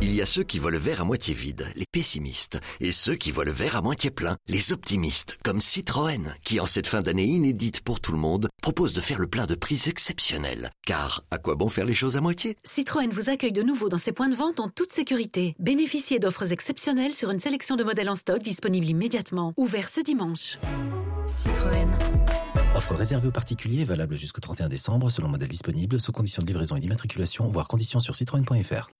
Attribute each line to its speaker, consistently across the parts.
Speaker 1: Il y a ceux qui voient le verre à moitié vide, les pessimistes, et ceux qui voient le verre à moitié plein, les optimistes, comme Citroën, qui en cette fin d'année inédite pour tout le monde, propose de faire le plein de prix exceptionnel. Car à quoi bon faire les choses à moitié
Speaker 2: Citroën vous accueille de nouveau dans ses points de vente en toute sécurité. Bénéficiez d'offres exceptionnelles sur une sélection de modèles en stock disponibles immédiatement. Ouvert ce dimanche. Citroën.
Speaker 3: Offre réservée aux particuliers, valable jusqu'au 31 décembre, selon modèle disponible, sous conditions de livraison et d'immatriculation, voire conditions sur citroën.fr.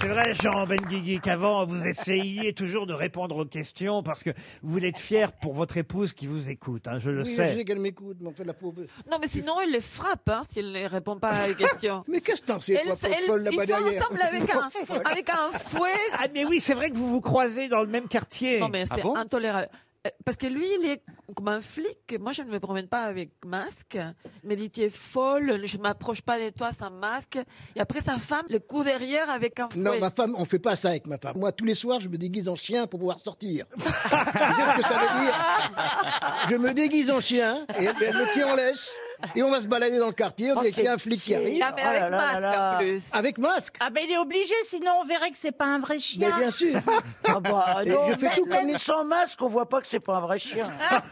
Speaker 4: C'est vrai, Jean Benguigui, qu'avant, vous essayiez toujours de répondre aux questions parce que vous voulez être fier pour votre épouse qui vous écoute, hein, je le
Speaker 5: oui,
Speaker 4: sais.
Speaker 5: je sais qu'elle m'écoute, mais enfin, la pauvre.
Speaker 6: Non, mais sinon, elle les frappe hein, si elle ne répond pas à les questions.
Speaker 5: Mais qu'est-ce que t'en sais,
Speaker 6: Elle-
Speaker 5: toi,
Speaker 6: elle-
Speaker 5: Paul, là-bas
Speaker 6: ils sont
Speaker 5: derrière
Speaker 6: ensemble avec un,
Speaker 5: Oh,
Speaker 6: avec un fouet.
Speaker 4: Ah, mais oui, c'est vrai que vous vous croisez dans le même quartier.
Speaker 6: Non, mais c'est
Speaker 7: Ah bon
Speaker 6: intolérable. Euh, Parce que lui, il est comme un flic. Moi, je ne me promène pas avec masque. Mais il dit, tu es folle, je ne m'approche pas de toi sans masque. Et après, sa femme le coup derrière avec un fouet.
Speaker 5: Non, ma femme, on fait pas ça avec ma femme. Moi, tous les soirs, je me déguise en chien pour pouvoir sortir. Tu sais ce que ça veut dire Je me déguise en chien et elle elle me tient en laisse et on va se balader dans le quartier.
Speaker 8: Oh,
Speaker 5: On est qu'il y a un flic qui arrive
Speaker 6: Non, mais avec masque en plus.
Speaker 5: avec masque.
Speaker 8: Ah ben il est obligé, sinon on verrait que c'est pas un vrai
Speaker 5: Mais
Speaker 8: chien.
Speaker 5: bien sûr.
Speaker 9: Ah bah,
Speaker 5: Et
Speaker 9: non,
Speaker 5: je fais
Speaker 9: même,
Speaker 5: tout comme
Speaker 9: même
Speaker 5: les-
Speaker 9: sans masque, on voit pas que c'est pas un vrai chien.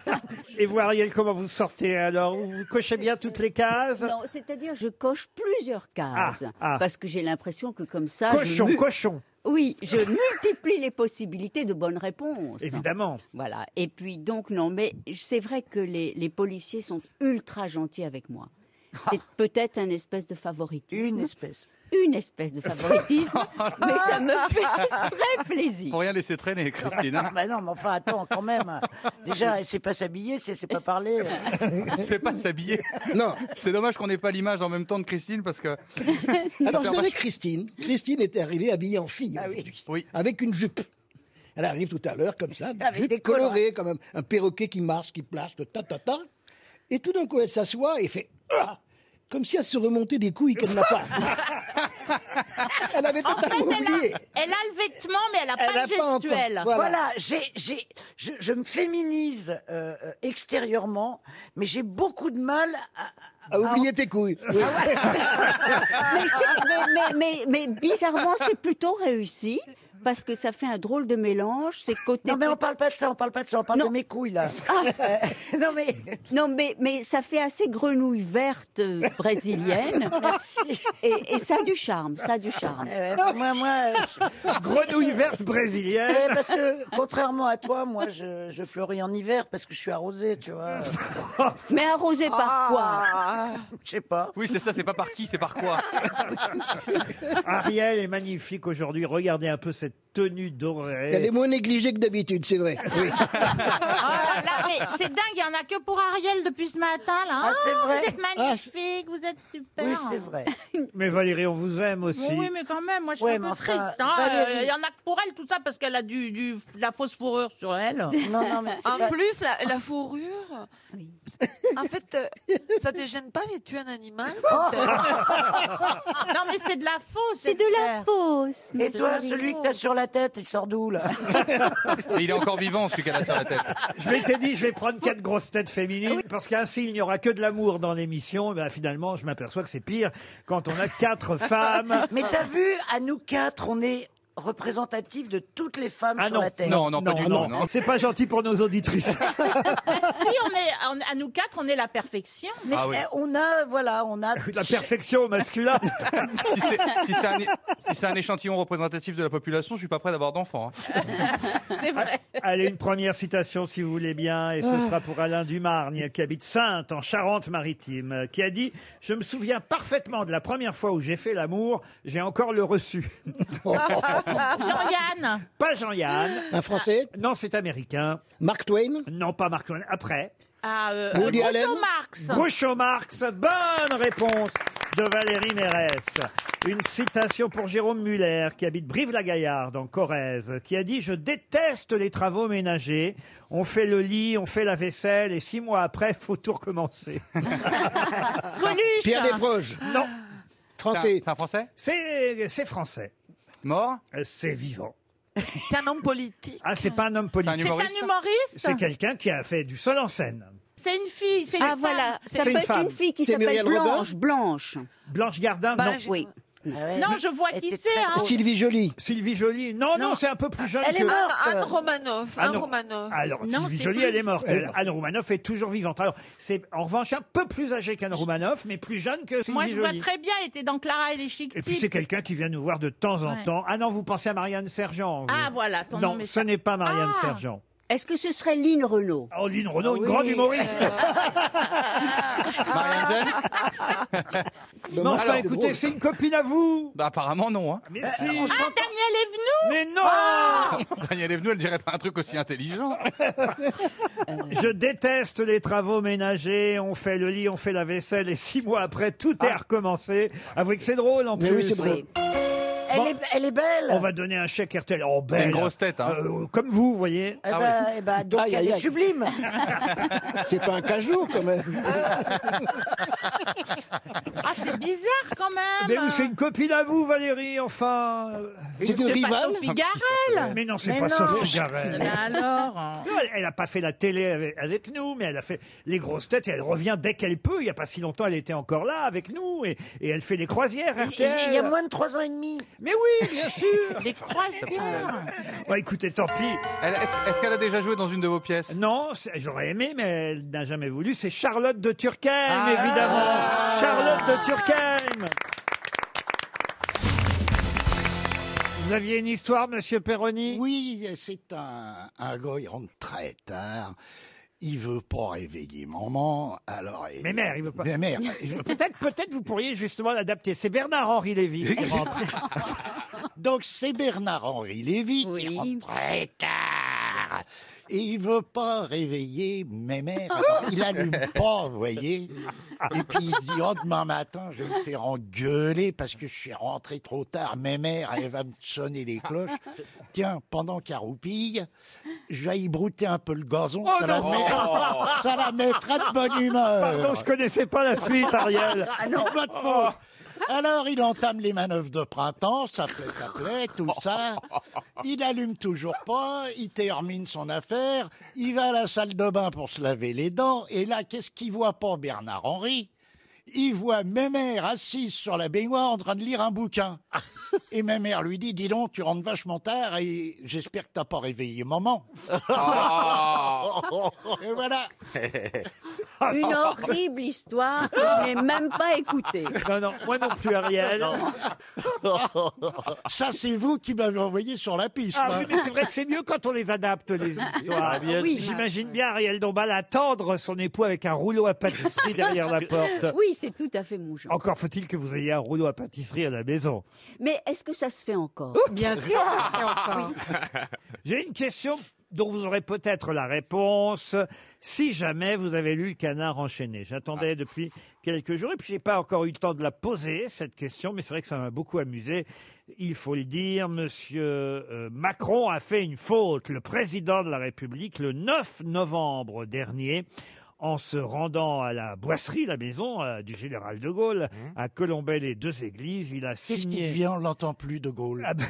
Speaker 4: Et vous, Ariel, comment vous sortez alors Vous cochez bien toutes les cases
Speaker 10: Non, c'est-à-dire je coche plusieurs cases
Speaker 4: Ah, ah.
Speaker 10: parce que j'ai l'impression que comme ça, je
Speaker 4: Cochon,
Speaker 10: mu-
Speaker 4: cochon,
Speaker 10: oui, je multiplie les possibilités de bonnes réponses.
Speaker 4: évidemment.
Speaker 10: Voilà. Et puis donc non, mais c'est vrai que les, les policiers sont ultra gentils avec moi. C'est
Speaker 4: Ah.
Speaker 10: peut-être un espèce de favoritisme,
Speaker 9: Une espèce.
Speaker 10: une espèce de favoritisme, mais ça me fait très plaisir.
Speaker 7: Pour rien laisser traîner, Christine. hein.
Speaker 9: Bah non, mais enfin, attends, quand même. Déjà, elle sait pas s'habiller, si elle sait pas parler.
Speaker 7: C'est pas s'habiller.
Speaker 5: Non.
Speaker 7: C'est dommage qu'on n'ait pas l'image en même temps de Christine parce que.
Speaker 5: Ah, Alors, vous savez, Christine, Christine était arrivée habillée en fille
Speaker 6: Ah
Speaker 5: aujourd'hui,
Speaker 7: Oui.
Speaker 5: avec une jupe. Elle arrive tout à l'heure comme ça, une
Speaker 9: Avec
Speaker 5: jupe
Speaker 9: des
Speaker 5: colorée, comme un, un perroquet qui marche, qui place, ta ta ta. Et tout d'un coup, elle s'assoit et fait Ah comme si elle se remontait des couilles qu'elle n'a pas. elle avait
Speaker 8: En fait,
Speaker 5: totalement
Speaker 8: elle
Speaker 5: oublié.
Speaker 8: a, elle a le vêtement, mais elle a
Speaker 5: Elle
Speaker 8: pas
Speaker 5: a
Speaker 8: le
Speaker 5: pas encore-
Speaker 8: gestuel.
Speaker 5: voilà.
Speaker 9: Voilà, j'ai, j'ai, je, je me féminise euh, euh, extérieurement, mais j'ai beaucoup de mal à, Ah
Speaker 5: A oublié tes couilles.
Speaker 4: Ah
Speaker 5: Oui.
Speaker 10: Mais, c'est- mais- mais- mais- mais bizarrement, c'est plutôt réussi parce que ça fait un drôle de mélange. C'est côté
Speaker 9: Non mais on parle pas de ça, on parle pas de ça, on parle
Speaker 10: Non.
Speaker 9: de mes couilles là. Euh, non mais
Speaker 10: Ah. Non, mais, mais ça fait assez grenouille verte euh, brésilienne. et, et ça a du charme, ça a du charme.
Speaker 9: euh, moi moi euh,
Speaker 4: Grenouille verte brésilienne.
Speaker 9: Eh, parce que contrairement à toi, moi je, je fleuris en hiver parce que je suis arrosée, tu vois.
Speaker 10: Mais arrosé par quoi
Speaker 6: Ah.
Speaker 9: Je sais pas.
Speaker 7: Oui, c'est ça, c'est pas par qui, c'est par quoi.
Speaker 4: Ariel est magnifique aujourd'hui. Regardez un peu cette tenue dorée.
Speaker 5: Elle est moins négligée que d'habitude, c'est vrai. Oui.
Speaker 8: Ah, là, mais c'est dingue, il y en a que pour Ariel depuis ce matin là.
Speaker 9: Ah, c'est
Speaker 8: Oh,
Speaker 9: vrai.
Speaker 8: Vous êtes magnifique, vous êtes super.
Speaker 9: Oui, c'est vrai.
Speaker 4: Mais Valérie, on vous aime aussi.
Speaker 8: Oui, mais quand même, moi je suis
Speaker 9: Ouais,
Speaker 8: un
Speaker 9: mais
Speaker 8: peu
Speaker 9: enfin,
Speaker 8: triste. hein.
Speaker 9: Valérie-
Speaker 8: Euh, Il y en a que pour elle, tout ça, parce qu'elle a du, du- de la fausse fourrure sur elle.
Speaker 9: Non non mais c'est
Speaker 6: En
Speaker 9: pas-
Speaker 6: plus, la, la fourrure. En fait, euh, ça te gêne pas de tuer un animal quand, euh,
Speaker 8: Oh. Non, mais c'est de la fausse.
Speaker 10: C'est de la
Speaker 8: j'espère.
Speaker 10: fausse.
Speaker 9: Et toi,
Speaker 10: Marjorie.
Speaker 9: celui que t'as sur la tête, il sort d'où là
Speaker 7: Et il est encore vivant, celui qu'elle a sur la tête.
Speaker 4: Je m'étais dit, je vais prendre quatre grosses têtes
Speaker 9: Ah
Speaker 4: féminines parce qu'ainsi il n'y aura que de l'amour dans l'émission. Ben, finalement, je m'aperçois que c'est pire quand on a quatre femmes.
Speaker 9: Mais t'as vu, à nous quatre, on est représentatif de toutes les femmes
Speaker 4: Ah
Speaker 9: sur
Speaker 4: non,
Speaker 9: la terre.
Speaker 7: Non, non, pas du non, non.
Speaker 4: C'est pas gentil pour nos auditrices.
Speaker 8: Si on est, on- à nous quatre, on est la perfection.
Speaker 9: Mais
Speaker 7: Ah oui.
Speaker 9: eh, on a, voilà, on a.
Speaker 4: La perfection au masculin.
Speaker 7: Si c'est si c'est un, é- si c'est un échantillon représentatif de la population, je suis pas prêt d'avoir d'enfant. hein.
Speaker 8: C'est vrai.
Speaker 4: Allez, une première citation, si vous voulez bien, et
Speaker 9: Ah.
Speaker 4: ce sera pour Alain Dumargne, qui habite Sainte, en Charente-Maritime, euh, qui a dit « Je me souviens parfaitement de la première fois où j'ai fait l'amour, j'ai encore le reçu. Oh.
Speaker 8: Jean-Yann. »
Speaker 4: Pas Jean-Yann, Ah,
Speaker 5: Un Français,
Speaker 4: non, c'est américain,
Speaker 5: Mark Twain,
Speaker 4: non, pas Mark Twain, après.
Speaker 8: Ah, euh,
Speaker 5: Woody
Speaker 8: Groucho
Speaker 5: Allen.
Speaker 8: Marx.
Speaker 4: Groucho Marx, bonne réponse de Valérie Mérès. Une citation pour Jérôme Muller, qui habite Brive-la-Gaillarde, en Corrèze, qui a dit « Je déteste les travaux ménagers. On fait le lit, on fait la vaisselle, et six mois après, faut tout recommencer. »
Speaker 8: Coluche.
Speaker 5: Pierre Desproges,
Speaker 4: Non,
Speaker 5: Français,
Speaker 7: C'est un français
Speaker 4: Ah. c'est c'est français.
Speaker 7: Mort
Speaker 4: Euh, C'est vivant.
Speaker 6: c'est un homme politique.
Speaker 4: Ah, c'est pas un homme
Speaker 7: C'est un
Speaker 4: politique.
Speaker 8: C'est
Speaker 7: humoriste
Speaker 8: un humoriste.
Speaker 4: C'est quelqu'un qui a fait du seul en scène.
Speaker 8: c'est une fille, c'est une
Speaker 10: Ah
Speaker 8: femme.
Speaker 10: voilà, ça
Speaker 4: C'est
Speaker 10: peut
Speaker 4: une
Speaker 10: être
Speaker 4: femme.
Speaker 10: une fille qui
Speaker 5: C'est
Speaker 10: s'appelle
Speaker 5: Muriel Robin
Speaker 10: Blanche, Blanche.
Speaker 4: Blanche Gardin, non.
Speaker 10: Oui.
Speaker 8: Non, je vois qui c'est. hein.
Speaker 5: Sylvie Jolie.
Speaker 4: Sylvie Jolie, non, non,
Speaker 9: Non.
Speaker 4: c'est un peu plus jeune
Speaker 9: Elle est
Speaker 4: que...
Speaker 9: morte.
Speaker 6: Anne, Anne Romanoff.
Speaker 4: Ah
Speaker 6: Anne
Speaker 4: non.
Speaker 6: Romanoff.
Speaker 4: Alors,
Speaker 10: Non,
Speaker 4: Sylvie
Speaker 10: c'est
Speaker 4: Jolie,
Speaker 10: plus-
Speaker 4: elle est morte.
Speaker 5: Elle est
Speaker 4: Elle-
Speaker 5: morte.
Speaker 4: Anne Romanoff est toujours vivante. Alors, c'est en revanche un peu plus âgée qu'Anne Romanoff, mais plus jeune que Sylvie
Speaker 8: Moi, je vois
Speaker 4: Joly.
Speaker 8: très bien, elle était dans Clara et les Chic
Speaker 4: Et puis, c'est
Speaker 8: Types.
Speaker 4: quelqu'un qui vient nous voir de temps en
Speaker 8: Ouais.
Speaker 4: temps. Ah non, vous pensez à Marianne Sergent. vous.
Speaker 8: Ah, voilà, son
Speaker 4: Non,
Speaker 8: nom est
Speaker 4: ce
Speaker 8: ça.
Speaker 4: n'est pas Marianne
Speaker 8: Ah.
Speaker 4: Sergent.
Speaker 10: Est-ce que ce serait Lynn Renault
Speaker 4: Oh, Lynn Renault,
Speaker 6: Ah
Speaker 4: une
Speaker 6: oui,
Speaker 4: grande humoriste.
Speaker 7: Marianne James
Speaker 4: Non, enfin, écoutez, c'est une copine à vous.
Speaker 7: Bah apparemment non. Hein.
Speaker 4: Mais
Speaker 8: Ah,
Speaker 4: si.
Speaker 8: Daniel est venu Ah,
Speaker 4: Mais non
Speaker 7: Daniel est venu, elle dirait pas un truc aussi intelligent.
Speaker 4: Je déteste les travaux ménagers. On fait le lit, on fait la vaisselle, et six mois après, tout est recommencé. Avouez que c'est drôle en
Speaker 5: Ah. Mais
Speaker 4: plus.
Speaker 5: oui, c'est drôle.
Speaker 9: Elle,
Speaker 4: Bon.
Speaker 9: est, elle est belle.
Speaker 4: On va donner un chèque RTL. Oh, belle.
Speaker 7: une grosse tête, hein.
Speaker 4: Euh, comme vous, vous voyez.
Speaker 9: Eh
Speaker 7: Ah
Speaker 9: ben, eh ben, donc
Speaker 5: Aïe,
Speaker 9: elle
Speaker 5: aïe,
Speaker 9: est
Speaker 5: aïe.
Speaker 9: sublime.
Speaker 5: C'est pas un cajou, quand même.
Speaker 8: Ah, c'est bizarre quand même
Speaker 4: Mais oui, c'est une copine à vous, Valérie, enfin. Euh,
Speaker 5: C'est une rivale.
Speaker 8: Sophie Garel
Speaker 4: Mais non, c'est
Speaker 9: Mais
Speaker 4: pas
Speaker 9: non.
Speaker 4: Sophie Garel.
Speaker 8: Ben alors hein.
Speaker 4: Non, Elle n'a pas fait la télé avec, avec nous, mais elle a fait les grosses têtes et elle revient dès qu'elle peut. Il n'y a pas si longtemps, elle était encore là avec nous et, et elle fait les croisières,
Speaker 9: Il il y a
Speaker 4: RTL.
Speaker 9: moins de 3 ans et demi.
Speaker 4: Mais oui, bien sûr.
Speaker 8: Les croisières
Speaker 4: Bon, écoutez, tant pis.
Speaker 7: Elle- Est-ce est-ce qu'elle a déjà joué dans une de vos pièces
Speaker 4: Non, c'est- j'aurais aimé, mais elle n'a jamais voulu. C'est Charlotte de Turckheim,
Speaker 7: Ah.
Speaker 4: évidemment. Charlotte de Turckheim. Vous aviez une histoire, monsieur Perroni
Speaker 11: Oui, c'est un, un gars, il rentre très tard. Il veut pas réveiller maman, alors... il-
Speaker 4: Mais mère, il veut pas.
Speaker 11: Mais mère, il veut-
Speaker 4: Peut-être, peut-être, vous pourriez justement l'adapter. C'est Bernard-Henri Lévy qui rentre.
Speaker 11: Donc c'est Bernard-Henri Lévy
Speaker 10: Oui.
Speaker 11: qui rentre très tard. Et il veut pas réveiller mes mères. Alors, il allume pas, vous voyez. Et puis il se dit, oh, demain matin, je vais me faire engueuler parce que je suis rentré trop tard. Mes mères, elle va me sonner les cloches. Tiens, pendant qu'elle roupille, je vais y brouter un peu le gazon.
Speaker 4: Oh
Speaker 11: ça, la
Speaker 4: non.
Speaker 11: met- ça la mettra de bonne humeur.
Speaker 4: Pardon, je connaissais pas la suite, Ariel.
Speaker 11: Ah non, pas de faute. Alors, il entame les manœuvres de printemps, ça plaît, ça plaît, tout ça. Il allume toujours pas, il termine son affaire, il va à la salle de bain pour se laver les dents, et là, qu'est-ce qu'il voit pas, Bernard-Henri Il voit Mémère assise sur la baignoire en train de lire un bouquin. Et Mémère lui dit, dis donc, tu rentres vachement tard et j'espère que t'as pas réveillé maman. Ah. Et voilà.
Speaker 10: Une horrible histoire que je n'ai même pas écoutée.
Speaker 4: Non, non, moi non plus, Ariel.
Speaker 11: Ça, c'est vous qui m'avez envoyé sur la piste.
Speaker 4: Ah
Speaker 11: hein.
Speaker 4: oui, mais c'est vrai que c'est mieux quand on les adapte, les histoires.
Speaker 10: Oui,
Speaker 4: J'imagine bien Ariel Dombal attendre son époux avec un rouleau à pâtisserie derrière la porte.
Speaker 10: Oui, c'est tout à fait mon genre.
Speaker 4: Encore faut-il que vous ayez un rouleau à pâtisserie à la maison.
Speaker 10: Mais est-ce que ça se fait encore
Speaker 6: Bien sûr.
Speaker 4: J'ai une question dont vous aurez peut-être la réponse si jamais vous avez lu le canard enchaîné. J'attendais depuis quelques jours et puis j'ai pas encore eu le temps de la poser cette question, mais c'est vrai que ça m'a beaucoup amusé. Il faut le dire, Monsieur euh, Macron a fait une faute. Le président de la République, le 9 novembre dernier, en se rendant à la boisserie, la maison euh, du général de Gaulle, à Colombey les deux églises, il a
Speaker 11: Qu'est-ce
Speaker 4: signé.
Speaker 11: qui vient On l'entend plus de Gaulle.
Speaker 4: Ah ben,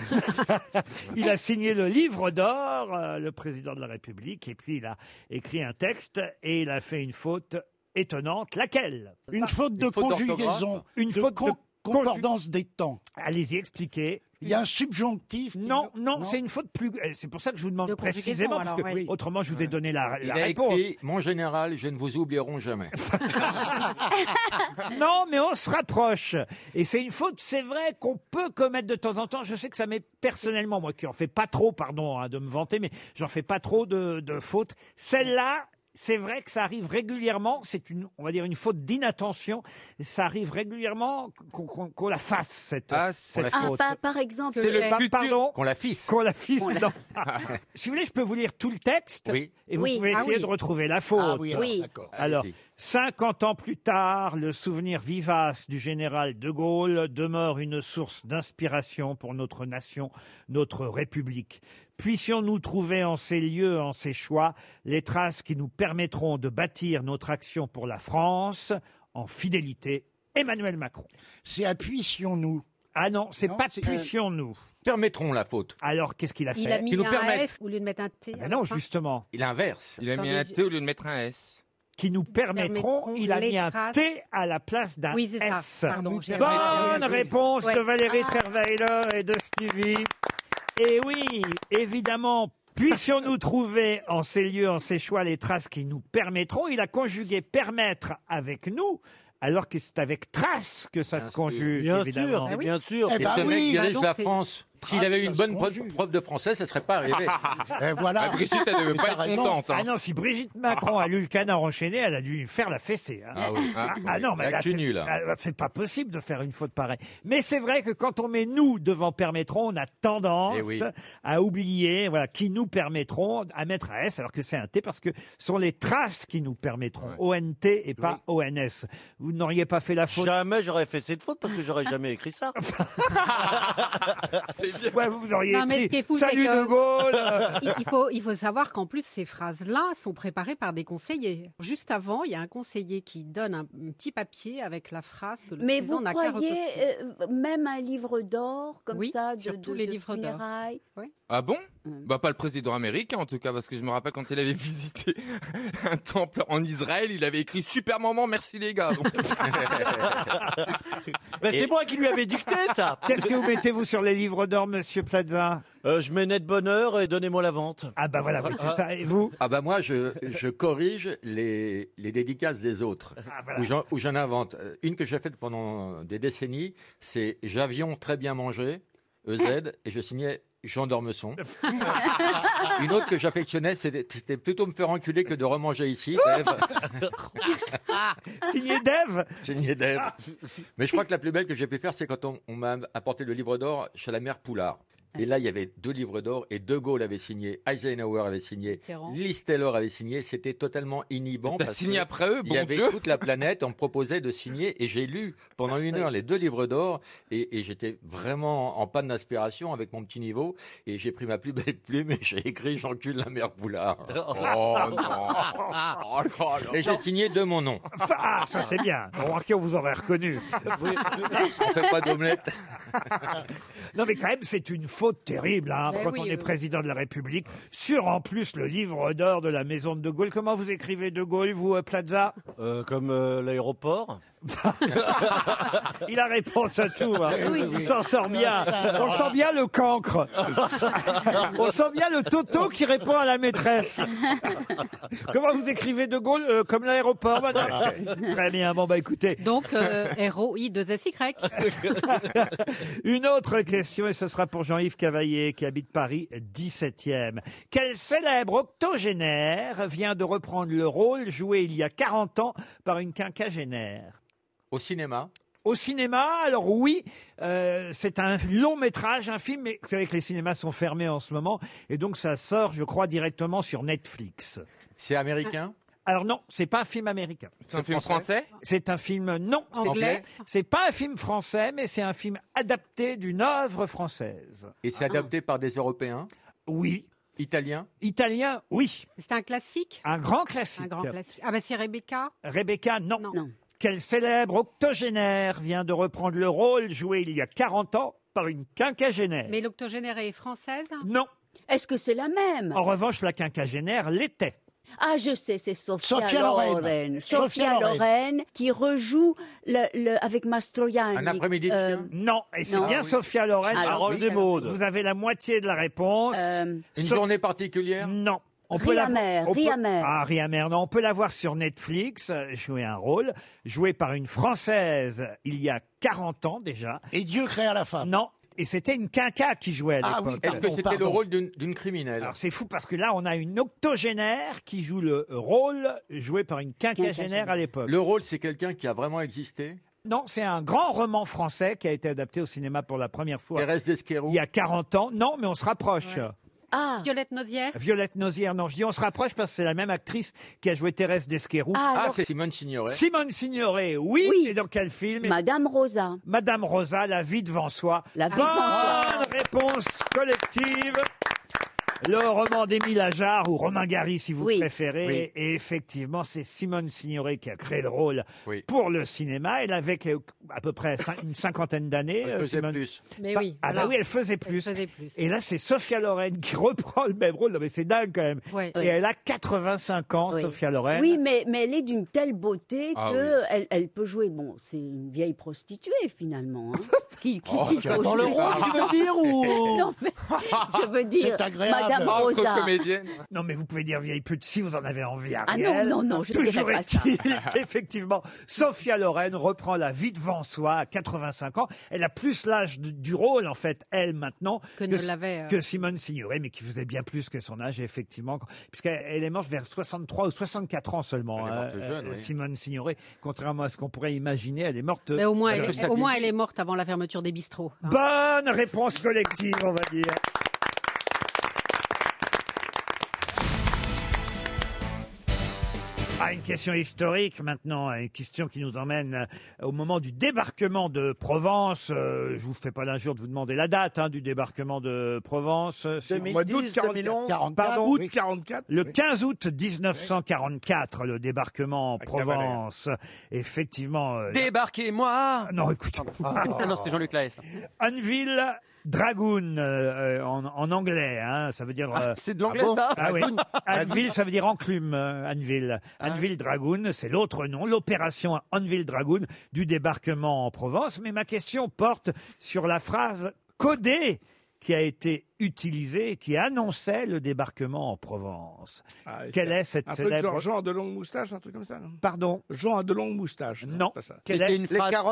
Speaker 4: il a signé le livre d'or, euh, le président de la République, et puis il a écrit un texte et il a fait une faute étonnante. Laquelle
Speaker 11: Une faute de
Speaker 7: faute d'orthographe.
Speaker 11: conjugaison.
Speaker 4: Une faute de
Speaker 11: concordance des temps.
Speaker 4: Allez-y, expliquez.
Speaker 11: Il y a un subjonctif. qui-
Speaker 4: Non, non, c'est une faute plus. euh, C'est pour ça que je vous demande
Speaker 12: De conjugaison,
Speaker 4: précisément, parce que
Speaker 12: alors, oui.
Speaker 4: autrement je vous ai donné la,
Speaker 12: Il
Speaker 4: la
Speaker 12: a
Speaker 4: réponse.
Speaker 12: écrit Mon général, je ne vous oublierons jamais.
Speaker 4: Non, mais on se rapproche. Et c'est une faute, c'est vrai, qu'on peut commettre de temps en temps. Je sais que ça m'est personnellement, moi qui en fais pas trop, pardon hein, de me vanter, mais j'en fais pas trop de, de fautes. Celle-là, c'est vrai que ça arrive régulièrement. C'est une, on va dire, une faute d'inattention. Ça arrive régulièrement qu'on qu'on- qu'on la fasse, cette,
Speaker 12: Ah,
Speaker 4: cette
Speaker 12: qu'on la
Speaker 10: Ah,
Speaker 4: faute.
Speaker 10: bah, par exemple,
Speaker 12: C'est le
Speaker 4: Pa-
Speaker 12: futur-
Speaker 4: Pardon
Speaker 12: Qu'on la fisse.
Speaker 4: qu'on la fisse. non. si vous voulez, je peux vous lire tout le texte
Speaker 12: Oui.
Speaker 4: et vous
Speaker 10: Oui.
Speaker 4: pouvez
Speaker 10: Ah
Speaker 4: essayer
Speaker 10: oui.
Speaker 4: de retrouver la faute.
Speaker 11: Ah oui, alors,
Speaker 10: Oui.
Speaker 11: d'accord.
Speaker 4: Alors,
Speaker 12: Allez-y.
Speaker 4: 50 ans plus tard, le souvenir vivace du général de Gaulle demeure une source d'inspiration pour notre nation, notre République. Puissions-nous trouver en ces lieux, en ces choix, les traces qui nous permettront de bâtir notre action pour la France en fidélité Emmanuel Macron.
Speaker 11: C'est appuissions-nous.
Speaker 4: Ah non, c'est
Speaker 11: Non,
Speaker 4: pas
Speaker 11: c'est- euh,
Speaker 4: puissions-nous.
Speaker 12: Permettrons la faute.
Speaker 4: Alors, qu'est-ce qu'il a fait
Speaker 13: Il a mis
Speaker 12: Qui nous
Speaker 13: un
Speaker 12: permettent.
Speaker 13: S au lieu de mettre un T. hein,
Speaker 4: Ah
Speaker 13: à
Speaker 4: ben
Speaker 13: la
Speaker 4: non,
Speaker 13: fin.
Speaker 4: justement.
Speaker 12: Il inverse.
Speaker 7: Il a
Speaker 13: mis un T
Speaker 7: au lieu de mettre un S.
Speaker 4: qui nous permettront.
Speaker 13: permettront
Speaker 4: Il a
Speaker 13: les
Speaker 4: mis un
Speaker 13: traces.
Speaker 4: T à la place d'un
Speaker 13: Oui, c'est ça.
Speaker 4: S.
Speaker 13: Pardon, j'ai-
Speaker 4: Bonne
Speaker 13: Oui, oui.
Speaker 4: réponse de
Speaker 13: Ouais.
Speaker 4: Valérie
Speaker 13: Ah.
Speaker 4: Trierweiler et de Stevie. Et oui, évidemment. Puissions-nous trouver en ces lieux, en ces choix, les traces qui nous permettront. Il a conjugué permettre avec nous, alors que c'est avec trace que ça se conjugue,
Speaker 14: Bien sûr,
Speaker 4: évidemment.
Speaker 14: Ah oui. bien sûr. Eh
Speaker 12: Et
Speaker 14: ben
Speaker 12: ce mec
Speaker 14: oui,
Speaker 12: dirige
Speaker 14: bah donc
Speaker 12: la
Speaker 14: c'est-
Speaker 12: France. S'il
Speaker 14: Ah,
Speaker 12: avait
Speaker 14: ça
Speaker 12: une
Speaker 14: se
Speaker 12: bonne pro- prof de français, ça serait pas arrivé.
Speaker 4: Et
Speaker 12: Ah, Brigitte, elle devait pas être contente. hein.
Speaker 4: Ah non, si Brigitte Macron a lu le canard enchaîné, elle a dû faire la fessée. hein.
Speaker 12: Ah oui. Ah, oui.
Speaker 4: non, mais là,
Speaker 12: L'actu
Speaker 4: c'est-
Speaker 12: nulle, hein.
Speaker 4: ah, c'est pas possible de faire une faute pareille. Mais c'est vrai que quand on met nous devant permettront, on a tendance
Speaker 12: Eh oui.
Speaker 4: à oublier voilà, qui nous permettront à mettre un S alors que c'est un T parce que ce sont les traces qui nous permettront. ONT et pas ONS. Vous n'auriez pas fait la faute.
Speaker 14: Jamais Ah, j'aurais fait cette faute parce que j'aurais jamais écrit ça.
Speaker 4: Ouais, vous auriez
Speaker 13: Non, mais ce
Speaker 4: écrit
Speaker 13: qui est fou,
Speaker 4: Salut
Speaker 13: c'est que-
Speaker 4: De Gaulle
Speaker 13: il, il faut, il faut savoir qu'en plus, ces phrases-là sont préparées par des conseillers. Juste avant, il y a un conseiller qui donne un, un petit papier avec la phrase que le
Speaker 10: Mais
Speaker 13: président
Speaker 10: vous
Speaker 13: n'a qu'à
Speaker 10: croyez
Speaker 13: recopier.
Speaker 10: euh, même un livre d'or comme
Speaker 13: Oui,
Speaker 10: ça de,
Speaker 13: sur
Speaker 10: de-
Speaker 13: tous les
Speaker 10: de
Speaker 13: livres d'or.
Speaker 10: funérailles Oui.
Speaker 12: Ah bon Bah pas le président américain en tout cas parce que je me rappelle quand il avait visité un temple en Israël, il avait écrit super maman, merci les gars.
Speaker 4: Bah,
Speaker 12: Donc-
Speaker 14: Mais c'est moi qui lui avais dicté ça.
Speaker 4: Qu'est-ce que vous mettez vous sur les livres d'or, Monsieur Plaza
Speaker 14: Euh, je mets net bonheur et donnez-moi la vente.
Speaker 4: Ah bah voilà, oui, c'est ça. Et vous
Speaker 12: Ah bah moi je, je corrige les, les dédicaces des autres
Speaker 4: Ah, voilà.
Speaker 12: ou j'en- ou j'en invente. Euh, Une que j'ai faite pendant des décennies, c'est j'avions très bien mangé EZ et je signais Jean Dormesson. Une autre que j'affectionnais, c'était c'était plutôt me faire enculer que de remanger ici. Dave.
Speaker 4: Signé Dev
Speaker 12: Signé Dev. Mais je crois que la plus belle que j'ai pu faire, c'est quand on, on m'a apporté le livre d'or chez la mère Poulard. Et là, il y avait deux livres d'or et De Gaulle avait signé, Eisenhower avait signé,
Speaker 14: Mitterrand.
Speaker 12: Liz Taylor avait signé. C'était totalement inhibant.
Speaker 14: T'as
Speaker 12: parce
Speaker 14: signé
Speaker 12: que
Speaker 14: après eux,
Speaker 12: Il
Speaker 14: bon
Speaker 12: y avait
Speaker 14: Dieu.
Speaker 12: toute la planète, on me proposait de signer et j'ai lu pendant une heure les deux livres d'or et, et j'étais vraiment en panne d'inspiration avec mon petit niveau et j'ai pris ma plus belle plume et j'ai écrit J'encule la mère Poulard. Oh non Oh, Et j'ai signé de mon nom.
Speaker 4: Ah, ça c'est bien. Remarquez, on vous aurait reconnu.
Speaker 12: On fait pas d'omelette.
Speaker 4: Non, mais quand même, c'est une faute terrible hein,
Speaker 12: Ben
Speaker 4: quand
Speaker 12: oui,
Speaker 4: on
Speaker 12: oui,
Speaker 4: est
Speaker 12: oui.
Speaker 4: président de la République. Sur en plus le livre d'or de la maison de De Gaulle. Comment vous écrivez De Gaulle, vous, euh, Plaza
Speaker 14: Euh, comme euh, l'aéroport.
Speaker 4: Il a réponse à tout. hein.
Speaker 14: Oui, oui.
Speaker 4: Il s'en sort bien. On sent bien le cancre. On sent bien le toto qui répond à la maîtresse. Comment vous écrivez De Gaulle Euh, Comme l'aéroport, madame Très bien. Bon, bah écoutez.
Speaker 13: Donc, euh, R-O-I-2-S-Y.
Speaker 4: Une autre question, et ce sera pour Jean-Yves Cavaillé, qui habite Paris 17e. Quel célèbre octogénaire vient de reprendre le rôle joué il y a 40 ans par une quinquagénaire
Speaker 12: Au cinéma
Speaker 4: au cinéma, alors oui, euh, c'est un long métrage, un film, mais vous savez que les cinémas sont fermés en ce moment, et donc ça sort, je crois, directement sur Netflix.
Speaker 12: C'est américain
Speaker 4: Alors non, c'est pas un film américain.
Speaker 12: C'est un film français
Speaker 4: C'est un film non
Speaker 12: Anglais
Speaker 4: C'est pas un film français, mais c'est un film adapté d'une œuvre française. Ah.
Speaker 12: Et c'est adapté par des Européens
Speaker 4: Oui.
Speaker 12: Italien
Speaker 4: Italien, oui.
Speaker 13: C'est un classique
Speaker 4: Un grand classique.
Speaker 13: Un grand classique. Ah bah c'est Rebecca.
Speaker 4: Rebecca, non.
Speaker 13: Non.
Speaker 4: Quel célèbre octogénaire vient de reprendre le rôle joué il y a 40 ans par une quinquagénaire
Speaker 13: Mais l'octogénaire est française
Speaker 4: Non.
Speaker 10: Est-ce que c'est la même
Speaker 4: En revanche, la quinquagénaire l'était.
Speaker 10: Ah, je sais, c'est Sophia,
Speaker 4: Sophia Loren.
Speaker 10: Loren.
Speaker 4: Sophia
Speaker 10: Sophia
Speaker 4: Loren.
Speaker 10: Loren. qui rejoue le, le- avec Mastroianni. Euh,
Speaker 4: Un après-midi de film Non, et c'est bien Sophia Loren.
Speaker 10: Ah, Harold oui. Desmaudes.
Speaker 4: Vous avez la moitié de la réponse.
Speaker 12: Une journée particulière
Speaker 4: Non. On
Speaker 10: Ria
Speaker 4: vo-
Speaker 10: Mère,
Speaker 4: on peut-
Speaker 10: Ria Mère.
Speaker 4: Ah, Ria Mère, non. On peut la voir sur Netflix, euh, jouer un rôle, joué par une Française il y a 40 ans déjà.
Speaker 11: Et Dieu créa la femme.
Speaker 4: Non. Et c'était une quinca qui jouait à
Speaker 11: Ah oui,
Speaker 4: l'époque.
Speaker 12: Est-ce que c'était le rôle d'une d'une criminelle
Speaker 4: Alors c'est fou parce que là, on a une octogénaire qui joue le rôle joué par une quinquagénaire à l'époque.
Speaker 12: Le rôle, c'est quelqu'un qui a vraiment existé
Speaker 4: Non, c'est un grand roman français qui a été adapté au cinéma pour la première fois.
Speaker 12: Thérèse
Speaker 4: Il y a 40 ans. Non, mais on se rapproche.
Speaker 10: Ah.
Speaker 13: Violette Nozière.
Speaker 4: Violette Nozière, non, je dis on se rapproche parce que c'est la même actrice qui a joué Thérèse Desquerou.
Speaker 10: Ah, alors- Ah, c'est
Speaker 12: Simone Signoret.
Speaker 4: Simone Signoret, oui. Et dans quel film
Speaker 10: Madame Rosa.
Speaker 4: Madame Rosa, La vie devant soi.
Speaker 10: La vie
Speaker 4: Bonne
Speaker 10: devant soi.
Speaker 4: réponse collective Le roman d'Émile Ajar ou Romain Gary, si vous préférez.
Speaker 15: Oui.
Speaker 4: Et effectivement, c'est Simone Signoret qui a créé le rôle pour le cinéma. Elle avait que- à peu près cin- une cinquantaine d'années.
Speaker 12: Elle
Speaker 4: euh,
Speaker 12: faisait
Speaker 4: Simone.
Speaker 12: plus.
Speaker 13: Mais
Speaker 4: Pas-
Speaker 13: oui,
Speaker 4: Ah bah
Speaker 13: voilà.
Speaker 4: oui, elle faisait plus.
Speaker 13: plus.
Speaker 4: Et là, c'est Sophia Loren qui reprend le même rôle. Non, mais c'est dingue quand même.
Speaker 10: Ouais.
Speaker 4: Et
Speaker 10: Oui.
Speaker 4: elle a 85 ans, Sophia Loren.
Speaker 10: Oui, mais, mais elle est d'une telle beauté
Speaker 4: Ah
Speaker 10: que elle, elle peut jouer. Bon, c'est une vieille prostituée finalement. hein, qui, qui,
Speaker 15: Oh,
Speaker 10: qui
Speaker 15: j'adore
Speaker 10: peut
Speaker 15: le
Speaker 10: jouer.
Speaker 15: rôle, tu veux dire, ou-
Speaker 10: Non, mais je veux dire,
Speaker 4: C'est agréable.
Speaker 10: Madame
Speaker 4: Entre
Speaker 10: Rosa.
Speaker 4: comédiennes. Non, mais vous pouvez dire vieille pute si vous en avez envie.
Speaker 10: Ah
Speaker 4: Ariel.
Speaker 10: non, non, non, je
Speaker 4: Toujours
Speaker 10: dirais pas ça.
Speaker 4: est-il qu'effectivement, Sophia Loren reprend la vie devant soi à 85 ans. Elle a plus l'âge du, du rôle, en fait, elle maintenant,
Speaker 13: Que ne l'avait, euh.
Speaker 4: que Simone Signoret, mais qui faisait bien plus que son âge, effectivement, puisqu'elle elle est morte vers 63 ou 64 ans seulement. hein, euh,
Speaker 12: morte jeune, oui.
Speaker 4: Simone Signoret, contrairement à ce qu'on pourrait imaginer, elle est morte.
Speaker 13: Mais Ben, au moins, elle,
Speaker 4: Alors,
Speaker 13: est- au moins, elle est morte avant la fermeture des bistrots. hein.
Speaker 4: Bonne réponse collective, on va dire. Ah, une question historique maintenant, une question qui nous emmène euh, au moment du débarquement de Provence. Euh, je vous fais pas l'injure de vous demander la date hein, du débarquement de Provence. Euh, c'est au mois d'août
Speaker 15: 2010, 2011,
Speaker 4: 44.
Speaker 15: pardon,
Speaker 4: Pardon
Speaker 15: août 44.
Speaker 4: le 15 août 1944, le débarquement en
Speaker 15: Cavalère.
Speaker 4: Provence. Effectivement. euh,
Speaker 7: Débarquez-moi
Speaker 4: Non, écoute.
Speaker 7: Ah non, c'était Jean-Luc Lahaye. ça.
Speaker 4: Anvil Dragoon euh, euh, en, en anglais, hein, ça veut dire.
Speaker 7: Ah,
Speaker 4: euh,
Speaker 7: c'est de l'anglais, ça
Speaker 4: Ah oui.
Speaker 7: Dragoon.
Speaker 4: Anvil, ça veut dire enclume. euh, Anvil,
Speaker 15: Ah.
Speaker 4: Anvil Dragoon, c'est l'autre nom, l'opération Anvil Dragoon du débarquement en Provence. Mais ma question porte sur la phrase codée qui a été utilisée, et qui annonçait le débarquement en Provence. Quelle est cette
Speaker 15: Ah, un peu
Speaker 4: célèbre
Speaker 15: genre, genre de longue moustache, un truc comme ça non
Speaker 4: Pardon
Speaker 15: Genre de longue moustache.
Speaker 4: Non.
Speaker 15: pas ça.
Speaker 4: Quelle est-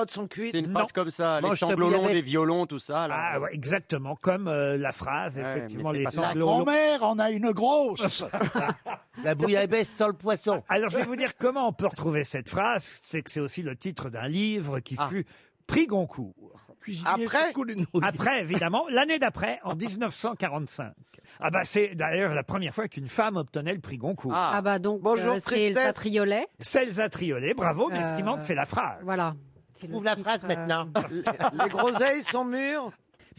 Speaker 16: C'est une
Speaker 4: Non.
Speaker 16: phrase comme ça, les
Speaker 4: Mange ta
Speaker 16: sanglots longs,
Speaker 4: bouillabaisse.
Speaker 16: les violons, tout ça. là.
Speaker 4: Ah, ouais, exactement, comme euh, la phrase,
Speaker 16: Ouais,
Speaker 4: effectivement,
Speaker 16: mais c'est
Speaker 4: les
Speaker 16: pas ça. La
Speaker 4: sanglots longs.
Speaker 11: Grand-mère en a une grosse.
Speaker 4: La bouillabaisse sans le poisson. Ah, Alors, je vais vous dire comment on peut retrouver cette phrase. C'est que c'est aussi le titre d'un livre qui
Speaker 16: Ah.
Speaker 4: fut prix Goncourt. Après Après, évidemment, l'année d'après, en 1945. Ah bah c'est d'ailleurs la première fois qu'une femme obtenait le prix Goncourt.
Speaker 13: Ah. bah donc, euh, c'est le patriolet.
Speaker 4: Celles Triolet, bravo, mais ce qui
Speaker 13: Euh,
Speaker 4: manque, c'est la phrase.
Speaker 13: Voilà.
Speaker 4: Trouve la
Speaker 13: euh,
Speaker 4: phrase maintenant.
Speaker 13: Les
Speaker 4: groseilles sont mûres.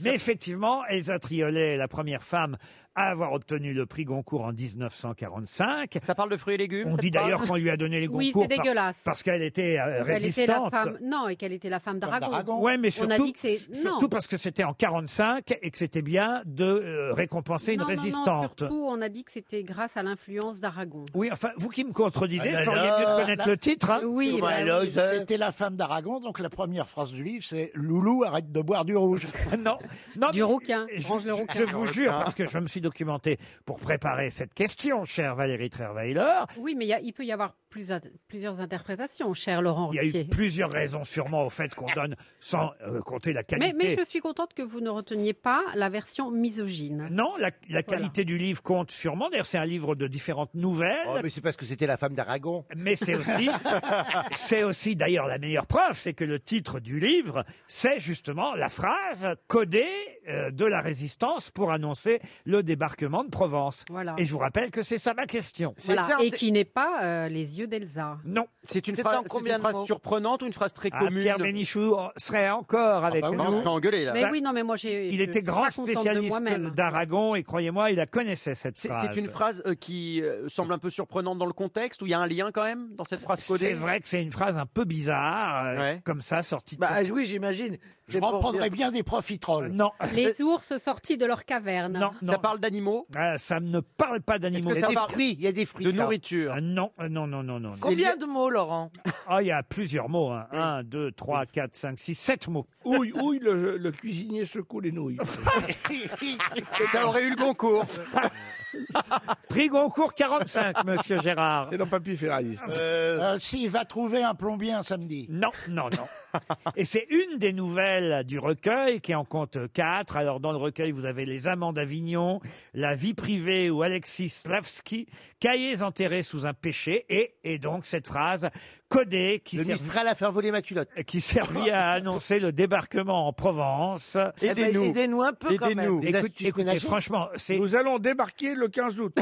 Speaker 4: Mais effectivement, Elsa Triolet est la première femme à avoir obtenu le prix Goncourt en 1945. Ça parle de fruits et légumes On
Speaker 13: cette
Speaker 4: dit d'ailleurs
Speaker 13: phrase
Speaker 4: qu'on lui a donné les Goncourt
Speaker 13: Oui, c'est
Speaker 4: parce-
Speaker 13: dégueulasse.
Speaker 4: parce, qu'elle était euh,
Speaker 13: Elle était
Speaker 4: résistante.
Speaker 13: la femme, non, et qu'elle était la femme d'Aragon.
Speaker 4: Ouais, mais
Speaker 13: On a
Speaker 4: surtout,
Speaker 13: dit que c'est non.
Speaker 4: surtout parce que c'était en 45 et que c'était bien de euh, récompenser une
Speaker 13: Non, non, non,
Speaker 4: résistante.
Speaker 13: surtout, on a dit que c'était grâce à l'influence d'Aragon.
Speaker 4: oui, enfin, vous qui me contredisez,
Speaker 11: Ah là
Speaker 4: vous auriez mieux
Speaker 11: là,
Speaker 4: de connaître
Speaker 11: là.
Speaker 4: le titre. hein.
Speaker 10: bah
Speaker 11: C'était la femme d'Aragon, donc la première phrase du livre, c'est Loulou, arrête de boire du rouge.
Speaker 4: non, non,
Speaker 11: du
Speaker 13: rouquin.
Speaker 4: Je, je vous jure,
Speaker 11: Hein.
Speaker 4: parce que je me suis documenté pour préparer cette question, chère Valérie Trierweiler.
Speaker 13: Oui, mais il y a- il peut y avoir plus int- plusieurs interprétations, cher Laurent
Speaker 4: Il y a
Speaker 13: Ruquier.
Speaker 4: eu plusieurs raisons sûrement au fait qu'on donne, sans euh, compter la
Speaker 13: Mais,
Speaker 4: qualité.
Speaker 13: mais je suis contente que vous ne reteniez pas la version misogyne.
Speaker 4: Non, la, la qualité du livre compte sûrement. D'ailleurs, c'est un livre de différentes nouvelles. Oh, mais c'est parce que c'était la femme d'Aragon. Mais c'est aussi, c'est aussi d'ailleurs la meilleure preuve, c'est que le titre du livre, c'est justement la phrase codée euh, de la résistance pour annoncer le débarquement de Provence.
Speaker 13: Voilà.
Speaker 4: Et je vous rappelle que c'est ça ma question.
Speaker 13: Voilà. Et qui n'est pas euh, les yeux d'Elsa.
Speaker 4: Non.
Speaker 16: C'est une phrase, c'est une phrase surprenante ou une phrase très
Speaker 4: Ah,
Speaker 16: commune
Speaker 4: Pierre Bénichou serait encore avec
Speaker 16: bah oui,
Speaker 4: nous.
Speaker 16: on se fait engueuler, là.
Speaker 13: Mais oui, non, mais moi j'ai.
Speaker 4: Il
Speaker 13: je
Speaker 4: était
Speaker 13: suis
Speaker 4: grand
Speaker 13: pas contente de
Speaker 4: spécialiste
Speaker 13: moi-même. hein.
Speaker 4: d'Aragon et croyez-moi, il la connaissait cette
Speaker 16: C'est-
Speaker 4: phrase.
Speaker 16: C'est une phrase euh, qui euh, semble un peu surprenante dans le contexte, où il y a un lien quand même dans cette phrase codée.
Speaker 4: C'est vrai que c'est une phrase un peu bizarre, euh, comme ça, sortie de
Speaker 16: Bah,
Speaker 4: sa-
Speaker 16: oui,
Speaker 11: j'imagine. Je
Speaker 4: C'est pour
Speaker 11: reprendrais
Speaker 4: dire-
Speaker 11: bien des profiteroles.
Speaker 4: Non.
Speaker 13: Les ours sortis de leur caverne.
Speaker 4: Ça parle
Speaker 16: Euh, d'animaux
Speaker 4: Euh, Ça ne parle pas
Speaker 16: Est-ce
Speaker 4: d'animaux.
Speaker 16: que Il y a ça des parle- fruits,
Speaker 4: il y a des fruits.
Speaker 16: de là. nourriture.
Speaker 4: non, euh, non, non, non, non. non.
Speaker 17: Combien de mots, Laurent
Speaker 4: Ah, il y a plusieurs mots. hein. 1, 2, 3, 4, 5, 6, 7 mots.
Speaker 15: Ouille, ouille, le, le cuisinier secoue les nouilles.
Speaker 16: Ça aurait eu le concours.
Speaker 4: Prix Goncourt 45, monsieur Gérard.
Speaker 15: C'est dans Papy Ferrailliste.
Speaker 11: Euh, S'il va trouver un plombier un samedi.
Speaker 4: Non, non, non. Et c'est une des nouvelles du recueil qui en compte quatre. Alors dans le recueil, vous avez Les Amants d'Avignon, La vie privée ou Alexis Slavski, Cahiers enterrés sous un péché et, et donc cette phrase codée qui, servi- Euh,
Speaker 18: Mistral à faire voler ma culotte.
Speaker 4: qui servit à annoncer le débarquement en Provence.
Speaker 17: Aidez-nous. Eh ben, aidez-nous un peu quand même. Des
Speaker 4: Écoute-
Speaker 17: astuces
Speaker 4: écoutez,
Speaker 17: ménagères.
Speaker 4: franchement, c'est...
Speaker 15: Nous allons débarquer le 15 août.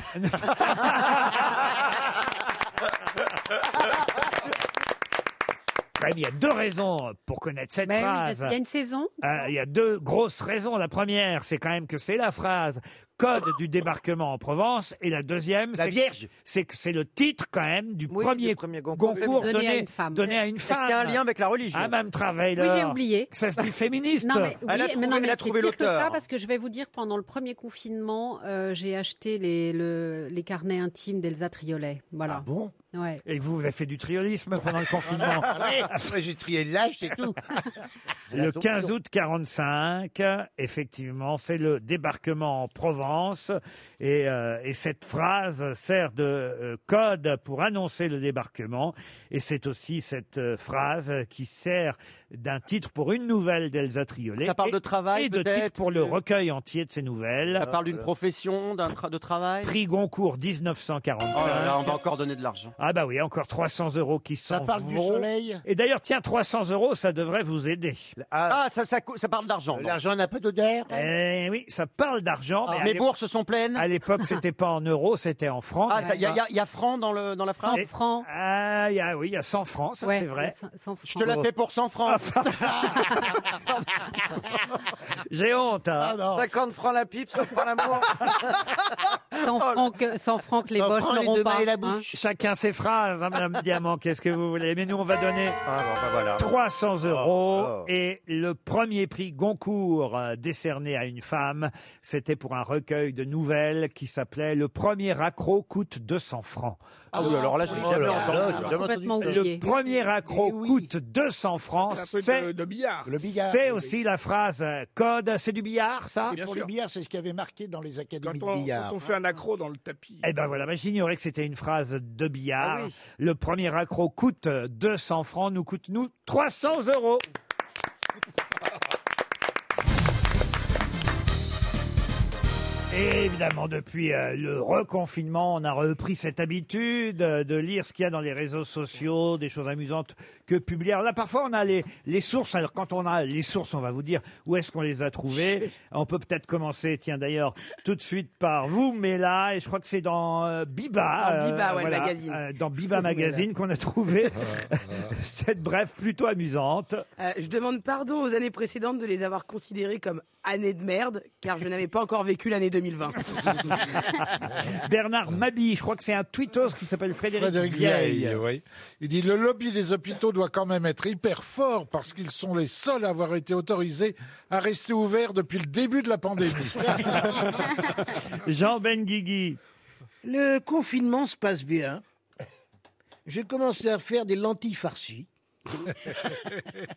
Speaker 4: Quand même, il y a deux raisons pour connaître cette
Speaker 13: Ben oui, parce
Speaker 4: phrase.
Speaker 13: qu'il y a une saison.
Speaker 4: Euh, Il y a deux grosses raisons. La première, c'est quand même que c'est la phrase code du débarquement en Provence. Et la deuxième,
Speaker 17: La
Speaker 4: c'est que-
Speaker 17: Vierge.
Speaker 4: c'est que c'est le titre quand même du
Speaker 17: Oui,
Speaker 4: premier,
Speaker 17: du premier concours.
Speaker 4: donné, donné à une femme.
Speaker 17: Est-ce qu'il y a un lien avec la religion
Speaker 4: Ah, Mme Travailer.
Speaker 13: Oui, j'ai oublié.
Speaker 4: Ça se dit féministe.
Speaker 13: Non, mais, oui,
Speaker 4: Elle a
Speaker 13: mais
Speaker 4: trouvé-
Speaker 13: non, mais
Speaker 4: elle a
Speaker 13: c'est
Speaker 4: trouvé
Speaker 13: pire que
Speaker 4: l'auteur.
Speaker 13: ça, parce que je vais vous dire, pendant le premier confinement, euh, j'ai acheté les, le- les carnets intimes d'Elsa Triolet. Voilà.
Speaker 4: Ah bon
Speaker 13: ouais.
Speaker 4: Et vous, vous avez fait du triolisme pendant le confinement.
Speaker 11: J'ai trié l'âge, c'est tout.
Speaker 4: Le 15 août 45, effectivement, c'est le débarquement en Provence. Et, euh, et cette phrase sert de euh, code pour annoncer le débarquement. Et c'est aussi cette euh, phrase qui sert d'un titre pour une nouvelle d'Elsa Triolet.
Speaker 16: Ça parle
Speaker 4: et-
Speaker 16: de travail,
Speaker 4: Et de titre
Speaker 16: peut-être,
Speaker 4: pour le
Speaker 16: de-
Speaker 4: recueil entier de ses nouvelles.
Speaker 16: Ça parle d'une profession, d'un tra- de travail.
Speaker 4: Prix Goncourt 1945.
Speaker 16: Oh là là, on va encore donner de l'argent.
Speaker 4: Ah bah oui, encore 300 euros qui sont.
Speaker 16: Ça parle du soleil
Speaker 4: Et d'ailleurs, tiens, 300 euros, ça devrait vous aider.
Speaker 16: Ah, ça, ça, co- ça parle d'argent.
Speaker 4: L'argent n'a pas d'odeur Eh oui, ça parle d'argent.
Speaker 16: Ah.
Speaker 4: à
Speaker 16: Mes
Speaker 4: l'ép-
Speaker 16: bourses sont pleines
Speaker 4: À l'époque, c'était pas en euros, c'était en francs.
Speaker 16: Ah, il y, a- y a- y a francs dans, le, dans la phrase
Speaker 4: Et- Ah, il y a, oui, il y a 100 francs, ça
Speaker 16: Ouais,
Speaker 4: c'est vrai.
Speaker 16: il y a 100 Je te la fais pour 100 francs.
Speaker 4: Ah, J'ai honte. hein.
Speaker 17: 50 francs la pipe, 100 francs l'amour.
Speaker 13: Sans
Speaker 19: Oh,
Speaker 13: Franck, sans Franck, les
Speaker 4: Sans
Speaker 13: boches
Speaker 4: Franck, les
Speaker 13: n'auront
Speaker 4: deux mains
Speaker 13: pas.
Speaker 4: et la
Speaker 13: hein.
Speaker 4: bouche. Chacun ses phrases, hein, Madame Diamant, qu'est-ce que vous voulez Mais nous, on va donner 300 euros. Et le premier prix Goncourt euh, décerné à une femme, c'était pour un recueil de nouvelles qui s'appelait Le premier accro coûte 200 francs.
Speaker 14: Ah oui, alors là, je l'ai
Speaker 4: Oh
Speaker 14: jamais
Speaker 4: là
Speaker 14: entendu.
Speaker 4: là,
Speaker 14: J'ai
Speaker 4: j'ai
Speaker 14: jamais
Speaker 4: complètement
Speaker 14: entendu.
Speaker 4: oublié. Le premier accro coûte 200 francs.
Speaker 15: C'est un peu de- de billard. Le billard,
Speaker 4: C'est
Speaker 15: oui.
Speaker 4: aussi la phrase euh, code. C'est du billard, ça
Speaker 11: C'est Pour les billards, c'est ce qu'il y avait marqué dans les académies
Speaker 15: Quand on-
Speaker 11: de billard.
Speaker 15: quand on fait un accro dans le tapis.
Speaker 4: Eh ben voilà, mais j'ignorais que c'était une phrase de billard.
Speaker 15: Ah oui.
Speaker 4: Le premier accro coûte euh, 200 francs, nous coûte nous 300 euros. Et évidemment, depuis euh, le reconfinement, on a repris cette habitude euh, de lire ce qu'il y a dans les réseaux sociaux, des choses amusantes que publient. Alors là, parfois, on a les, les sources. Alors, quand on a les sources, on va vous dire où est-ce qu'on les a trouvées. On peut peut-être commencer, tiens, d'ailleurs, tout de suite par vous, Mela. Et je crois que c'est dans euh, Biba.
Speaker 17: Dans Biba, ouais, le magazine.
Speaker 4: euh, dans Biba
Speaker 17: Vous, Mela.
Speaker 4: Magazine qu'on a trouvé cette brève plutôt amusante.
Speaker 17: Euh, je demande pardon aux années précédentes de les avoir considérées comme années de merde, car je n'avais pas encore vécu l'année 2020.
Speaker 4: Bernard Mabi, je crois que c'est un tweetos qui s'appelle Frédéric,
Speaker 18: Frédéric
Speaker 4: Vieille.
Speaker 18: Vieille, oui. Il dit le lobby des hôpitaux doit quand même être hyper fort parce qu'ils sont les seuls à avoir été autorisés à rester ouverts depuis le début de la pandémie.
Speaker 4: Jean Benguigui.
Speaker 5: Le confinement se passe bien. J'ai commencé à faire des lentilles farcies.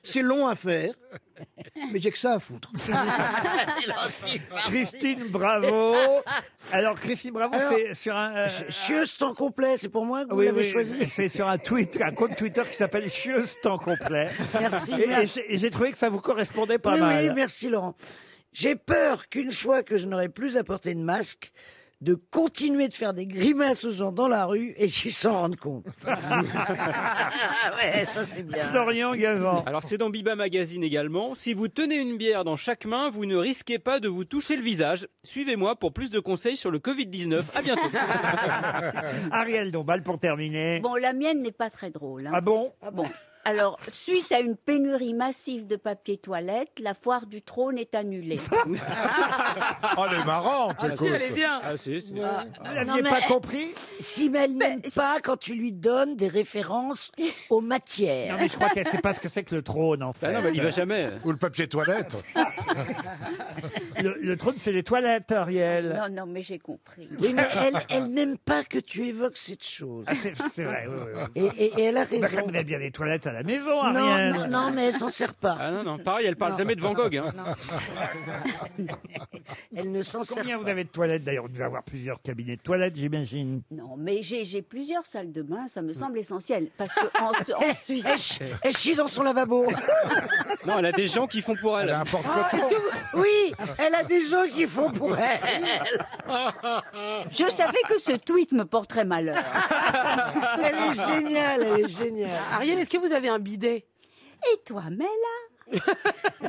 Speaker 5: C'est long à faire, mais j'ai que ça à foutre.
Speaker 4: Christine Bravo. Alors, Christine Bravo,
Speaker 9: Alors,
Speaker 4: c'est sur un. euh,
Speaker 9: Chieuse temps complet, c'est pour moi que vous
Speaker 4: oui,
Speaker 9: l'avez
Speaker 4: oui,
Speaker 9: choisi.
Speaker 4: c'est sur un tweet, un compte Twitter qui s'appelle Chieuse temps complet.
Speaker 9: Merci,
Speaker 4: Et- Et,
Speaker 9: merci.
Speaker 4: j'ai- et j'ai trouvé que ça vous correspondait pas
Speaker 9: Oui,
Speaker 4: mal.
Speaker 9: oui, merci Laurent. J'ai peur qu'une fois que je n'aurai plus à porter de masque, de continuer de faire des grimaces aux gens dans la rue et qu'ils s'en rendent compte. Ah ouais, ça c'est bien.
Speaker 4: Florian Gazan.
Speaker 20: Alors c'est dans Biba Magazine également. Si vous tenez une bière dans chaque main, vous ne risquez pas de vous toucher le visage. Suivez-moi pour plus de conseils sur le Covid-19. À bientôt.
Speaker 4: Ariel Dombal pour terminer.
Speaker 10: Bon, la mienne n'est pas très drôle. hein.
Speaker 4: Ah bon
Speaker 10: Bon. Alors, suite à une pénurie massive de papier toilette, la foire du trône est annulée.
Speaker 18: oh, elle est marrante.
Speaker 10: Ah, si,
Speaker 18: écoute.
Speaker 10: elle est bien.
Speaker 20: Ah si, si.
Speaker 9: Vous
Speaker 10: l'aviez pas
Speaker 4: compris
Speaker 9: Si elle n'aime pas quand tu lui donnes des références aux matières.
Speaker 4: Non, mais je crois qu'elle sait pas ce que c'est que le trône, en fait.
Speaker 20: Ah non, mais il va jamais.
Speaker 18: Ou le papier toilette.
Speaker 4: Le, le trône, c'est les toilettes, Ariel.
Speaker 10: Non, non, mais j'ai compris.
Speaker 9: Oui, mais elle, elle n'aime pas que tu évoques cette chose.
Speaker 4: Ah, c'est c'est vrai, oui, oui, oui.
Speaker 9: Et, et- et elle a raison.
Speaker 4: Bah, comme vous avez bien les toilettes à la maison,
Speaker 9: Non,
Speaker 4: Ariel.
Speaker 9: non, non, mais elle s'en sert pas.
Speaker 20: Ah non, non, pareil, elle parle
Speaker 9: Non.
Speaker 20: jamais de Van Gogh. hein.
Speaker 9: Elle ne s'en
Speaker 4: sert Combien vous avez de toilettes D'ailleurs, vous devez avoir plusieurs cabinets de toilettes, j'imagine.
Speaker 10: Non, mais j'ai j'ai plusieurs salles de bain, ça me semble essentiel. Parce que en- ensuite.
Speaker 9: Hmm. Elle chie dans son lavabo.
Speaker 20: Non, elle a des gens qui font pour elle.
Speaker 9: Ah, et tout- oui, elle a des gens qui font pour elle.
Speaker 10: Je savais que ce tweet me porterait malheur.
Speaker 9: Elle est géniale, elle est géniale.
Speaker 17: Ariel, est-ce que vous avez un bidet
Speaker 10: Et toi, Mela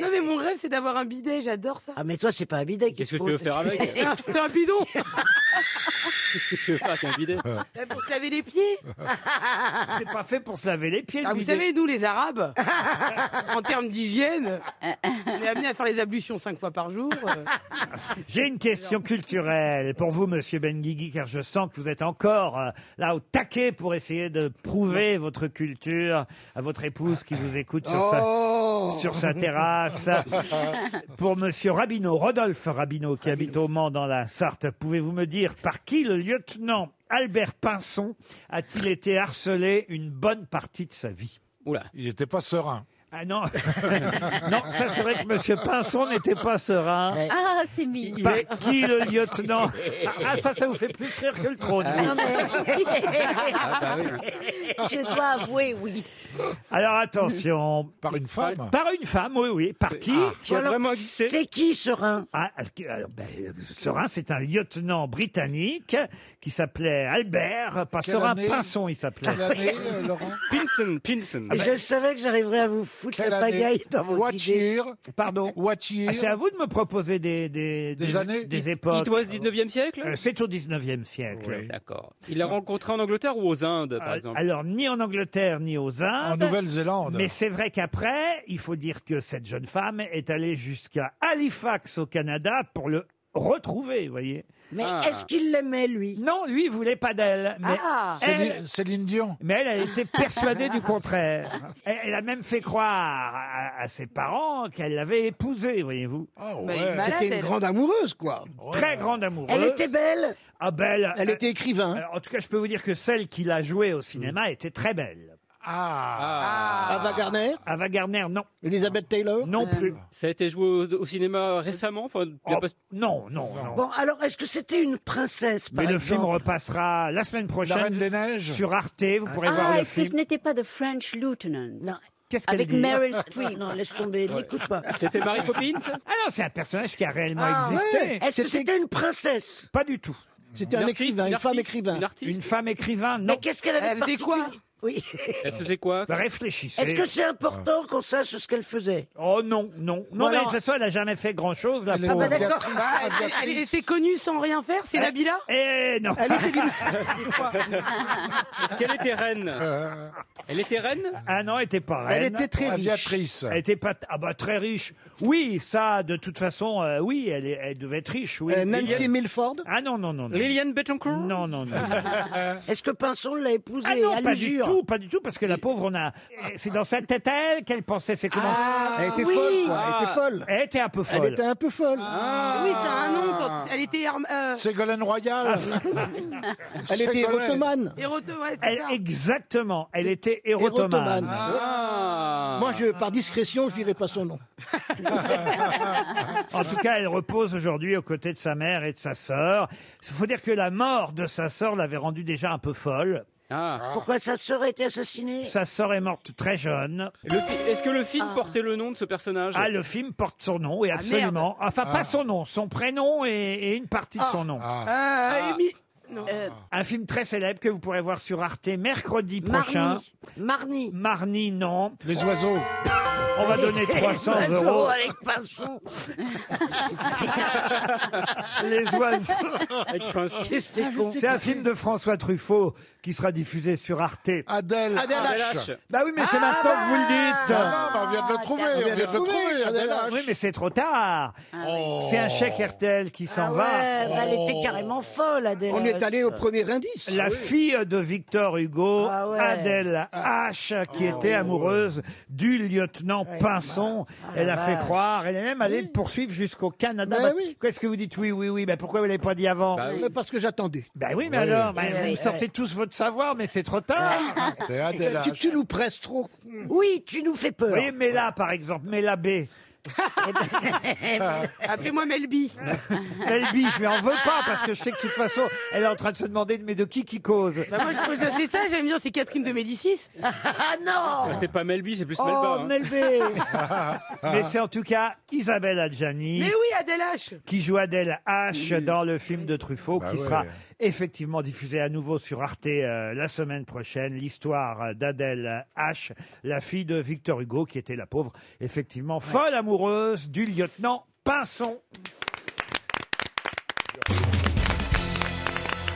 Speaker 17: Non, mais mon rêve, c'est d'avoir un bidet, j'adore ça.
Speaker 9: Ah, mais toi, c'est pas un bidet.
Speaker 20: Qu'est-ce que tu veux faire avec
Speaker 17: c'est un bidon
Speaker 20: Qu'est-ce que tu veux faire avec un bidet
Speaker 17: Euh, Pour se laver les pieds
Speaker 9: Ah,
Speaker 4: C'est pas fait pour se laver les pieds. le
Speaker 17: Ah, vous
Speaker 4: bidet.
Speaker 17: savez, nous, les Arabes, en termes d'hygiène, on est amenés à faire les ablutions cinq fois par jour. euh.
Speaker 4: J'ai une question culturelle pour vous, Monsieur Benguigui, car je sens que vous êtes encore euh, là au taquet pour essayer de prouver votre culture à votre épouse qui vous écoute sur,
Speaker 5: Oh
Speaker 4: sa, sur sa terrasse. pour Monsieur Rabineau, Rodolphe Rabineau, qui habite au Mans dans la Sarthe, pouvez-vous me dire par qui le lieutenant Albert Pinson a-t-il été harcelé une bonne partie de sa vie
Speaker 18: Il n'était pas serein.
Speaker 4: Ah non Non, ça c'est vrai que Monsieur Pinson n'était pas serein.
Speaker 10: Ah, c'est mignon.
Speaker 4: Par qui le lieutenant ah, ah, ça, ça vous fait plus rire que le trône.
Speaker 10: Ah
Speaker 9: bah
Speaker 10: oui. Ah bah
Speaker 4: Je dois avouer, oui. Alors attention. Par une
Speaker 18: femme
Speaker 4: Par une femme, oui, oui.
Speaker 9: Euh,
Speaker 4: Par qui
Speaker 9: ah.
Speaker 18: Qui a Alors, vraiment existé
Speaker 4: C'est qui Serein ben, Serein, c'est un lieutenant britannique qui s'appelait Albert, pas
Speaker 18: Quelle
Speaker 4: Serein,
Speaker 18: année
Speaker 4: Pinson il s'appelait. Ah, ben,
Speaker 18: Quelle année, euh, Laurent
Speaker 20: Pinson, Pinson.
Speaker 9: Je savais que j'arriverais à vous foutre la pagaille dans vos idées.
Speaker 4: Pardon Ah, C'est à vous de me proposer des, des, des,
Speaker 20: années
Speaker 4: des
Speaker 20: It-
Speaker 4: époques.
Speaker 20: it was 19e siècle
Speaker 4: Euh, C'est au 19e siècle. Euh,
Speaker 20: D'accord. Il l'a rencontré en Angleterre ou aux Indes, par exemple
Speaker 4: Alors, ni en Angleterre, ni aux Indes.
Speaker 18: En Nouvelle-Zélande.
Speaker 4: Mais c'est vrai qu'après, il faut dire que cette jeune femme est allée jusqu'à Halifax, au Canada, pour le retrouver, vous voyez.
Speaker 9: Mais est-ce qu'il l'aimait, lui
Speaker 4: Non, lui, il voulait pas d'elle. Mais
Speaker 9: Ah.
Speaker 4: elle-
Speaker 18: Céline Dion.
Speaker 4: mais elle, elle était persuadée du contraire. Elle, elle a même fait croire à, à ses parents qu'elle l'avait épousée, voyez-vous.
Speaker 18: Ah,
Speaker 5: Mais elle est ouais. malade, C'était une elle. grande
Speaker 4: amoureuse, quoi. Très grande amoureuse.
Speaker 5: Elle était
Speaker 4: belle Ah, belle.
Speaker 5: Elle était écrivain.
Speaker 4: Alors, en tout cas, je peux vous dire que celle qui l'a jouée au cinéma était très belle.
Speaker 5: Ah. Ava Gardner
Speaker 4: Ava Gardner, non.
Speaker 5: Elizabeth Taylor
Speaker 4: Non plus. Oh,
Speaker 20: Ça a été joué au, au cinéma récemment enfin, il y a pas-
Speaker 4: Non, non, non.
Speaker 9: Bon, alors, est-ce que c'était une princesse, par
Speaker 4: Mais le film
Speaker 9: exemple
Speaker 4: repassera la semaine prochaine.
Speaker 9: La Reine des
Speaker 18: Neiges
Speaker 4: Sur Arte, vous pourrez voir
Speaker 10: Ah,
Speaker 4: le
Speaker 10: est-ce que
Speaker 4: film.
Speaker 10: ce n'était pas The French Lieutenant Non.
Speaker 4: Qu'est-ce qu'elle
Speaker 10: Avec
Speaker 4: dit
Speaker 10: Meryl Streep.
Speaker 9: Non, laisse tomber, n'écoute pas.
Speaker 20: C'était Mary Poppins
Speaker 4: Ah non, c'est un personnage qui a réellement
Speaker 9: Ah,
Speaker 4: existé.
Speaker 9: ouais. Est-ce que c'était une princesse
Speaker 4: Pas du tout.
Speaker 5: C'était un écrivain, une femme écrivain.
Speaker 4: Une femme écrivain, non. Mais
Speaker 9: qu'est-ce qu'elle avait de
Speaker 4: faisait quoi
Speaker 9: Oui.
Speaker 20: Elle faisait quoi
Speaker 4: Réfléchissez.
Speaker 9: Est-ce que c'est important qu'on sache ce qu'elle faisait
Speaker 4: Ah. Oh non, non. Non,
Speaker 9: Bon,
Speaker 4: mais de
Speaker 9: alors-
Speaker 4: toute façon, elle n'a jamais fait grand-chose, la
Speaker 9: Ah
Speaker 4: pauvre.
Speaker 9: bah d'accord.
Speaker 17: Elle- Elle est restée connue sans rien faire, c'est Nabila
Speaker 4: Eh non.
Speaker 17: Elle était
Speaker 20: Est-ce qu'elle était
Speaker 5: Euh.
Speaker 20: reine Elle était reine
Speaker 4: Ah non, elle était pas
Speaker 20: Elle
Speaker 4: reine.
Speaker 20: était très riche.
Speaker 18: Aviatrice.
Speaker 4: Elle était pas ah bah très riche. Oui, ça de toute façon, euh, oui, elle, est- elle devait être riche. Oui.
Speaker 5: Euh, Nancy
Speaker 4: Liliane-
Speaker 5: Milford Euh.
Speaker 4: Ah non non non. non.
Speaker 20: Liliane Bettencourt
Speaker 4: Non non non.
Speaker 9: Est-ce que Pinson l'a épousée
Speaker 4: Ah non,
Speaker 9: à
Speaker 4: pas du
Speaker 9: l'usure
Speaker 4: tout, pas du tout, parce que la pauvre, on a. C'est dans sa tête à elle qu'elle pensait. C'est comment
Speaker 5: Ah,
Speaker 4: Ah.
Speaker 5: Elle était oui. folle, quoi, elle était folle.
Speaker 4: Elle était un peu folle.
Speaker 5: Elle était un peu folle.
Speaker 17: Ah. Oui, ça a un nom. Quand elle était. herm- euh,
Speaker 18: Ségolène
Speaker 4: Ah.
Speaker 18: Royal.
Speaker 5: Elle était ottomane.
Speaker 17: héroto- ouais, c'est
Speaker 4: Elle,
Speaker 17: ça.
Speaker 4: exactement, elle était érotomane.
Speaker 5: Érotomane. Ah. Moi, je, par discrétion, je dirais pas son nom.
Speaker 4: En tout cas, elle repose aujourd'hui aux côtés de sa mère et de sa sœur. Il faut dire que la mort de sa sœur l'avait rendue déjà un peu folle.
Speaker 20: Ah.
Speaker 9: Pourquoi sa sœur a été assassinée
Speaker 4: Sa sœur est morte très jeune.
Speaker 20: Le fi- Est-ce que le
Speaker 17: Ah.
Speaker 20: film portait le nom de ce personnage Ah,
Speaker 4: Ah, le film porte son nom, et absolument.
Speaker 20: merde.
Speaker 4: Enfin,
Speaker 20: Ah.
Speaker 4: pas son nom, son prénom et, et une partie de son nom.
Speaker 9: Ah.
Speaker 20: Ah,
Speaker 4: Ah.
Speaker 17: Euh, Amy- non.
Speaker 4: Un film très célèbre que vous pourrez voir sur Arte mercredi
Speaker 9: Marnie.
Speaker 4: prochain.
Speaker 9: Marnie.
Speaker 4: Marnie, non.
Speaker 18: Les oiseaux.
Speaker 4: On va donner 300
Speaker 9: Les oiseaux
Speaker 4: euros.
Speaker 9: avec Pinson.
Speaker 4: Les oiseaux.
Speaker 9: Avec Pinson. Qu'est-ce
Speaker 18: Ah,
Speaker 9: que c'est con.
Speaker 4: C'est un film de François Truffaut qui sera diffusé sur Arte.
Speaker 18: Adèle.
Speaker 4: Adèle
Speaker 18: H.
Speaker 4: H. Bah oui, mais c'est maintenant que vous le dites.
Speaker 18: Ah, bah, on vient de le trouver, on vient de le trouver, Adèle H. Ah
Speaker 4: Oui, mais c'est trop tard. Oh. C'est un chèque RTL qui s'en
Speaker 9: Ah
Speaker 4: va.
Speaker 9: ouais, bah, elle était carrément folle, Adèle.
Speaker 5: On est allé au premier indice.
Speaker 4: Oh.
Speaker 5: Ah
Speaker 4: La fille de Victor Hugo,
Speaker 9: Ah ouais.
Speaker 4: Adèle
Speaker 5: Ah.
Speaker 4: H, qui était amoureuse du lieutenant Pinson.
Speaker 18: Ah
Speaker 4: elle
Speaker 9: la
Speaker 4: a fait
Speaker 9: vache.
Speaker 4: croire, elle est même allée le poursuivre jusqu'au Canada.
Speaker 11: Ah
Speaker 5: Ben
Speaker 4: Bah,
Speaker 5: oui.
Speaker 4: Qu'est-ce que vous dites oui, oui, oui bah, Pourquoi vous l'avez pas dit avant
Speaker 5: Bah oui. Parce que j'attendais.
Speaker 4: Bah oui, mais
Speaker 5: Oui.
Speaker 4: alors, bah,
Speaker 11: Eh
Speaker 5: Oui,
Speaker 4: vous
Speaker 5: oui,
Speaker 4: sortez tous votre savoir, mais c'est trop tard.
Speaker 5: Tu, tu nous presses trop.
Speaker 9: Oui, tu nous fais peur.
Speaker 4: Vous voyez, Mela, par exemple, Mela B.
Speaker 17: Appelez-moi Melby.
Speaker 4: Elbi, je lui en veux pas parce que je sais que de toute façon, elle est en train de se demander mais de qui qui cause.
Speaker 17: Bah, moi, je, je sais ça, j'aime bien, c'est Catherine de Médicis.
Speaker 9: Ah non
Speaker 20: Ah, C'est pas Melby, c'est plus Melba.
Speaker 9: Oh,
Speaker 20: hein.
Speaker 9: Melbé
Speaker 4: Mais c'est en tout cas Isabelle Adjani
Speaker 17: Mais oui, Adèle H.
Speaker 4: qui joue Adèle H dans le film de Truffaut
Speaker 18: Bah
Speaker 4: qui
Speaker 18: ouais.
Speaker 4: sera effectivement diffusé à nouveau sur Arte euh, la semaine prochaine. L'histoire d'Adèle H, la fille de Victor Hugo qui était la pauvre, effectivement folle amoureuse du lieutenant Pinson.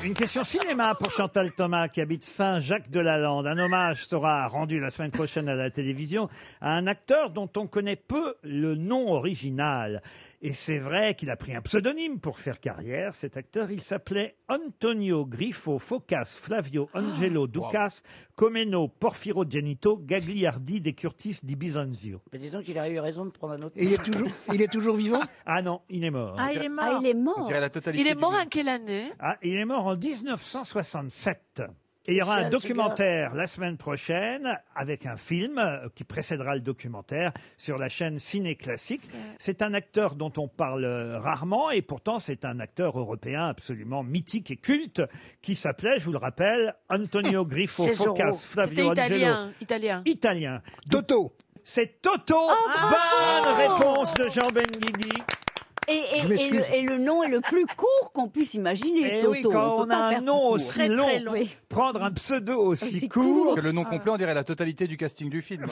Speaker 4: Une question cinéma pour Chantal Thomas qui habite Saint-Jacques-de-la-Lande. Un hommage sera rendu la semaine prochaine à la télévision à un acteur dont on connaît peu le nom original. Et c'est vrai qu'il a pris un pseudonyme pour faire carrière. Cet acteur, il s'appelait Antonio Grifo Focas Flavio Angelo Ducas Comeno Porfiro Genito Gagliardi de Curtis di Bisanzio.
Speaker 9: Mais disons qu'il a eu raison de prendre un autre.
Speaker 4: Il est toujours, il est toujours vivant Ah non, il est mort.
Speaker 6: Ah, il est
Speaker 4: On
Speaker 6: mort.
Speaker 4: dirait la totalité
Speaker 6: Il est
Speaker 4: du
Speaker 6: mort
Speaker 4: monde.
Speaker 6: en quelle année
Speaker 4: Ah, il est mort en 1967. Et il y aura
Speaker 6: Michel,
Speaker 4: un
Speaker 6: ce
Speaker 4: documentaire la semaine prochaine avec un film euh, qui précédera le documentaire sur la chaîne Ciné Classique. C'est un acteur dont on parle euh, rarement et pourtant c'est un acteur européen absolument mythique et culte qui s'appelait, je vous le rappelle, Antonio Grifo
Speaker 6: C'est Zorro.
Speaker 4: Focas Flavio
Speaker 6: C'était
Speaker 4: Angelo.
Speaker 6: italien, italien.
Speaker 4: Italien. Toto. C'est Toto. Bonne réponse de Jean Benguigui.
Speaker 10: Et, et-
Speaker 4: Je m'excuse.
Speaker 10: et le, et le nom est le plus court qu'on puisse imaginer.
Speaker 4: Et
Speaker 10: Toto.
Speaker 4: Eh oui, quand
Speaker 10: peut
Speaker 4: on, a
Speaker 10: pas
Speaker 4: un
Speaker 10: faire
Speaker 4: nom
Speaker 10: plus
Speaker 4: aussi
Speaker 10: court.
Speaker 4: long,
Speaker 10: Oui.
Speaker 4: prendre un pseudo aussi court.
Speaker 7: Que le nom complet, on dirait la totalité du casting du film.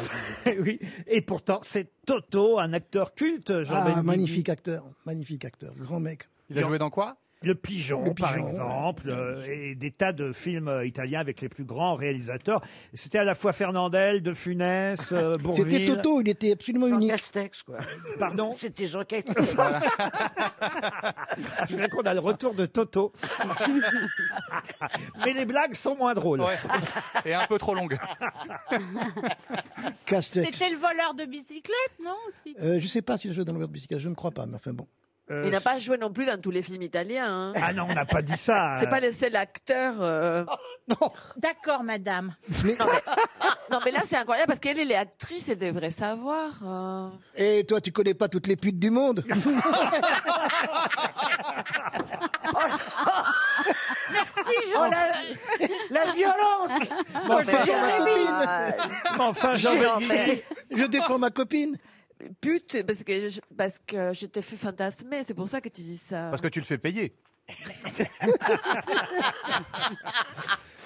Speaker 4: Eh oui, et pourtant c'est Toto, un acteur culte, Jean
Speaker 5: Ah,
Speaker 4: Benguigui.
Speaker 5: magnifique acteur, magnifique acteur, grand mec.
Speaker 7: Il a joué dans quoi
Speaker 4: Le Pigeon,
Speaker 5: Le
Speaker 4: par
Speaker 5: Pigeon,
Speaker 4: exemple, euh, et des tas de films euh, italiens avec les plus grands réalisateurs. C'était à la fois Fernandel, De Funès, euh, Bourvil.
Speaker 5: C'était Toto, il était absolument unique.
Speaker 9: Castex, quoi.
Speaker 4: Pardon
Speaker 9: C'était Jean Castex.
Speaker 4: Ah, C'est vrai qu'on a le retour de Toto. Mais les blagues sont moins drôles.
Speaker 7: Et un peu trop longue.
Speaker 5: Castex.
Speaker 8: C'était le voleur de bicyclette, non aussi
Speaker 5: Euh, je sais pas s'il a joué dans le World Bicycle, je ne crois pas, mais enfin bon.
Speaker 6: Il n'a pas joué non plus dans tous les films italiens. hein.
Speaker 4: Euh, Ah non, on n'a pas dit ça. hein. Oh,
Speaker 6: C'est pas le seul acteur. euh.
Speaker 8: D'accord, madame.
Speaker 6: Non, mais là, c'est incroyable parce qu'elle, elle est actrice, elle devrait savoir. euh.
Speaker 5: Et toi, tu connais pas toutes les putes du monde
Speaker 8: Merci,
Speaker 9: Jean. la, la violence
Speaker 5: Mais enfin,
Speaker 9: Jérémy
Speaker 5: Ah,
Speaker 4: Mais enfin, Jean
Speaker 6: Non,
Speaker 4: Benguigui.
Speaker 5: Je défends ma copine.
Speaker 6: Pute, parce que je, parce que je t'ai fait fantasmer, c'est pour ça que tu dis ça.
Speaker 7: Parce que tu le fais payer.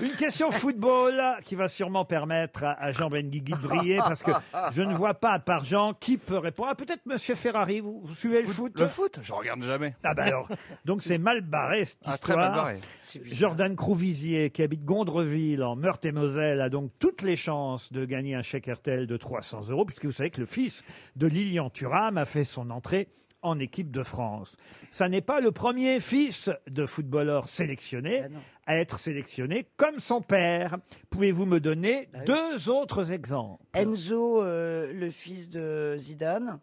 Speaker 4: Une question football qui va sûrement permettre à- à Jean Benguigui de briller parce que je ne vois pas, à part Jean, qui peut répondre. Ah, peut-être Monsieur Ferrari, vous, vous suivez le foot
Speaker 7: Le foot, je regarde jamais.
Speaker 4: Ah bah alors, donc c'est mal barré cette
Speaker 7: Ah,
Speaker 4: histoire.
Speaker 7: très mal barré.
Speaker 4: Jordan Crouvisier, qui habite Gondreville en Meurthe-et-Moselle, a donc toutes les chances de gagner un chèque RTL de 300 euros, puisque vous savez que le fils de Lilian Thuram a fait son entrée en équipe de France. Ça n'est pas le premier fils de footballeur sélectionné
Speaker 9: Ah
Speaker 4: à être sélectionné comme son père. Pouvez-vous me donner deux autres exemples
Speaker 9: Bah Enzo, euh, le fils de Zidane.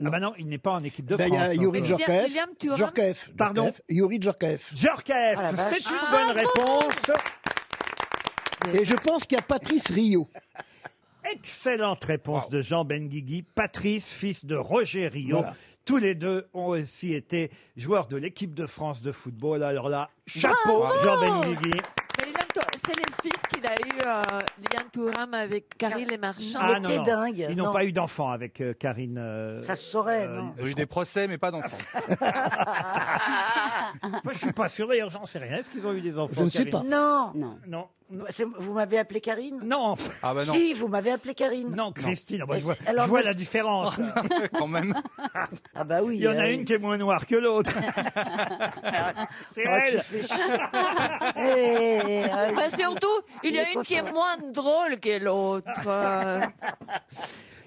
Speaker 4: Ah bah non, il n'est pas en équipe de
Speaker 5: Ben, il y
Speaker 4: France.
Speaker 5: a Yuri
Speaker 4: encore.
Speaker 5: Djorkaeff.
Speaker 9: William Thuram.
Speaker 5: Djorkaeff.
Speaker 4: hein. Pardon
Speaker 5: Djorkaeff. Yuri Djorkaeff.
Speaker 4: Djorkaeff,
Speaker 5: Ah, la vache.
Speaker 4: c'est une bonne réponse.
Speaker 5: Et je pense qu'il y a Patrice Rio.
Speaker 4: Excellente réponse de Jean Benguigui. Patrice, fils de Roger Rio. Tous les deux ont aussi été joueurs de l'équipe de France de football. Alors là, chapeau
Speaker 6: Bravo
Speaker 4: Jean Benguigui.
Speaker 6: Mais Lilian Thuram, C'est le fils qu'il a eu, euh, Lilian Thuram, avec Carrie Les Marchands.
Speaker 4: Ah, non, non. Ils n'ont pas eu d'enfant avec euh, Karine. euh,
Speaker 6: Ça se saurait,
Speaker 4: euh,
Speaker 6: non
Speaker 7: J'ai eu des procès, mais pas d'enfants.
Speaker 4: Moi, je suis pas sûr d'ailleurs, j'en sais rien. Est-ce qu'ils ont eu des enfants Karine
Speaker 9: Non.
Speaker 10: Non.
Speaker 4: Non.
Speaker 9: C'est- Vous m'avez appelé Karine
Speaker 4: Non.
Speaker 7: Ah bah non.
Speaker 9: Si, vous m'avez appelé Karine.
Speaker 4: Non, Christine, ah bah, je vois,
Speaker 9: Alors,
Speaker 4: je vois
Speaker 9: moi,
Speaker 4: la différence.
Speaker 7: Quand même.
Speaker 9: Ah bah oui.
Speaker 4: Il y en a
Speaker 9: euh,
Speaker 4: une qui est moins noire que l'autre. C'est
Speaker 9: Ah, tu
Speaker 4: elle.
Speaker 9: fais chier. Eh, eh,
Speaker 6: Mais surtout, il y
Speaker 9: Il
Speaker 6: a
Speaker 9: est
Speaker 6: une qui est
Speaker 9: content.
Speaker 6: moins drôle que l'autre. euh.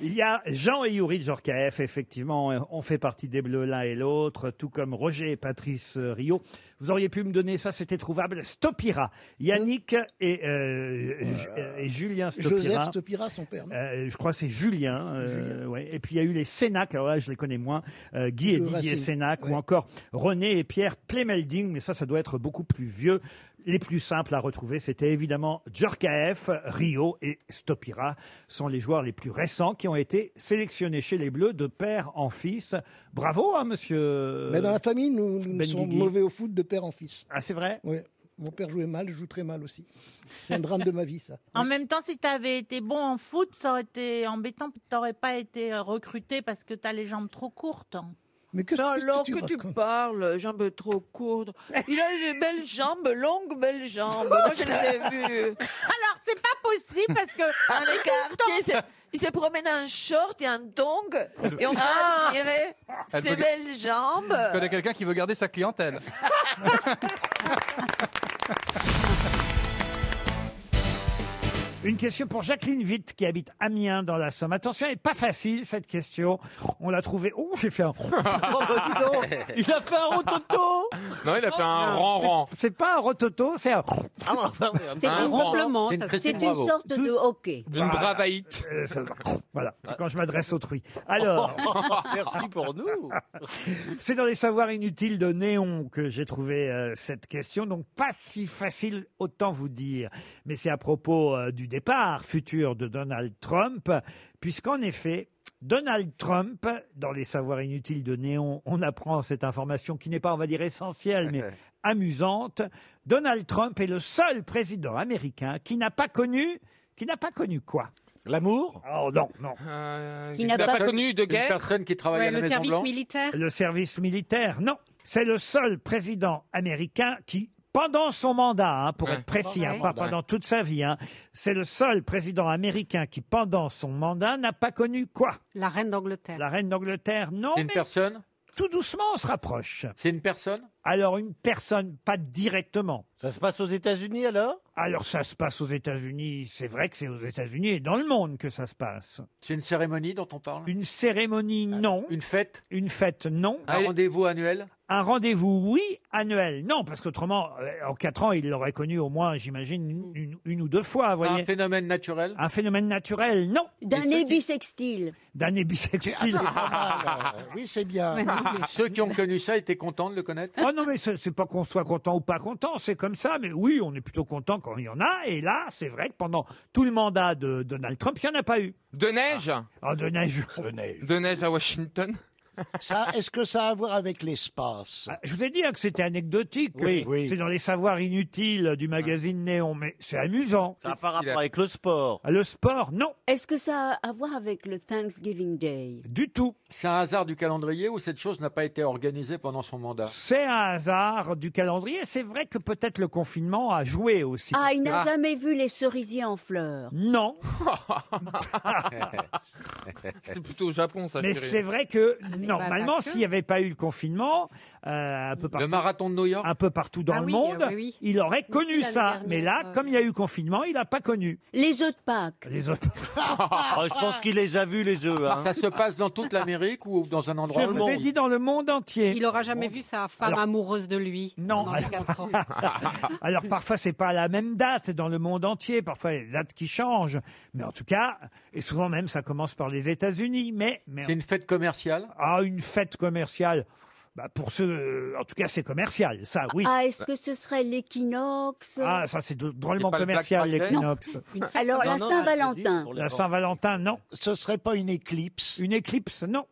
Speaker 4: Il y a Jean et Yuri Djorkaeff, effectivement, euh, on fait partie des Bleus l'un et l'autre, tout comme Roger et Patrice euh, Rio. Vous auriez pu me donner ça, c'était trouvable. Stopira, Yannick et, euh, Ju- euh, et Julien Stopira.
Speaker 5: Joseph Stopira, son père. non
Speaker 4: Euh, je crois que c'est Julien. euh, ouais. Et puis il y a eu les Sénac, alors là je les connais moins, euh, Guy et
Speaker 5: Le
Speaker 4: Didier
Speaker 5: Racine,
Speaker 4: Sénac, ou encore René et Pierre Plemelding, mais ça, ça doit être beaucoup plus vieux. Les plus simples à retrouver, c'était évidemment Djorkaeff, Rio et Stopira sont les joueurs les plus récents qui ont été sélectionnés chez les Bleus de père en fils. Bravo, hein, monsieur.
Speaker 5: Mais Ben, dans la famille, nous, nous
Speaker 4: Ben
Speaker 5: sommes
Speaker 4: Guigui.
Speaker 5: mauvais au foot de père en fils.
Speaker 4: Ah, c'est vrai
Speaker 5: Oui. Mon père jouait mal, je joue très mal aussi. C'est un drame de ma vie, ça.
Speaker 8: En même temps, si t'avais été bon en foot, ça aurait été embêtant. T'aurais pas été euh, recruté parce que t'as les jambes trop courtes. hein.
Speaker 5: Mais que
Speaker 6: Non, alors que tu parles, jambes trop courtes. Il a des belles jambes, longues belles jambes. Moi, je les ai vues.
Speaker 8: Alors, c'est pas possible parce que.
Speaker 6: Dans les quartiers, il se- il se promène en short et en tongue. Et on va
Speaker 8: Ah.
Speaker 6: admirer
Speaker 7: Elle
Speaker 6: ses
Speaker 7: veut-
Speaker 6: belles jambes.
Speaker 7: Je connais quelqu'un qui veut garder sa clientèle.
Speaker 4: Une question pour Jacqueline Witt qui habite Amiens dans la Somme. Attention, elle n'est pas facile cette question. On l'a trouvée. Oh, j'ai fait un.
Speaker 14: bah, Il a fait un rototo
Speaker 4: Non, il a fait un ran-ran. C'est pas un rototo, c'est un.
Speaker 14: Ah,
Speaker 10: C'est un ronflement. C'est une, sorte de hockey.
Speaker 4: Une bravaïte.
Speaker 14: Euh,
Speaker 4: Voilà, c'est quand je m'adresse autrui. Alors.
Speaker 14: Merci pour nous.
Speaker 4: C'est dans les savoirs inutiles de Néon que j'ai trouvé euh, cette question, donc pas si facile, autant vous dire. Mais c'est à propos euh, du départ futur de Donald Trump, puisqu'en effet, Donald Trump, dans les savoirs inutiles de Néon, on apprend cette information qui n'est pas, on va dire, essentielle, mais amusante. Donald Trump est le seul président américain qui n'a pas connu, qui n'a pas connu quoi L'amour Oh non, non.
Speaker 12: Euh,
Speaker 10: Qui n'a n'a pas pas connu de guerre
Speaker 12: Une personne qui travaille à la Maison Blanche.
Speaker 10: militaire.
Speaker 4: Le service militaire, non. C'est le seul président américain qui, pendant son mandat, hein, pour
Speaker 12: Ouais.
Speaker 4: être précis, hein,
Speaker 12: Ouais.
Speaker 4: pas pendant toute sa vie, hein, c'est le seul président américain qui, pendant son mandat, n'a pas connu quoi
Speaker 13: La reine d'Angleterre.
Speaker 4: La reine d'Angleterre, non.
Speaker 12: Une personne
Speaker 4: Tout doucement, on se rapproche.
Speaker 12: C'est une personne
Speaker 4: Alors, une personne, pas directement.
Speaker 14: Ça se passe aux États-Unis alors
Speaker 4: Alors, ça se passe aux États-Unis. C'est vrai que c'est aux États-Unis et dans le monde que ça se passe.
Speaker 12: C'est une cérémonie dont on parle Ah,
Speaker 4: Une cérémonie, non.
Speaker 12: Une fête Ah,
Speaker 4: Une fête, non.
Speaker 12: Un rendez-vous annuel
Speaker 4: Un rendez-vous, oui, annuel, non, parce qu'autrement, euh, en quatre ans, il l'aurait connu au moins, j'imagine, une, une- une ou deux fois, vous voyez. Un
Speaker 12: phénomène naturel
Speaker 4: Un phénomène naturel, non.
Speaker 10: D'année bisextile.
Speaker 4: D'année bisextile.
Speaker 21: Ah,
Speaker 4: Ah,
Speaker 11: Oui, c'est bien.
Speaker 12: Ceux qui ont connu ça étaient contents de le connaître
Speaker 4: Oh non, mais c'est c'est pas qu'on soit content ou pas content, c'est comme ça, mais oui, on est plutôt content quand il y en a, et là, c'est vrai que pendant tout le mandat de Donald Trump, il n'y en a pas eu.
Speaker 21: De neige
Speaker 4: Ah, de neige.
Speaker 11: De neige.
Speaker 21: De neige à Washington
Speaker 11: Ça, est-ce que ça a à voir avec l'espace
Speaker 4: Je vous ai dit hein, que c'était anecdotique.
Speaker 11: Oui, oui.
Speaker 4: C'est dans les savoirs inutiles du magazine Néon, mais c'est amusant.
Speaker 14: Ça n'a pas rapport avec le sport.
Speaker 4: Le sport, non.
Speaker 10: Est-ce que ça a à voir avec le Thanksgiving Day
Speaker 4: Du tout.
Speaker 12: C'est un hasard du calendrier ou cette chose n'a pas été organisée pendant son mandat
Speaker 4: C'est un hasard du calendrier. C'est vrai que peut-être le confinement a joué aussi.
Speaker 10: Ah, il n'a jamais vu les cerisiers en fleurs.
Speaker 4: Non.
Speaker 21: C'est plutôt au Japon, ça.
Speaker 4: Mais
Speaker 21: je dirais.
Speaker 4: c'est vrai que
Speaker 10: Ah,
Speaker 4: normalement,
Speaker 21: pas que.
Speaker 4: s'il n'y avait pas eu le confinement, euh, un peu partout,
Speaker 12: marathon de New York,
Speaker 4: un peu partout dans
Speaker 10: Ah
Speaker 4: le
Speaker 10: oui,
Speaker 4: monde,
Speaker 10: euh, oui, oui.
Speaker 4: il aurait
Speaker 10: Aussi
Speaker 4: connu
Speaker 10: l'année
Speaker 4: ça.
Speaker 10: dernière,
Speaker 4: Mais là,
Speaker 10: euh,
Speaker 4: comme il y a eu confinement, il n'a pas connu.
Speaker 10: Les œufs de Pâques.
Speaker 4: Les autres.
Speaker 14: Ah, je pense qu'il les a vus les œufs. hein.
Speaker 12: Ça se passe dans toute l'Amérique ou dans un endroit
Speaker 4: Je vous ai dit dans le monde entier.
Speaker 13: Il aura jamais vu sa femme
Speaker 4: Alors-
Speaker 13: amoureuse de lui.
Speaker 4: Non.
Speaker 13: pendant ces quatre ans.
Speaker 4: Alors parfois c'est pas à la même date dans le monde entier, parfois il y a des dates qui changent, mais en tout cas, et souvent même ça commence par les États-Unis, mais, mais
Speaker 12: C'est une fête commerciale
Speaker 4: ah une fête commerciale, bah pour ceux, en tout cas c'est commercial, ça oui.
Speaker 10: Ah, est-ce que ce serait l'équinoxe
Speaker 4: Ah, ça c'est drôlement
Speaker 11: C'est pas le Black
Speaker 4: commercial
Speaker 11: Friday
Speaker 4: l'équinoxe.
Speaker 11: Non.
Speaker 10: Alors, la
Speaker 11: Non, non,
Speaker 10: Saint-Valentin.
Speaker 4: La Saint-Valentin, non.
Speaker 11: Ce serait pas une éclipse
Speaker 4: Une éclipse, non.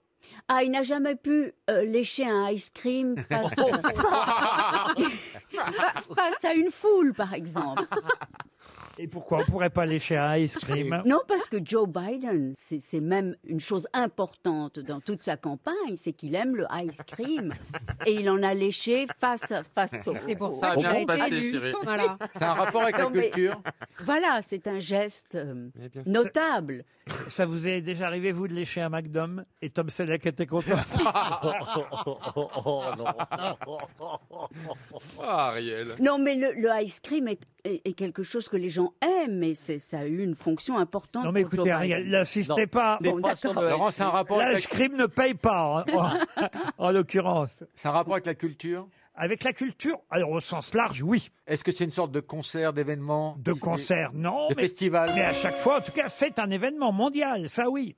Speaker 10: Ah, il n'a jamais pu euh, lécher un ice cream face,
Speaker 11: Oh.
Speaker 10: face à une foule, par exemple.
Speaker 4: Et pourquoi on pourrait pas lécher un ice cream
Speaker 10: Non, parce que Joe Biden, c'est c'est même une chose importante dans toute sa campagne, c'est qu'il aime le ice cream. Et il en a léché face, face au.
Speaker 13: C'est pour
Speaker 10: au-
Speaker 13: ça
Speaker 10: au-
Speaker 13: qu'il a
Speaker 10: au-
Speaker 13: été
Speaker 10: au-
Speaker 13: élu.
Speaker 10: au-
Speaker 13: Voilà.
Speaker 12: C'est un rapport avec la
Speaker 10: Non, mais-
Speaker 12: culture
Speaker 10: Voilà, c'est un geste euh, notable.
Speaker 4: Ça vous est déjà arrivé vous de lécher un McDom et Tom Selleck était content.
Speaker 21: Ah, Ariel.
Speaker 10: Non, mais le, le ice cream est, est- est quelque chose que les gens aiment et c'est- ça a eu une fonction importante.
Speaker 4: Non mais
Speaker 10: pour Joe
Speaker 4: écoutez,
Speaker 10: Biden.
Speaker 4: Ariel, n'insistez
Speaker 10: Non,
Speaker 4: pas.
Speaker 10: bon, d'accord.
Speaker 12: Laurent, c'est un rapport
Speaker 4: L'ice
Speaker 12: avec la-
Speaker 4: cream ne paye pas, hein, en, en- en l'occurrence.
Speaker 12: C'est un rapport avec la culture
Speaker 4: Avec la culture, alors au sens large, oui.
Speaker 12: Est-ce que c'est une sorte de concert, d'événement
Speaker 4: De concert, non.
Speaker 12: De
Speaker 4: mais,
Speaker 12: festival
Speaker 4: Mais à chaque fois, en tout cas, c'est un événement mondial, ça oui.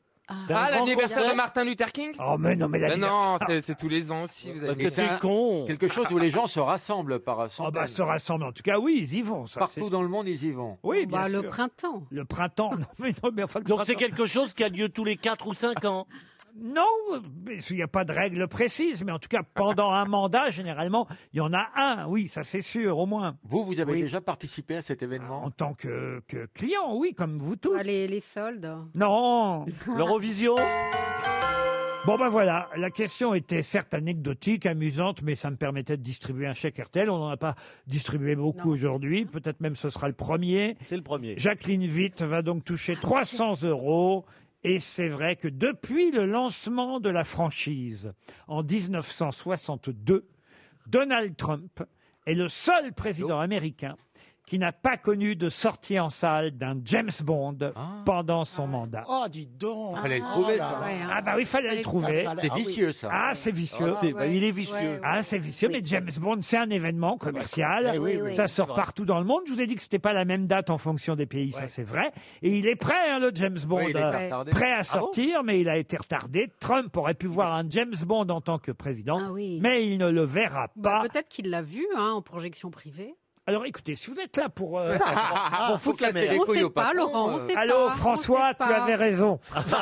Speaker 21: Ah, l'anniversaire de Martin Luther King
Speaker 4: Oh, mais non, mais
Speaker 12: Bah,
Speaker 21: Ben non,
Speaker 4: l'anniversaire-
Speaker 21: c'est- c'est tous les ans aussi.
Speaker 4: Ah,
Speaker 21: Vous avez
Speaker 4: bah,
Speaker 12: Mais c'est un- Quelque chose où les gens se rassemblent par
Speaker 4: Oh, bah,
Speaker 12: centaines.
Speaker 4: se rassemblent, en tout cas, oui, ils y vont. Ça,
Speaker 12: Partout dans le monde, ils y vont.
Speaker 4: Oui, bien
Speaker 13: Bah,
Speaker 4: sûr.
Speaker 13: le printemps.
Speaker 4: Le printemps, non, mais non, mais enfin, le
Speaker 14: Donc c'est
Speaker 4: printemps-
Speaker 14: quelque chose qui a lieu tous les 4 ou 5 ans.
Speaker 4: Non, mais il n'y a pas de règle précise, mais en tout cas, pendant un mandat, généralement, il y en a un, oui, ça c'est sûr, au moins.
Speaker 12: Vous, vous avez déjà participé à cet événement
Speaker 4: En tant que, que client, oui, comme vous tous.
Speaker 13: Ah, les, les soldes.
Speaker 4: Non
Speaker 14: L'Eurovision
Speaker 4: Bon ben voilà, la question était certes anecdotique, amusante, mais ça me permettait de distribuer un chèque RTL. On n'en a pas distribué beaucoup aujourd'hui, peut-être même ce sera le premier.
Speaker 14: C'est le premier.
Speaker 4: Jacqueline Witt va donc toucher 300 euros. Et c'est vrai que depuis le lancement de la franchise en 1962, Donald Trump est le seul président américain qui n'a pas connu de sortie en salle d'un James Bond pendant son mandat.
Speaker 11: Oh, dis donc
Speaker 4: Fallait le
Speaker 11: Oh
Speaker 4: trouver,
Speaker 11: là
Speaker 4: ça.
Speaker 11: là.
Speaker 4: Ah bah oui, fallait le trouver.
Speaker 11: Ah oui.
Speaker 4: Ah, c'est vicieux.
Speaker 11: Ah, c'est- bah, il est vicieux. Ouais, ouais.
Speaker 4: Ah, c'est vicieux, mais James Bond, c'est un événement commercial.
Speaker 11: Eh oui, oui,
Speaker 4: ça
Speaker 11: oui.
Speaker 4: sort
Speaker 11: C'est vrai.
Speaker 4: partout dans le monde. Je vous ai dit que c'était pas la même date en fonction des pays, ça c'est vrai. Et il est prêt, hein, le James Bond.
Speaker 11: il est
Speaker 4: euh,
Speaker 11: retardé.
Speaker 4: prêt à
Speaker 11: Ah bon
Speaker 4: sortir, mais il a été retardé. Trump aurait pu voir un James Bond en tant que président,
Speaker 11: Ah
Speaker 4: mais il ne le verra pas.
Speaker 13: Bah, Peut-être qu'il l'a vu hein, en projection privée.
Speaker 4: Alors écoutez, si vous êtes là pour... euh,
Speaker 13: Ah,
Speaker 4: pour
Speaker 13: on
Speaker 4: foutre
Speaker 13: sait
Speaker 4: la
Speaker 13: pas,
Speaker 4: télé
Speaker 13: on
Speaker 4: couille
Speaker 13: sait
Speaker 4: au
Speaker 13: pas,
Speaker 4: patron,
Speaker 13: Laurent, on
Speaker 4: euh.
Speaker 13: sait
Speaker 4: Allô
Speaker 13: pas, on
Speaker 4: François,
Speaker 13: sait
Speaker 4: tu
Speaker 13: pas.
Speaker 4: avais raison.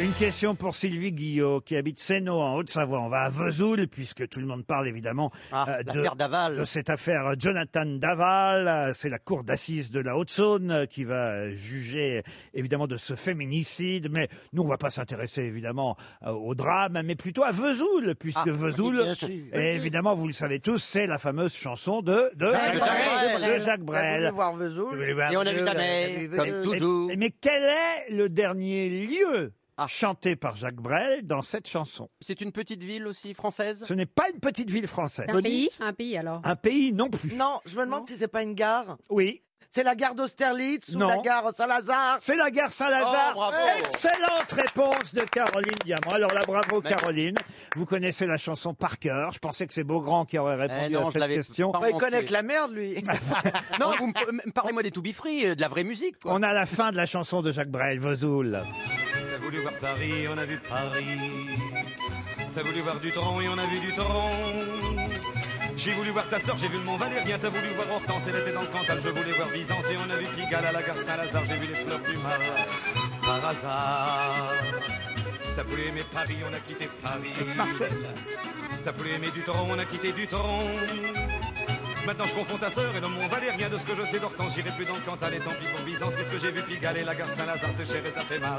Speaker 4: Une question pour Sylvie Guillot qui habite Sénaux en Haute-Savoie. On va à Vesoul puisque tout le monde parle évidemment euh,
Speaker 22: l'affaire Daval.
Speaker 4: de cette affaire Jonathan Daval. Euh, C'est la cour d'assises de la Haute-Saône euh, qui va euh, juger évidemment de ce féminicide. Mais nous, on va pas s'intéresser évidemment euh, au drame, mais plutôt à Vesoul puisque
Speaker 11: Ah,
Speaker 4: Vesoul,
Speaker 11: oui, bien sûr.
Speaker 4: et évidemment, vous le savez tous, c'est la fameuse chanson de, de,
Speaker 11: Jacques Brel.
Speaker 4: de Jacques
Speaker 11: T'as voulu
Speaker 4: Brel.
Speaker 11: voir Vesoul.
Speaker 4: Vous voulez voir
Speaker 11: Et on a vu
Speaker 4: Vesoul,
Speaker 11: ta
Speaker 4: on a
Speaker 11: mère,
Speaker 4: vu
Speaker 11: comme
Speaker 4: Vesoul.
Speaker 11: toujours.
Speaker 4: Mais- Mais quel est le dernier lieu chanté par Jacques Brel dans cette chanson
Speaker 16: C'est une petite ville aussi française
Speaker 4: Ce n'est pas une petite ville française.
Speaker 13: Un pays Un pays alors
Speaker 4: Un pays non Ah, plus.
Speaker 19: Non, je me demande si c'est pas une gare.
Speaker 4: Oui.
Speaker 19: C'est la gare d'Austerlitz ou
Speaker 4: Non.
Speaker 19: la gare Saint-Lazare
Speaker 4: C'est la gare
Speaker 19: Oh,
Speaker 4: Saint-Lazare.
Speaker 16: Oh,
Speaker 4: Excellente réponse de Caroline Diamant. Alors là, bravo Caroline. Vous connaissez la chanson par cœur. Je pensais que c'est Beaugrand qui aurait répondu
Speaker 16: Eh non,
Speaker 4: à
Speaker 16: je
Speaker 4: cette
Speaker 16: l'avais
Speaker 4: question.
Speaker 16: pas Bah, il en connaît tué. que la
Speaker 19: merde, lui.
Speaker 16: Non, vous me- m- parlez-moi des To Be Free, euh, de la vraie musique. Quoi.
Speaker 4: On a la fin de la chanson de Jacques Brel, Vesoul.
Speaker 15: T'as voulu voir Paris, on a vu Paris. T'as voulu voir du tronc et on a vu du tronc. J'ai voulu voir ta sœur, j'ai vu le Mont Valérien. T'as voulu voir Hortense, elle était dans le Cantal. Je voulais voir Byzance et on a vu Pigalle à la gare Saint-Lazare. J'ai vu les fleurs du mal par hasard. T'as voulu aimer Paris, on a quitté Paris. T'as voulu aimer du tronc, on a quitté du tronc. Maintenant je confonds ta sœur et le Mont Valérien de ce que je sais d'Hortense. J'irai plus dans le Cantal et tant pis pour Byzance puisque j'ai vu Pigalle et la gare Saint-Lazare. C'est cher et ça fait mal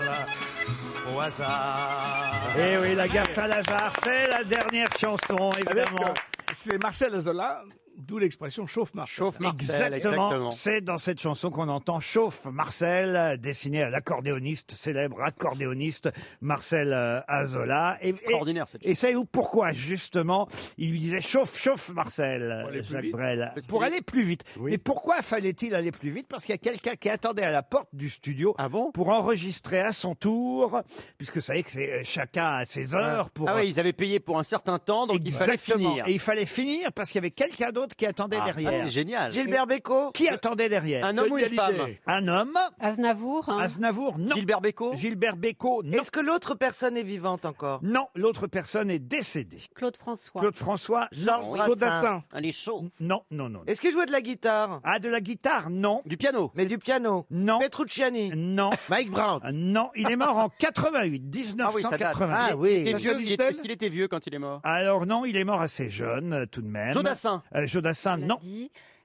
Speaker 15: au hasard.
Speaker 4: Eh oui, la gare Saint-Lazare, c'est la dernière chanson, évidemment.
Speaker 23: C'est Marcel Azola, d'où l'expression chauffe Marcel. Chauffe
Speaker 4: Exactement. C'est dans cette chanson qu'on entend Chauffe Marcel, dessiné à l'accordéoniste, célèbre accordéoniste Marcel euh, Azola. Et,
Speaker 16: Extraordinaire, cette
Speaker 4: Et, et savez-vous pourquoi, justement, il lui disait Chauffe, chauffe Marcel,
Speaker 16: aller plus
Speaker 4: Jacques
Speaker 16: vite.
Speaker 4: Brel,
Speaker 16: Parce
Speaker 4: pour
Speaker 16: qu'il-
Speaker 4: aller plus vite. Mais pourquoi fallait-il aller plus vite Parce qu'il y a quelqu'un qui attendait à la porte du studio
Speaker 16: Ah
Speaker 4: pour enregistrer à son tour, puisque vous savez que c'est euh, chacun à ses heures pour...
Speaker 16: Ah ouais, ils avaient payé pour un certain temps, donc il fallait
Speaker 4: Exactement.
Speaker 16: finir.
Speaker 4: Et il fallait finir parce qu'il y avait quelqu'un d'autre qui attendait
Speaker 16: Ah,
Speaker 4: derrière.
Speaker 16: ah, c'est génial.
Speaker 19: Gilbert Bécaud.
Speaker 4: Qui attendait derrière
Speaker 16: Un homme ou une femme
Speaker 4: Un homme.
Speaker 13: Aznavour hein.
Speaker 4: Aznavour, non. Gilbert Bécaud Gilbert Bécaud, non.
Speaker 19: Est-ce que l'autre personne est vivante encore
Speaker 4: Non, l'autre personne est décédée.
Speaker 13: Claude François.
Speaker 4: Claude François,
Speaker 19: Georges
Speaker 4: non.
Speaker 19: Brassens. Claude Dassin.
Speaker 16: Elle est chaude.
Speaker 4: Non, non, non.
Speaker 19: Est-ce qu'il jouait de la guitare
Speaker 4: Ah, de la guitare, non.
Speaker 16: Du piano
Speaker 19: Mais du piano
Speaker 4: Non.
Speaker 19: Petrucciani
Speaker 4: Non. Euh,
Speaker 19: Mike Brown
Speaker 4: Non, il est mort en 88,
Speaker 16: Ah oui, ça date.
Speaker 4: 1980.
Speaker 16: Il était vieux, il était- Est-ce qu'il était vieux quand il est mort
Speaker 4: Alors non, il est mort assez jeune, euh, tout de même.
Speaker 16: Jodassin.
Speaker 4: Euh, Jodassin, non.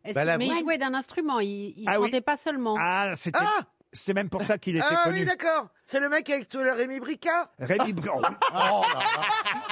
Speaker 13: Est-ce
Speaker 4: Bah,
Speaker 13: que-
Speaker 4: la
Speaker 13: mais il
Speaker 4: voix.
Speaker 13: jouait d'un instrument, il ne
Speaker 4: Ah oui.
Speaker 13: chantait pas seulement.
Speaker 4: Ah, c'était c'était même pour ça qu'il était
Speaker 19: Ah oui,
Speaker 4: connu.
Speaker 19: d'accord. C'est le mec avec tout le Rémi Bricard
Speaker 4: Rémi Br-
Speaker 16: Oh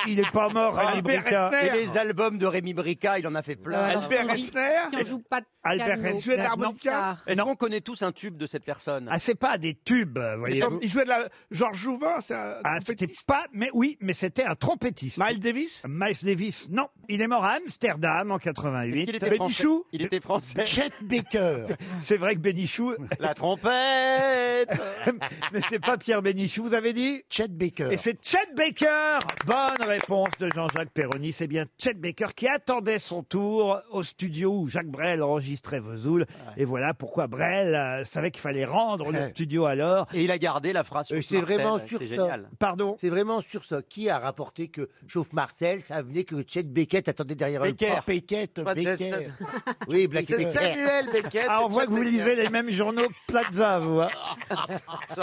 Speaker 4: il est pas mort, Rémi Bricard.
Speaker 16: Et les albums de Rémi Brica, il en a fait plein.
Speaker 13: Euh, qui- qui en joue pas de
Speaker 4: Albert
Speaker 13: piano,
Speaker 4: Ressler,
Speaker 13: pas de
Speaker 4: non.
Speaker 13: guitare.
Speaker 16: Est-ce qu'on connaît tous un tube de cette personne
Speaker 4: Ah, c'est pas des tubes, euh, voyez-vous.
Speaker 23: Il jouait de la. Georges Jouvin, c'est un.
Speaker 4: Ah, c'était pas, mais oui, mais c'était un trompettiste. Miles Davis Miles Davis, non. Il est mort à Amsterdam en 88.
Speaker 16: Est-ce qu'il était français Il était français.
Speaker 4: Chet Baker. C'est vrai que Bénichou.
Speaker 16: La trompette
Speaker 4: Mais c'est pas Pierre Bénichou, vous avez dit
Speaker 11: Chet Baker.
Speaker 4: Et c'est Chet Baker Bonne réponse de Jean-Jacques Perroni. C'est bien Chet Baker qui attendait son tour au studio où Jacques Brel enregistrait Vesoul. Et voilà pourquoi Brel euh, savait qu'il fallait rendre le
Speaker 11: Ouais.
Speaker 4: studio à l'heure.
Speaker 16: Et il a gardé la phrase.
Speaker 11: Et
Speaker 16: sur
Speaker 11: c'est
Speaker 16: Marcel,
Speaker 11: vraiment sur
Speaker 16: C'est
Speaker 11: ça.
Speaker 16: génial.
Speaker 4: Pardon
Speaker 11: C'est vraiment sur ça. Qui a rapporté que, sauf Marcel, ça venait que Chet Beckett attendait derrière le
Speaker 16: Becker.
Speaker 11: port Beckett,
Speaker 19: Pas de-
Speaker 11: Becker. Oui, Black
Speaker 19: C'est Samuel Beckett.
Speaker 4: Ah, on
Speaker 19: c'est
Speaker 4: voit
Speaker 19: Chet
Speaker 4: que vous
Speaker 19: Baker.
Speaker 4: lisez les mêmes journaux que Plaza, vous. hein.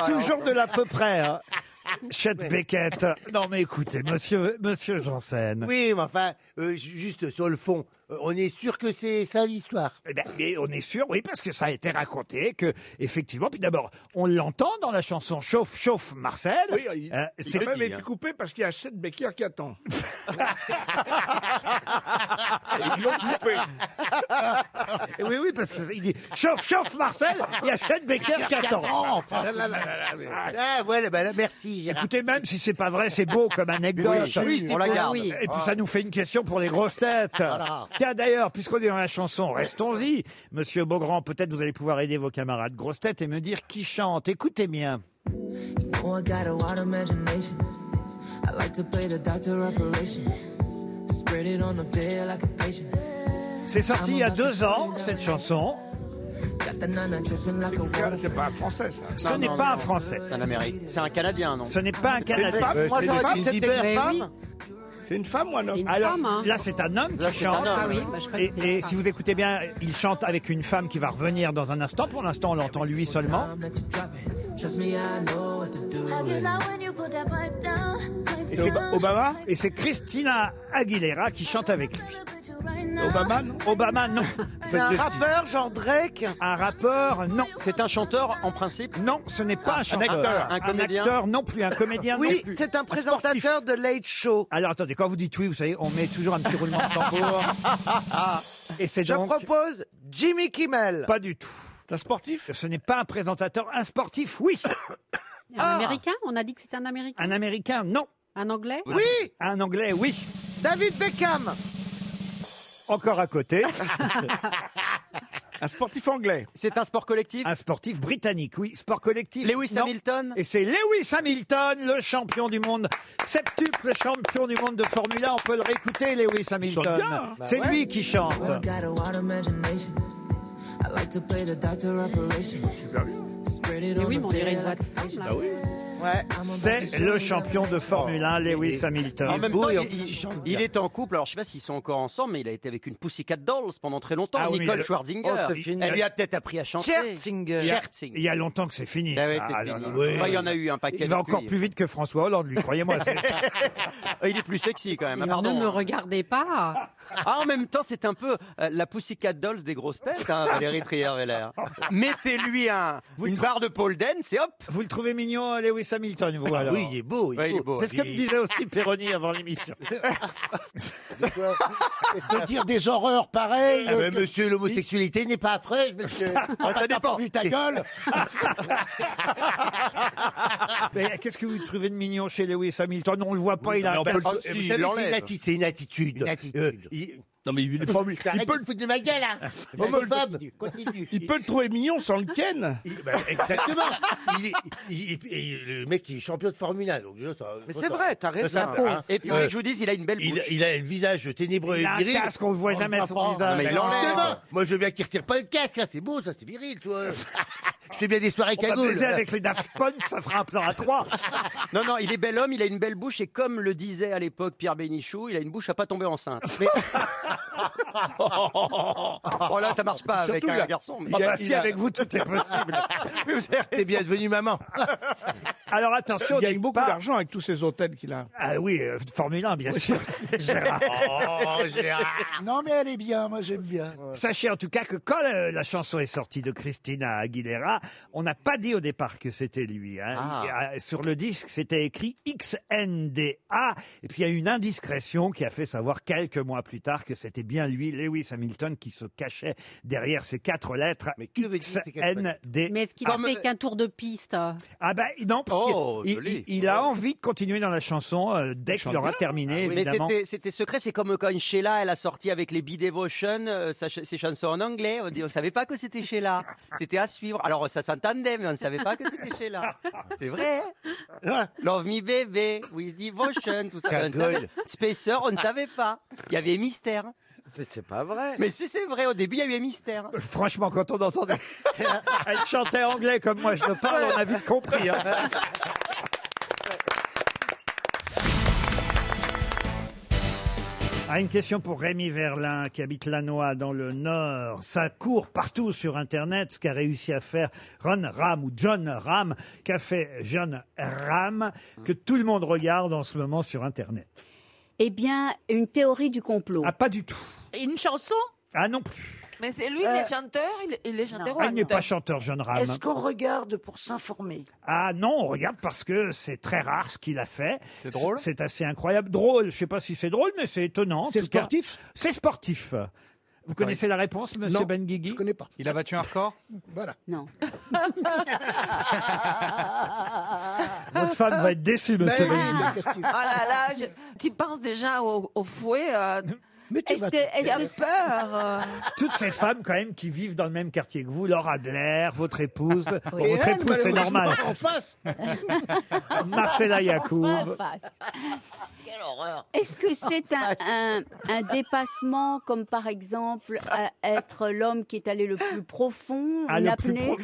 Speaker 4: Toujours de l'à peu près. hein. Chet Beckett. Non, mais écoutez, monsieur, monsieur Janssen.
Speaker 11: Oui, mais enfin, euh, ju- juste sur le fond,
Speaker 1: on est sûr que c'est ça l'histoire.
Speaker 4: Eh ben, et on est sûr, oui, parce que ça a été raconté, que effectivement, puis d'abord, on l'entend dans la chanson Chauffe, chauffe Marcel.
Speaker 15: Oui, il,
Speaker 4: Euh,
Speaker 15: il
Speaker 4: c'est-
Speaker 15: a même été coupé parce qu'il y a Chet Becker qui attend.
Speaker 4: Ils l'ont coupé. Et oui, oui, parce qu'il dit Chauffe, chauffe Marcel, il y a Chet Becker qui attend.
Speaker 1: Là, là, là, là, là, mais- Ah, voilà, bah, là, merci. Gérard.
Speaker 4: Écoutez, même si c'est pas vrai, c'est beau comme anecdote.
Speaker 1: Oui, oui, c'est On la beau, garde. oui.
Speaker 4: Et puis ça nous fait une question pour les grosses têtes.
Speaker 1: Voilà.
Speaker 4: Tiens d'ailleurs, puisqu'on est dans la chanson, restons-y. Monsieur Beaugrand, peut-être vous allez pouvoir aider vos camarades grosses têtes et me dire qui chante. Écoutez bien.
Speaker 24: Oh, I got a wild imagination. I like to play the doctor operation. Spread it on the bed like a patient.
Speaker 4: C'est sorti il y a deux ans, cette chanson.
Speaker 24: Got the nana dripping like a waterfall.
Speaker 15: Pas français, ça.
Speaker 4: Ce n'est pas un Français.
Speaker 16: C'est un Américain. C'est un Canadien, non
Speaker 4: Ce n'est pas un Canadien.
Speaker 15: femme, moi, j'aurais dit que c'était une
Speaker 16: Mais
Speaker 15: femme.
Speaker 16: oui.
Speaker 15: C'est une femme ou un homme
Speaker 4: Alors là, c'est un homme
Speaker 15: Là,
Speaker 4: qui
Speaker 15: c'est un
Speaker 4: chante.
Speaker 15: homme. Ah oui, bah, je crois
Speaker 4: et
Speaker 15: que c'était
Speaker 4: et
Speaker 15: une
Speaker 4: si vous écoutez bien, il chante avec une femme qui va revenir dans un instant. Pour l'instant, on l'entend lui seulement.
Speaker 24: Trust me, I know what to do.
Speaker 4: Et c'est Obama Et c'est Christina Aguilera qui chante avec lui. Obama, non Obama, non.
Speaker 9: C'est un
Speaker 4: rappeur, genre Drake Un rappeur, non. C'est un chanteur, en principe Non, ce n'est pas
Speaker 16: Ah,
Speaker 4: un
Speaker 16: un
Speaker 4: chanteur.
Speaker 16: acteur. Un comédien
Speaker 4: acteur non plus, un comédien non
Speaker 9: Oui,
Speaker 4: plus.
Speaker 9: c'est un présentateur de Late Show.
Speaker 4: Alors attendez, quand vous dites oui, vous savez, on met toujours un petit roulement de tambour. Et c'est
Speaker 9: Je
Speaker 4: donc-
Speaker 9: propose Jimmy Kimmel.
Speaker 4: Pas du tout. Un sportif Ce n'est pas un présentateur. Un sportif, oui.
Speaker 13: Un
Speaker 11: Ah.
Speaker 13: Américain On a dit que c'était un Américain.
Speaker 4: Un Américain, non.
Speaker 13: Un Anglais
Speaker 4: Oui Un Anglais, oui.
Speaker 9: David Beckham.
Speaker 4: Encore à côté.
Speaker 15: Un sportif anglais.
Speaker 4: C'est un sport collectif Un sportif britannique, oui. Sport collectif.
Speaker 16: Lewis
Speaker 4: non.
Speaker 16: Hamilton
Speaker 4: Et c'est Lewis Hamilton, le champion du monde, septuple champion du monde de Formule 1. On peut le réécouter, Lewis Hamilton.
Speaker 24: bien.
Speaker 4: C'est
Speaker 24: Bah ouais.
Speaker 4: lui qui chante.
Speaker 24: Oh, I got a wild imagination. I like to play the doctor operation. Spread it
Speaker 13: Mais
Speaker 24: on
Speaker 13: oui,
Speaker 24: the
Speaker 13: mais on dirait
Speaker 24: bed
Speaker 13: une voix
Speaker 24: like
Speaker 13: de
Speaker 24: a
Speaker 13: femme, là.
Speaker 16: Bah
Speaker 24: patient.
Speaker 4: C'est le champion de Formule 1, Lewis Hamilton.
Speaker 16: En même temps, il, il- il est en couple. Alors, je sais pas s'ils sont encore ensemble, mais il a été avec une Pussycat Dolls pendant très longtemps.
Speaker 4: Ah oui, mais
Speaker 16: Nicole
Speaker 4: le-
Speaker 16: Schwarzinger.
Speaker 4: Oh, c'est fini.
Speaker 16: Elle lui a peut-être appris à chanter.
Speaker 9: Scherzinger.
Speaker 4: Il y a-
Speaker 16: Scherzinger.
Speaker 4: Il y a longtemps que c'est fini.
Speaker 16: Ah ouais,
Speaker 4: ça.
Speaker 16: c'est
Speaker 4: Ah,
Speaker 16: fini.
Speaker 4: non, non,
Speaker 16: Ouais,
Speaker 4: non.
Speaker 16: il y en a eu un paquet
Speaker 4: Il va
Speaker 16: depuis. euh.
Speaker 4: encore plus vite que François Hollande, lui, croyez-moi. c'est-
Speaker 16: Ah, il est plus sexy quand même.
Speaker 13: Et
Speaker 16: ah, pardon.
Speaker 13: Ne me regardez pas.
Speaker 16: Ah, en même temps, c'est un peu euh, la Pussycat Dolls des grosses têtes, hein, Valérie Trierweiler. Mettez-lui un, une barre de pole dance et hop. Ah
Speaker 4: Vous le trouvez mignon, euh, Lewis Hamilton, vous alors
Speaker 16: oui, il est beau, il est
Speaker 4: Ouais,
Speaker 16: beau.
Speaker 4: C'est ce que
Speaker 16: Il-
Speaker 4: me disait aussi Perroni avant l'émission.
Speaker 11: De dire des horreurs pareilles.
Speaker 1: Ah, mais monsieur, l'homosexualité n'est pas affreuse, monsieur.
Speaker 11: Ah, ça dépend. vu ta gueule.
Speaker 4: Mais Qu'est-ce que vous trouvez de mignon chez Lewis Hamilton On le voit pas, il a un
Speaker 1: Vous
Speaker 4: perso-
Speaker 1: savez, c'est une atti- c'est une attitude. Euh, il-
Speaker 15: Non, mais il est pas obligé.
Speaker 1: Arrête
Speaker 15: Il peut
Speaker 1: de
Speaker 15: le-
Speaker 1: foutre de ma gueule, hein. Homophobe. Continue.
Speaker 15: Il peut le trouver mignon sans le ken.
Speaker 1: Bah, exactement. Il est- il- il- il- le mec il est champion de Formule 1. Donc, déjà, ça-
Speaker 9: Mais
Speaker 1: ça,
Speaker 9: c'est
Speaker 1: ça-
Speaker 9: vrai, t'as raison.
Speaker 1: ça, ça plaît, hein.
Speaker 16: Et puis,
Speaker 1: Euh,
Speaker 16: je vous dis, il a une belle
Speaker 1: il,
Speaker 16: bouche.
Speaker 1: il a le visage ténébreux
Speaker 4: Il
Speaker 1: et
Speaker 4: a un
Speaker 1: viril.
Speaker 4: casque, on le voit
Speaker 1: On
Speaker 4: jamais,
Speaker 1: le voit
Speaker 4: son
Speaker 1: pas.
Speaker 4: visage.
Speaker 1: Non, mais
Speaker 4: Mais
Speaker 1: il enlève.
Speaker 4: justement.
Speaker 1: Moi, je veux bien qu'il retire pas le casque. là, C'est beau, ça, c'est viril, toi. je fais bien des soirées
Speaker 4: On va
Speaker 1: cagoule.
Speaker 4: baiser avec les Daft Punk, ça fera un plan à trois.
Speaker 16: Non, non, il est bel homme, il a une belle bouche et comme le disait à l'époque Pierre Bénichou, il a une bouche à pas tomber enceinte. Mais...
Speaker 4: Ah, oh,
Speaker 16: oh là, ça marche pas avec
Speaker 1: Surtout,
Speaker 16: un
Speaker 1: là,
Speaker 16: garçon. mais-
Speaker 1: il
Speaker 4: Ah, bah,
Speaker 1: a- il a-
Speaker 4: tout est possible.
Speaker 16: Mais vous avez
Speaker 1: T'es bien devenu maman.
Speaker 4: Alors attention,
Speaker 15: Il gagne
Speaker 4: d'une
Speaker 15: beaucoup
Speaker 4: part-
Speaker 15: d'argent avec tous ces hôtels qu'il a.
Speaker 4: Ah oui, euh, Formule 1, bien sûr. Gérard.
Speaker 11: Non, mais elle est bien, moi j'aime bien.
Speaker 4: Sachez en tout cas que quand euh, la chanson est sortie de Christina Aguilera, on n'a pas dit au départ que c'était lui. hein.
Speaker 15: Ah.
Speaker 4: Il- euh, Sur le disque, c'était écrit XNDA. Et puis il y a eu une indiscrétion qui a fait savoir quelques mois plus tard que c'était bien lui, Lewis Hamilton, qui se cachait derrière ces quatre lettres XNDA.
Speaker 13: Mais est-ce qu'il a
Speaker 11: euh,
Speaker 13: fait qu'un tour de piste
Speaker 4: Ah ben non, parce qu'il-
Speaker 16: Oh,
Speaker 4: il,
Speaker 16: joli.
Speaker 4: il- il a envie de continuer dans la chanson euh, dès qu'il aura terminé,
Speaker 16: Ah Mais
Speaker 4: évidemment.
Speaker 16: c'était- c'était secret, c'est comme quand Sheila, elle a sorti avec les Be Devotion euh, sa ch- ses chansons en anglais. On, dit, on savait pas que c'était Sheila. C'était à suivre. Alors ça s'entendait, mais on ne savait pas que c'était Sheila.
Speaker 4: Ah.
Speaker 16: C'est vrai. hein Love Me Baby, With Devotion, tout ça. on ne savait-
Speaker 9: Gargoyle.
Speaker 16: Spacer, on ne savait pas. Il y avait mystère.
Speaker 9: Mais c'est pas vrai.
Speaker 16: Mais si c'est vrai, au début, il y a eu un mystère.
Speaker 4: Euh, Franchement, quand on entendait elle chantait anglais comme moi je le parle, on a vite compris. hein. Ah, une question pour Rémi Verlin qui habite Lannoy dans le Nord. Ça court partout sur Internet ce qu'a réussi à faire Ron Ram ou John Ram, qu'a fait John Ram, que tout le monde regarde en ce moment sur Internet.
Speaker 10: Eh bien, une théorie du complot.
Speaker 4: Ah, pas du tout.
Speaker 8: Une chanson
Speaker 4: Ah non.
Speaker 6: Mais c'est lui, il est chanteur, il, il est chanteur ou
Speaker 4: Ah, il n'est
Speaker 6: acteur
Speaker 4: pas chanteur, John Ram.
Speaker 9: Est-ce qu'on regarde pour s'informer
Speaker 4: Ah non, on regarde parce que c'est très rare ce qu'il a fait.
Speaker 9: C'est drôle
Speaker 4: C'est assez incroyable. Drôle, je ne sais pas si c'est drôle, mais c'est étonnant. en
Speaker 5: C'est
Speaker 4: tout cas.
Speaker 5: sportif
Speaker 4: C'est sportif. Vous connaissez la réponse, monsieur Benguigui Je ne
Speaker 5: connais pas.
Speaker 7: Il a battu un record
Speaker 5: Voilà.
Speaker 10: Non.
Speaker 4: Votre femme va être déçue, monsieur
Speaker 6: Ben oui,
Speaker 4: Benguigui.
Speaker 6: Oh là là, je- tu penses déjà au, au fouet. euh,
Speaker 10: Est-ce que- est-ce
Speaker 6: y a
Speaker 10: que-
Speaker 6: peur euh.
Speaker 4: Toutes ces femmes, quand même, qui vivent dans le même quartier que vous, Laura Adler, votre épouse. Bon,
Speaker 5: Et
Speaker 4: votre
Speaker 5: elle,
Speaker 4: épouse, c'est
Speaker 5: malheureusement,
Speaker 4: normal.
Speaker 5: En face.
Speaker 4: Marcella Yacoub.
Speaker 10: Quelle horreur. Est-ce que c'est un, un- un dépassement comme par exemple à être l'homme qui est allé le plus profond,
Speaker 7: Ah,
Speaker 10: en
Speaker 7: le plus
Speaker 10: apnée
Speaker 7: pro-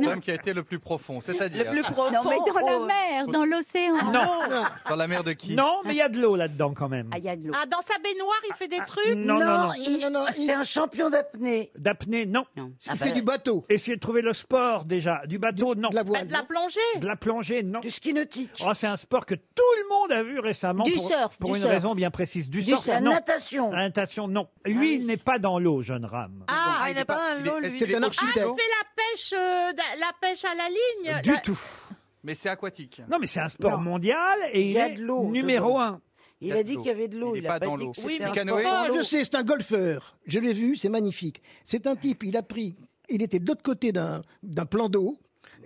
Speaker 7: L'homme qui a été le plus profond, c'est-à-dire
Speaker 4: Ah.
Speaker 10: Non mais dans la mer, dans l'océan.
Speaker 8: Oh.
Speaker 7: Non. Dans la mer de qui
Speaker 4: Non, mais il y a de l'eau là-dedans quand même.
Speaker 10: Ah, il y a de l'eau.
Speaker 8: Ah, dans sa baignoire, il fait des trucs
Speaker 4: non, non, non. Ah,
Speaker 9: il- c'est un champion d'apnée.
Speaker 4: D'apnée, non.
Speaker 9: Il Ah fait bah. du
Speaker 4: bateau. Essayez de trouver le sport déjà. Du bateau, non. De la
Speaker 8: Bah, de la plongée
Speaker 4: plongée, non. Du
Speaker 9: ski nautique.
Speaker 4: c'est un sport que tout le monde a vu récemment.
Speaker 9: Du
Speaker 4: pour,
Speaker 9: surf,
Speaker 4: Pour
Speaker 9: du
Speaker 4: une
Speaker 9: surf.
Speaker 4: raison bien précise. Du,
Speaker 9: Du
Speaker 4: surf,
Speaker 9: surf.
Speaker 4: non.
Speaker 9: La natation.
Speaker 4: La natation, Ah non. Lui, il n'est pas dans l'eau, jeune rame.
Speaker 8: Ah,
Speaker 6: il n'est pas dans l'eau, lui.
Speaker 4: C'est un
Speaker 8: Ah,
Speaker 4: architecte.
Speaker 8: il fait la pêche, euh, da- la pêche à la ligne. Bah,
Speaker 4: Du
Speaker 8: La-
Speaker 4: tout.
Speaker 7: Mais c'est aquatique.
Speaker 4: Non, mais c'est un sport mondial et il,
Speaker 9: Il y a
Speaker 4: est
Speaker 9: de l'eau
Speaker 4: numéro
Speaker 9: dedans.
Speaker 4: un.
Speaker 9: Il a dit qu'il y avait de l'eau. Il,
Speaker 7: est
Speaker 9: a
Speaker 7: pas dans
Speaker 9: dit
Speaker 7: l'eau.
Speaker 9: que
Speaker 7: Oui,
Speaker 9: c'était
Speaker 7: mais
Speaker 9: un
Speaker 7: canoë
Speaker 9: sport
Speaker 5: Ah,
Speaker 9: dans
Speaker 5: je
Speaker 9: l'eau.
Speaker 5: sais, c'est un golfeur. Je l'ai vu, c'est magnifique. C'est un type, il a pris, il était de l'autre côté d'un d'un plan d'eau,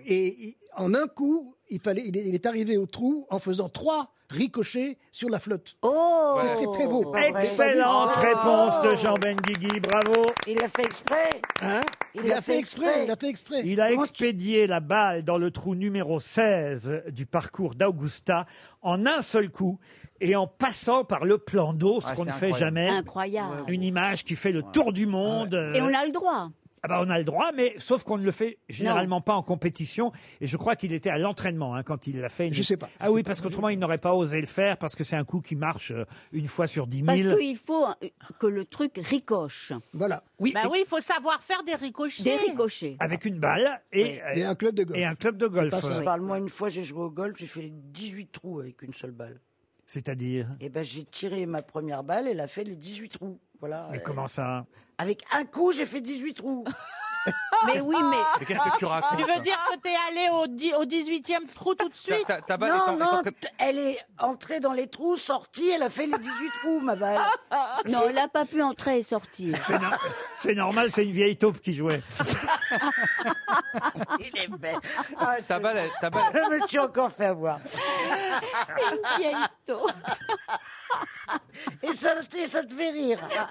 Speaker 5: et il- en un coup, il, fallait, il, est, il est arrivé au trou en faisant trois ricochets sur la flotte.
Speaker 9: Oh
Speaker 5: C'était très beau.
Speaker 4: Excellente réponse de Jean Benguigui, bravo.
Speaker 9: Il l'a fait exprès.
Speaker 5: Hein il a fait exprès, il a fait exprès.
Speaker 4: Il a expédié la balle dans le trou numéro 16 du parcours d'Augusta en un seul coup et en passant par le plan d'eau, ce
Speaker 10: Ah,
Speaker 4: qu'on
Speaker 10: c'est
Speaker 4: ne fait
Speaker 10: incroyable.
Speaker 4: jamais.
Speaker 10: Incroyable.
Speaker 4: Une image qui fait le tour du monde.
Speaker 10: Et
Speaker 4: euh,
Speaker 10: on a le droit.
Speaker 4: Ah bah on a le droit, mais sauf qu'on ne le fait généralement pas en compétition. Et je crois qu'il était à l'entraînement hein, quand il l'a fait. Je sais pas. Ah oui, parce qu'autrement, il n'aurait pas osé le faire parce que c'est un coup qui marche euh, une fois sur dix
Speaker 10: Parce
Speaker 4: mille.
Speaker 10: qu'il faut euh, que le truc ricoche.
Speaker 5: Voilà.
Speaker 4: Oui,
Speaker 8: Bah
Speaker 4: et-
Speaker 8: oui, il faut savoir faire des ricochets.
Speaker 10: Des ricochets.
Speaker 4: Avec une balle et, euh,
Speaker 5: Et un club de golf.
Speaker 4: et un club de golf.
Speaker 9: Parce que, Parle-moi une fois, j'ai joué au golf, j'ai fait 18 trous avec une seule balle.
Speaker 4: C'est-à-dire
Speaker 9: Et ben j'ai tiré ma première balle, elle a fait les 18 trous. Voilà.
Speaker 4: Mais
Speaker 9: Euh,
Speaker 4: comment ça
Speaker 9: Avec un coup, j'ai fait 18 trous.
Speaker 10: mais oui, mais.
Speaker 7: Mais qu'est-ce que tu racontes
Speaker 8: Oh. Tu veux dire que t'es allé au, di- au 18e trou tout de suite
Speaker 7: Ta- ta- ta balle est
Speaker 9: Non,
Speaker 7: en-
Speaker 9: non,
Speaker 7: est en-
Speaker 9: t- elle est entrée dans les trous, sortie, elle a fait les 18 trous, ma balle.
Speaker 10: Non, elle n'a pas pu entrer et sortir.
Speaker 4: C'est no- C'est normal, c'est une vieille taupe qui jouait.
Speaker 9: Il est bête. Ah,
Speaker 7: Ta balle, elle- ta balle.
Speaker 9: je me suis encore fait avoir. ben.
Speaker 10: Une vieille taupe.
Speaker 9: Et ça, et ça te fait rire. Ah,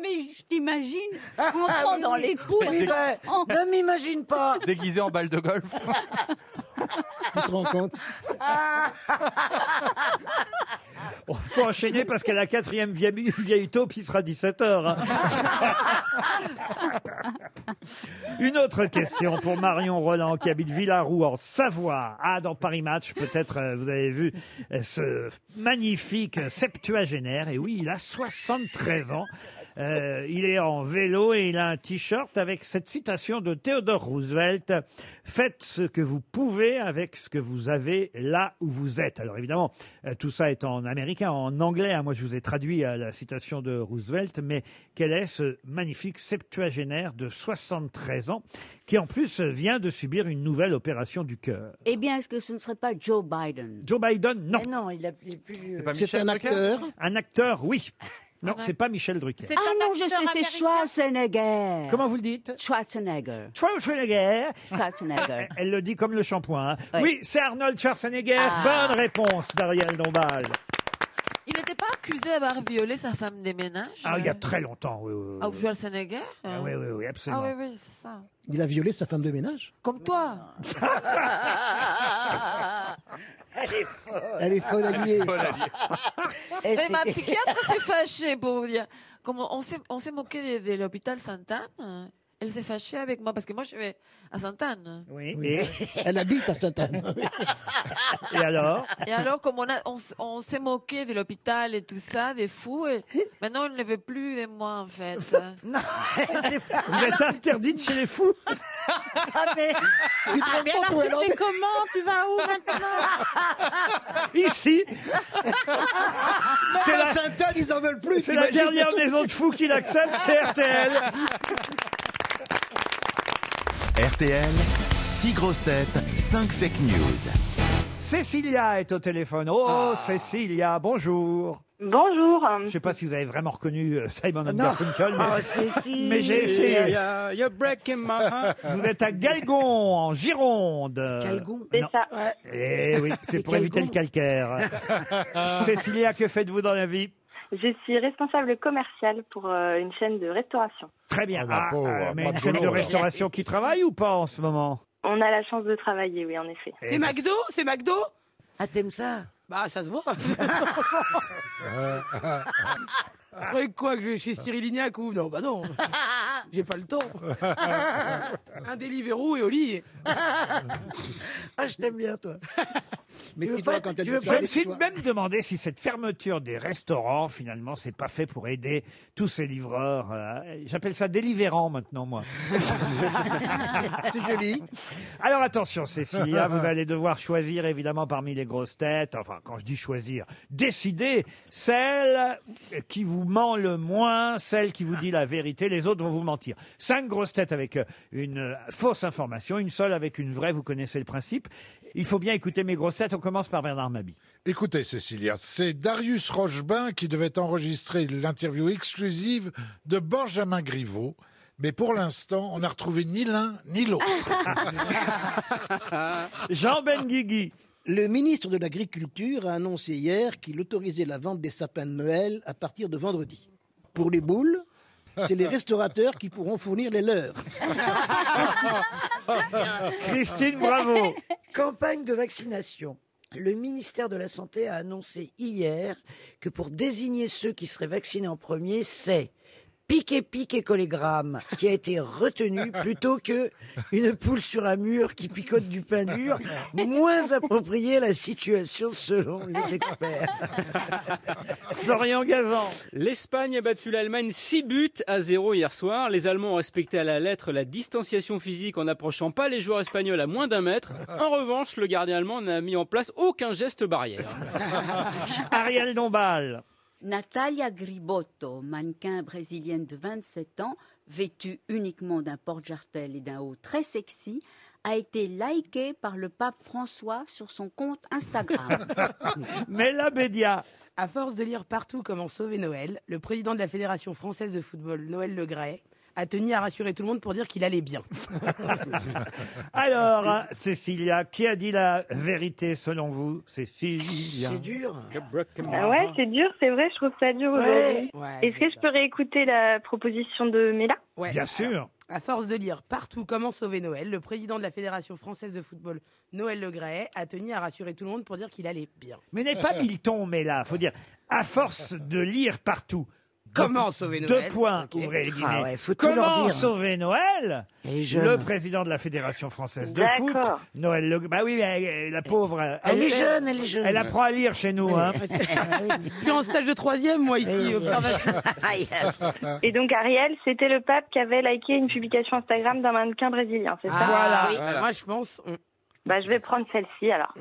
Speaker 10: Mais je t'imagine rentrant dans les trous.
Speaker 9: Oui, ben, ne m'imagine pas.
Speaker 7: Déguisé en balle de golf.
Speaker 5: Tu te rends compte
Speaker 4: Bon, Oh, faut enchaîner parce qu'à la quatrième vieille, vieille taupe, il sera 17h. Une autre question pour Marion Roland qui habite Villaroux en Savoie. Ah, dans Paris Match, peut-être euh, vous avez vu euh, ce magnifique septuagénaire. Et oui, il a 73 ans. Euh, il est en vélo et il a un t-shirt avec cette citation de Theodore Roosevelt Faites ce que vous pouvez avec ce que vous avez là où vous êtes. Alors évidemment, euh, tout ça est en américain, en anglais. hein. Moi, je vous ai traduit euh, la citation de Roosevelt, mais quel est ce magnifique septuagénaire de 73 ans qui, en plus, euh, vient de subir une nouvelle opération du cœur
Speaker 10: Eh bien, est-ce que ce ne serait pas Joe Biden
Speaker 4: Joe Biden, non.
Speaker 9: non, il a il est plus vieux.
Speaker 4: euh, Un acteur, oui. Non, c'est pas Michel Drucker.
Speaker 10: Ah non, je sais, c'est Schwarzenegger.
Speaker 4: Comment vous le dites
Speaker 10: Schwarzenegger.
Speaker 4: Schwarzenegger.
Speaker 10: Schwarzenegger.
Speaker 4: Elle le dit comme le shampoing. hein.
Speaker 10: Ouais.
Speaker 4: Oui, c'est Arnold Schwarzenegger.
Speaker 6: Ah.
Speaker 4: Bonne réponse d'Ariel Dombal.
Speaker 6: Il n'était pas accusé d'avoir violé sa femme de ménage
Speaker 4: Ah, il y a très longtemps. oui, oui, oui.
Speaker 6: Ah, vous jouez à Sénégal
Speaker 4: Ah oui, oui, oui, absolument.
Speaker 6: Ah oui, oui, c'est ça.
Speaker 5: Il a violé sa femme de ménage.
Speaker 6: Comme toi.
Speaker 9: Elle est folle.
Speaker 5: Elle est folle alliée. Elle est folle alliée.
Speaker 9: Et
Speaker 6: Mais
Speaker 9: c'est-
Speaker 6: ma psychiatre s'est fâchée pour vous dire. Comme on s'est, on s'est moqué de, de l'hôpital Sainte-Anne. elle s'est fâchée avec moi parce que moi je vais à Sainte-Anne.
Speaker 4: Oui.
Speaker 5: Oui. Elle habite à Sainte-Anne.
Speaker 4: Et alors
Speaker 6: Et alors, comme on, a- on, s- on s'est moqué de l'hôpital et tout ça, des fous, et maintenant elle ne veut plus de moi en fait. hein. non,
Speaker 4: Vous êtes interdite chez les fous
Speaker 9: Ah, mais,
Speaker 8: Ah, mais alors, tu fais comment Tu vas où maintenant
Speaker 4: Ici
Speaker 19: bah,
Speaker 5: C'est la Sainte-Anne, ils en veulent plus.
Speaker 4: C'est la dernière maison de fous qui l'accepte, c'est RTL.
Speaker 2: RTL, 6 grosses têtes, 5 fake news.
Speaker 4: Cécilia est au téléphone. Oh, Cécilia, bonjour.
Speaker 3: Bonjour.
Speaker 4: Je ne sais pas si vous avez vraiment reconnu euh, Simon and
Speaker 3: Non.
Speaker 4: Garfunkel, mais,
Speaker 3: Oh, Cécilia.
Speaker 4: mais j'ai essayé.
Speaker 20: Yeah, you're breaking my heart.
Speaker 4: Vous êtes à Galgon, en Gironde.
Speaker 3: Calgon.
Speaker 4: Non.
Speaker 3: C'est ça.
Speaker 4: Eh oui, c'est pour éviter le calcaire. Cécilia, que faites-vous dans la vie
Speaker 3: Je suis responsable commerciale pour euh, une chaîne de restauration.
Speaker 4: Très bien.
Speaker 18: Ah, la pauvre,
Speaker 4: euh, mais
Speaker 18: pas
Speaker 4: une
Speaker 18: de
Speaker 4: chaîne de
Speaker 18: boulot, là.
Speaker 4: restauration qui travaille ou pas en ce moment
Speaker 3: On a la chance de travailler, oui, en effet.
Speaker 4: C'est Eh ben,
Speaker 3: McDo C'est McDo Ah, t'aimes ça Bah, ça se voit.
Speaker 17: Après quoi que je vais chez Cyril Lignac ou non bah non. J'ai pas le temps. Un Deliveroo et au lit.
Speaker 9: Ah, je t'aime bien, toi.
Speaker 5: Mais
Speaker 9: tu veux
Speaker 5: toi,
Speaker 9: pas,
Speaker 5: quand elle
Speaker 9: tu
Speaker 5: veut
Speaker 9: veux
Speaker 4: Je
Speaker 9: pas
Speaker 4: me suis même demandé si cette fermeture des restaurants, finalement, c'est pas fait pour aider tous ces livreurs. euh, J'appelle ça délivérant maintenant, moi.
Speaker 5: C'est joli.
Speaker 4: Alors attention, Cécilia, vous allez devoir choisir évidemment parmi les grosses têtes, enfin quand je dis choisir, décider celle qui vous ment le moins, celle qui vous dit la vérité, les autres vont vous mentir. Cinq grosses têtes avec euh, une euh, fausse information, une seule avec une vraie, vous connaissez le principe. Il faut bien écouter mes grosses têtes, on commence par Bernard Mabi.
Speaker 18: Écoutez, Cécilia, c'est Darius Rochebin qui devait enregistrer l'interview exclusive de Benjamin Griveaux. Mais pour l'instant, on n'a retrouvé ni l'un ni l'autre.
Speaker 4: Jean Benguigui.
Speaker 5: Le ministre de l'Agriculture a annoncé hier qu'il autorisait la vente des sapins de Noël à partir de vendredi. Pour les boules, c'est les restaurateurs qui pourront fournir les leurs.
Speaker 4: Christine Bravo.
Speaker 9: Campagne de vaccination. Le ministère de la Santé a annoncé hier que pour désigner ceux qui seraient vaccinés en premier, c'est piqué pique et collégramme qui a été retenu plutôt que une poule sur un mur qui picote du pain dur, moins approprié à la situation selon les experts.
Speaker 4: Florian Gazan.
Speaker 20: L'Espagne a battu l'Allemagne 6 buts à 0 hier soir. Les Allemands ont respecté à la lettre la distanciation physique en n'approchant pas les joueurs espagnols à moins d'un mètre. En revanche, le gardien allemand n'a mis en place aucun geste barrière.
Speaker 4: Ariel Dombal.
Speaker 10: Natalia Gribotto, mannequin brésilienne de 27 ans, vêtue uniquement d'un porte-jartel et d'un haut très sexy, a été likée par le pape François sur son compte Instagram.
Speaker 4: Mais la Bédia.
Speaker 17: À force de lire partout comment sauver Noël, le président de la Fédération française de football, Noël Le Graët, a tenu à rassurer tout le monde pour dire qu'il allait bien.
Speaker 4: Alors, hein, Cécilia, qui a dit la vérité selon vous Cécilia.
Speaker 3: C'est
Speaker 9: dur.
Speaker 3: Ah ouais, c'est dur, c'est vrai, je trouve ça dur aujourd'hui.
Speaker 17: Ouais,
Speaker 3: Est-ce que je peux réécouter la proposition de Mela
Speaker 17: Ouais.
Speaker 4: Bien sûr.
Speaker 17: À force de lire partout comment sauver Noël, le président de la Fédération française de football, Noël Le Graët, a tenu à rassurer tout le monde pour dire qu'il allait bien.
Speaker 4: Mais n'est pas Milton, mais là, faut dire, à force de lire partout.
Speaker 17: Comment
Speaker 4: deux-
Speaker 17: sauver
Speaker 4: Deux
Speaker 17: Noël
Speaker 4: points,
Speaker 17: Ok.
Speaker 4: ouvrez les
Speaker 17: Ah
Speaker 4: guillemets.
Speaker 17: ouais, faut tout leur
Speaker 4: Comment
Speaker 17: dire.
Speaker 4: sauver Noël
Speaker 9: est jeune.
Speaker 4: Le président de la Fédération française de foot,
Speaker 9: D'accord.
Speaker 4: Noël Le... Bah oui, mais elle- la pauvre... Elle,
Speaker 9: Elle est jeune, elle est jeune.
Speaker 4: Elle apprend à lire chez nous. Hein.
Speaker 3: Ah,
Speaker 17: Je suis en stage de troisième, moi, ici. Ah, euh, observation.
Speaker 3: Et donc Ariel, c'était le pape qui avait liké une publication Instagram d'un mannequin brésilien, c'est
Speaker 4: Ah,
Speaker 3: ça
Speaker 17: Voilà. Moi, je pense.
Speaker 3: Bah, je vais prendre celle-ci alors.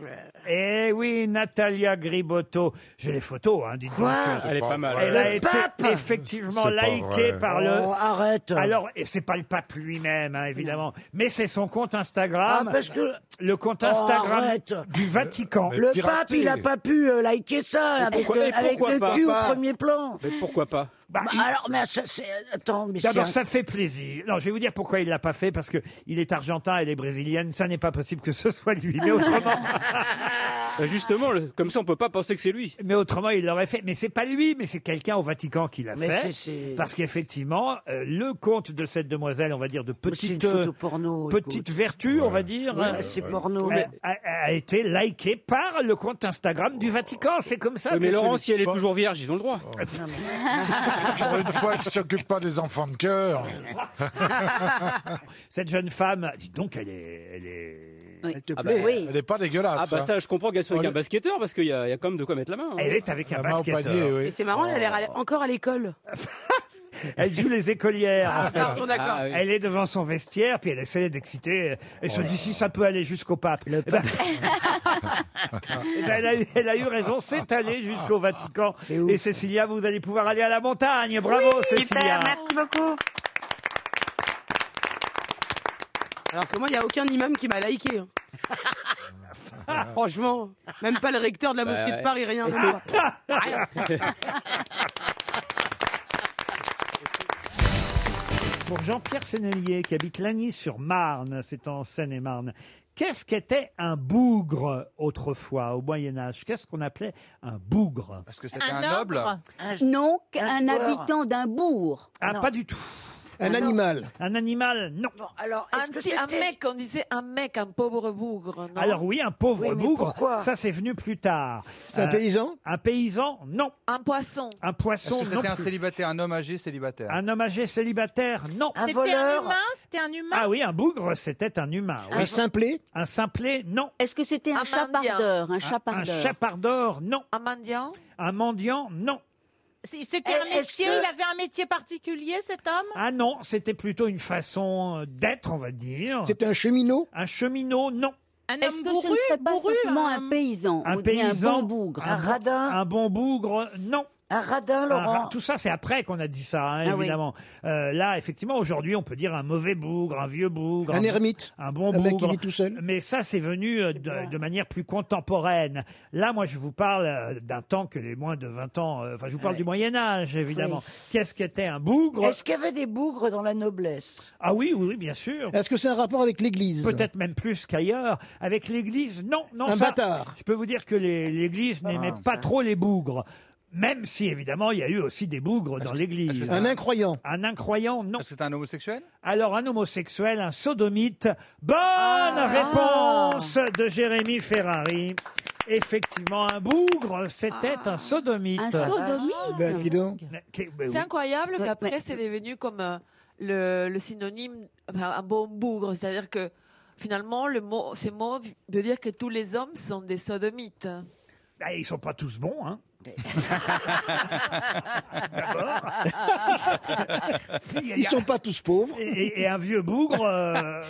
Speaker 4: Eh oui, Natalia Gribotto. J'ai les photos, hein, dites
Speaker 9: Quoi
Speaker 4: donc.
Speaker 20: Elle est pas mal.
Speaker 4: Elle a
Speaker 9: Le
Speaker 4: été
Speaker 9: pape
Speaker 4: effectivement
Speaker 9: C'est pas
Speaker 4: likée
Speaker 9: vrai.
Speaker 4: par le.
Speaker 9: Oh, arrête.
Speaker 4: Alors, et c'est pas le pape lui-même, hein, évidemment, mais c'est son compte Instagram.
Speaker 9: Ah, parce que-
Speaker 4: Le compte
Speaker 9: Oh,
Speaker 4: Instagram
Speaker 9: arrête.
Speaker 4: du Vatican.
Speaker 9: Le pape, il n'a pas pu euh, liker ça
Speaker 20: Et
Speaker 9: avec,
Speaker 20: pourquoi-
Speaker 9: le,
Speaker 20: et
Speaker 9: avec
Speaker 20: pourquoi
Speaker 9: le
Speaker 20: pas
Speaker 9: cul au premier plan.
Speaker 20: Mais pourquoi pas
Speaker 4: Bah,
Speaker 9: Bah,
Speaker 4: il-
Speaker 9: Alors, mais ça, c'est. Attends, mais c'est.
Speaker 4: D'abord,
Speaker 9: un-
Speaker 4: ça fait plaisir. Non, je vais vous dire pourquoi il l'a pas fait, parce que il est argentin, elle est brésilienne, ça n'est pas possible que ce soit lui. Mais autrement,
Speaker 20: Euh, Justement, le- comme ça on peut pas penser que c'est lui.
Speaker 4: mais autrement, il l'aurait fait. Mais c'est pas lui, mais c'est quelqu'un au Vatican qui l'a
Speaker 9: Mais c'est-
Speaker 4: fait.
Speaker 9: c'est-
Speaker 4: Parce qu'effectivement, euh, le compte de cette demoiselle, on va dire de
Speaker 9: Mais c'est
Speaker 4: petite,
Speaker 9: une photo
Speaker 4: euh,
Speaker 9: porno,
Speaker 4: petite
Speaker 9: écoute.
Speaker 4: vertu, on va dire,
Speaker 9: Ouais,
Speaker 4: hein,
Speaker 9: c'est porno.
Speaker 4: a, a- a été liké par le compte Instagram du Vatican. C'est comme ça. Oh.
Speaker 20: Oui, mais
Speaker 4: qu'est-ce que-
Speaker 20: Laurent, si elle est toujours vierge, ils ont le droit.
Speaker 18: Pour une fois qu'il s'occupe pas des enfants de cœur.
Speaker 4: Cette jeune femme, dis donc, elle est. Elle est...
Speaker 18: Oui. Elle te plaît. Oui. Elle est pas dégueulasse,
Speaker 20: bah, Ah bah
Speaker 18: hein.
Speaker 20: ça, je comprends qu'elle soit
Speaker 18: On
Speaker 20: avec un
Speaker 18: est-
Speaker 20: basketteur parce qu'il y, a il y a quand même de quoi mettre la main. hein. Oh.
Speaker 4: Elle est avec un euh. basketteur.
Speaker 17: Et c'est marrant, elle a l'air à- encore à l'école.
Speaker 4: Elle joue les écolières.
Speaker 17: Ah,
Speaker 4: en fait.
Speaker 17: pardon, d'accord. Ah, oui.
Speaker 4: Elle est devant son vestiaire, puis elle essaie d'exciter. Elle se dit si ça peut aller jusqu'au pape. Eh ben- Eh ben, elle, a, eu- elle a eu raison, c'est allé jusqu'au Vatican. Et Cécilia, vous allez pouvoir aller à la montagne. Bravo,
Speaker 3: Oui,
Speaker 4: Cécilia.
Speaker 3: super, merci beaucoup.
Speaker 17: Alors que moi, il n'y a aucun imam qui m'a liké. hein. Franchement, même pas le recteur de la
Speaker 20: Bah
Speaker 17: mosquée
Speaker 20: ouais.
Speaker 17: de Paris, rien.
Speaker 20: Et
Speaker 17: même
Speaker 20: c'est-
Speaker 17: pas. Rien.
Speaker 4: Pour Jean-Pierre Sénelier, qui habite Lagny-sur-Marne, c'est en Seine-et-Marne. Qu'est-ce qu'était un bougre autrefois, au Moyen-Âge Qu'est-ce qu'on appelait un bougre Parce que
Speaker 10: Non, un
Speaker 4: joueur.
Speaker 10: habitant d'un bourg.
Speaker 4: Ah,
Speaker 10: Non.
Speaker 4: pas du tout.
Speaker 10: Un Non. animal.
Speaker 4: Un animal, non.
Speaker 10: alors,
Speaker 6: Un, petit- un mec, on disait un mec, un pauvre bougre. non
Speaker 4: Alors oui, ah, un pauvre
Speaker 6: Oui, mais
Speaker 4: bougre,
Speaker 6: pourquoi
Speaker 4: ça c'est venu plus tard.
Speaker 6: C'est un
Speaker 4: paysan Un paysan, non.
Speaker 6: Un poisson.
Speaker 4: Un
Speaker 7: Est-ce
Speaker 4: poisson,
Speaker 7: que
Speaker 4: non
Speaker 7: c'était un
Speaker 4: plus.
Speaker 7: célibataire, un homme âgé célibataire
Speaker 4: Un homme âgé célibataire, non.
Speaker 7: Un C'était un voleur
Speaker 12: humain C'était un humain
Speaker 4: Ah oui, un bougre, c'était un humain.
Speaker 10: Un
Speaker 4: simplé Un simplé, non.
Speaker 10: Est-ce que c'était un, chapardeur, un chapardeur
Speaker 4: Un chapardeur, non.
Speaker 6: Un mendiant
Speaker 4: Un mendiant, non.
Speaker 12: C'est- C'était un
Speaker 4: Est-ce
Speaker 12: métier,
Speaker 4: que-
Speaker 12: il avait un métier particulier cet homme
Speaker 4: Ah non, c'était plutôt une façon euh, d'être, on va dire.
Speaker 5: C'était un cheminot
Speaker 4: Un cheminot, non.
Speaker 12: Un
Speaker 10: Est-ce
Speaker 12: homme
Speaker 10: que ce
Speaker 12: bourru,
Speaker 10: ne serait pas
Speaker 12: bourru,
Speaker 10: simplement
Speaker 12: un-
Speaker 10: un paysan
Speaker 4: Un
Speaker 10: ou bien
Speaker 4: paysan,
Speaker 10: un bon bougre
Speaker 4: un radin, un bon bougre, non.
Speaker 9: Un radin,
Speaker 4: Un
Speaker 9: Laurent.
Speaker 4: ra- tout ça, c'est après qu'on a dit ça, hein,
Speaker 9: Ah oui.
Speaker 4: évidemment. Euh, là, effectivement, aujourd'hui, on peut dire un mauvais bougre, un vieux bougre.
Speaker 5: Un ermite.
Speaker 4: Un bon
Speaker 5: Un mec qui
Speaker 4: bougre.
Speaker 5: vit tout seul.
Speaker 4: Mais ça, c'est venu euh, de, de manière plus contemporaine. Là, moi, je vous parle euh, d'un temps que les moins de 20 ans... euh, Enfin, je vous parle
Speaker 9: Ouais.
Speaker 4: du Moyen-Âge, évidemment.
Speaker 9: Oui.
Speaker 4: Qu'est-ce qu'était un bougre
Speaker 9: Est-ce qu'il y avait des bougres dans la noblesse
Speaker 4: Ah oui, oui, oui, bien sûr.
Speaker 5: Est-ce que c'est un rapport avec l'Église
Speaker 4: Peut-être même plus qu'ailleurs. Avec l'Église, non, non.
Speaker 5: Un
Speaker 4: ça,
Speaker 5: bâtard.
Speaker 4: Je peux vous dire que les- l'Église
Speaker 7: Ah,
Speaker 4: n'aimait pas
Speaker 7: hein.
Speaker 4: trop les bougres. Même si, évidemment, il y a eu aussi des bougres dans l'Église.
Speaker 5: Un incroyant.
Speaker 4: Un incroyant, non.
Speaker 7: Est-ce que c'était un homosexuel
Speaker 4: Alors, un homosexuel, un sodomite. Bonne
Speaker 5: Ah.
Speaker 4: réponse de Jérémy Ferrari. Effectivement, un bougre, c'était un sodomite.
Speaker 6: Ah. Un sodomite Ben, dis
Speaker 5: Ah, donc.
Speaker 6: C'est incroyable qu'après, c'est devenu comme euh, le, le synonyme, enfin, un bon bougre. C'est-à-dire que finalement, le mot, ce mot veut dire que tous les hommes sont des sodomites.
Speaker 4: Bah, ils sont pas tous bons, hein.
Speaker 5: Ils sont pas tous pauvres.
Speaker 4: Et, et- et un vieux bougre. euh,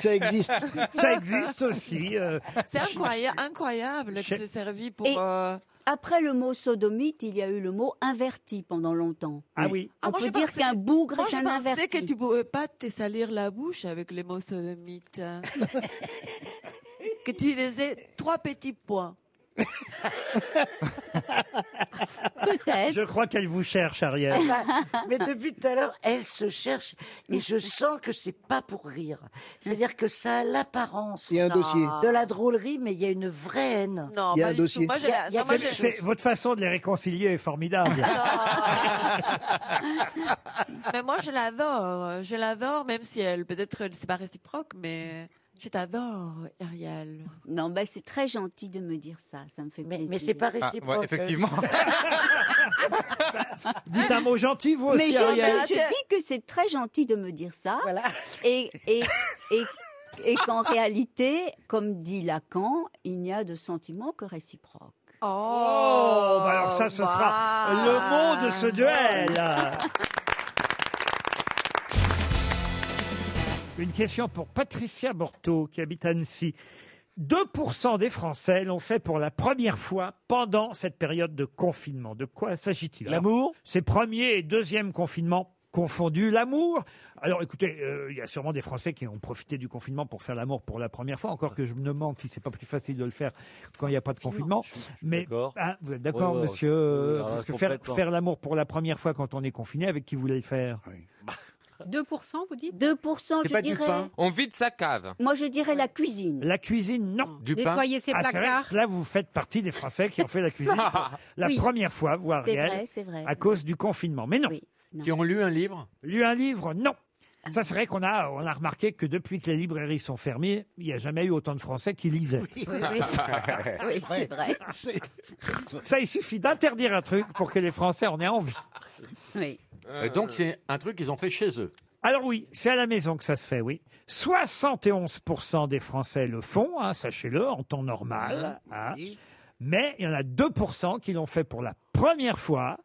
Speaker 5: Ça existe.
Speaker 4: Ça existe aussi. euh,
Speaker 6: C'est incroyable, incroyable que c'est servi pour.
Speaker 10: Et
Speaker 6: euh,
Speaker 10: Après le mot sodomite, il y a eu le mot inverti pendant longtemps.
Speaker 4: Ah oui.
Speaker 10: On
Speaker 6: moi,
Speaker 10: peut
Speaker 6: je
Speaker 10: dire
Speaker 6: pensais-
Speaker 10: qu'un bougre
Speaker 6: moi,
Speaker 10: est
Speaker 6: je
Speaker 10: un
Speaker 6: pensais
Speaker 10: inverti.
Speaker 6: que tu pouvais pas te salir la bouche avec les mots sodomite. que tu disais trois petits points.
Speaker 10: Peut-être.
Speaker 4: Je crois qu'elle vous cherche, Ariel.
Speaker 9: Eh ben, Mais depuis tout à l'heure, elle se cherche et je sens que c'est pas pour rire. C'est-à-dire que ça a l'apparence
Speaker 5: Il y a un dossier.
Speaker 9: de la drôlerie, mais il y a une vraie haine.
Speaker 6: Non,
Speaker 5: Il y a pas un du tout. dossier. Moi,
Speaker 9: Il y a- il y a
Speaker 4: C'est-
Speaker 9: quelque chose.
Speaker 4: c'est- votre façon de les réconcilier est formidable. Ah.
Speaker 6: Mais moi, je l'adore. Je l'adore, même si elle, peut-être, c'est pas réciproque, mais je t'adore, Ariel.
Speaker 10: Non, ben c'est très gentil de me dire ça, ça me fait plaisir.
Speaker 9: mais c'est pas
Speaker 7: Ah, ouais, effectivement.
Speaker 4: Dites un mot gentil, vous
Speaker 10: Mais
Speaker 4: aussi,
Speaker 10: je,
Speaker 4: Ariel.
Speaker 10: je dis que c'est très gentil de me dire ça. Et, et, et, et qu'en réalité, comme dit Lacan, il n'y a de sentiment que réciproque.
Speaker 4: Oh, bah alors ça, ce sera le mot de ce duel. Une question pour Patricia Borto, qui habite Annecy. 2% des Français l'ont fait pour la première fois pendant cette période de confinement. De quoi s'agit-il L'amour C'est premier et deuxième confinement confondus. L'amour Alors écoutez, euh, il y a sûrement des Français qui ont profité du confinement pour faire l'amour pour la première fois. Encore que je me demande si c'est pas plus facile de le faire quand il n'y a pas de confinement. Mais Ah, vous êtes d'accord,
Speaker 14: Ouais, ouais,
Speaker 4: monsieur
Speaker 14: ouais,
Speaker 4: euh,
Speaker 14: alors,
Speaker 4: Parce que faire,
Speaker 14: complètement.
Speaker 4: faire l'amour pour la première fois quand on est confiné, avec qui vous voulez le faire
Speaker 10: 2%, vous dites 2%, je dirais.
Speaker 21: On vide sa cave.
Speaker 10: Moi, je dirais la cuisine.
Speaker 4: La cuisine, non.
Speaker 21: Du pain. Nettoyer ses
Speaker 4: Ah, c'est vrai
Speaker 21: placards.
Speaker 4: que Là, vous faites partie des Français qui ont fait la cuisine pour la
Speaker 10: Oui.
Speaker 4: première fois, voire
Speaker 10: C'est
Speaker 4: réelle,
Speaker 10: vrai, c'est vrai.
Speaker 4: à cause du confinement. Mais non.
Speaker 10: non.
Speaker 4: Qui ont lu un livre Lu un livre, non. Ça, c'est vrai qu'on a, on a remarqué que depuis que les librairies sont fermées, il n'y a jamais eu autant de Français qui lisaient.
Speaker 11: Oui,
Speaker 10: c'est vrai.
Speaker 4: Ça, il suffit d'interdire un truc pour que les Français en aient envie.
Speaker 10: Oui.
Speaker 21: Et Euh, donc c'est un truc qu'ils ont fait chez eux.
Speaker 4: Alors oui, c'est à la maison que ça se fait, oui. 71% des Français le font, hein, sachez-le, en temps normal. hein. Mais il y en a 2% qui l'ont fait pour la première fois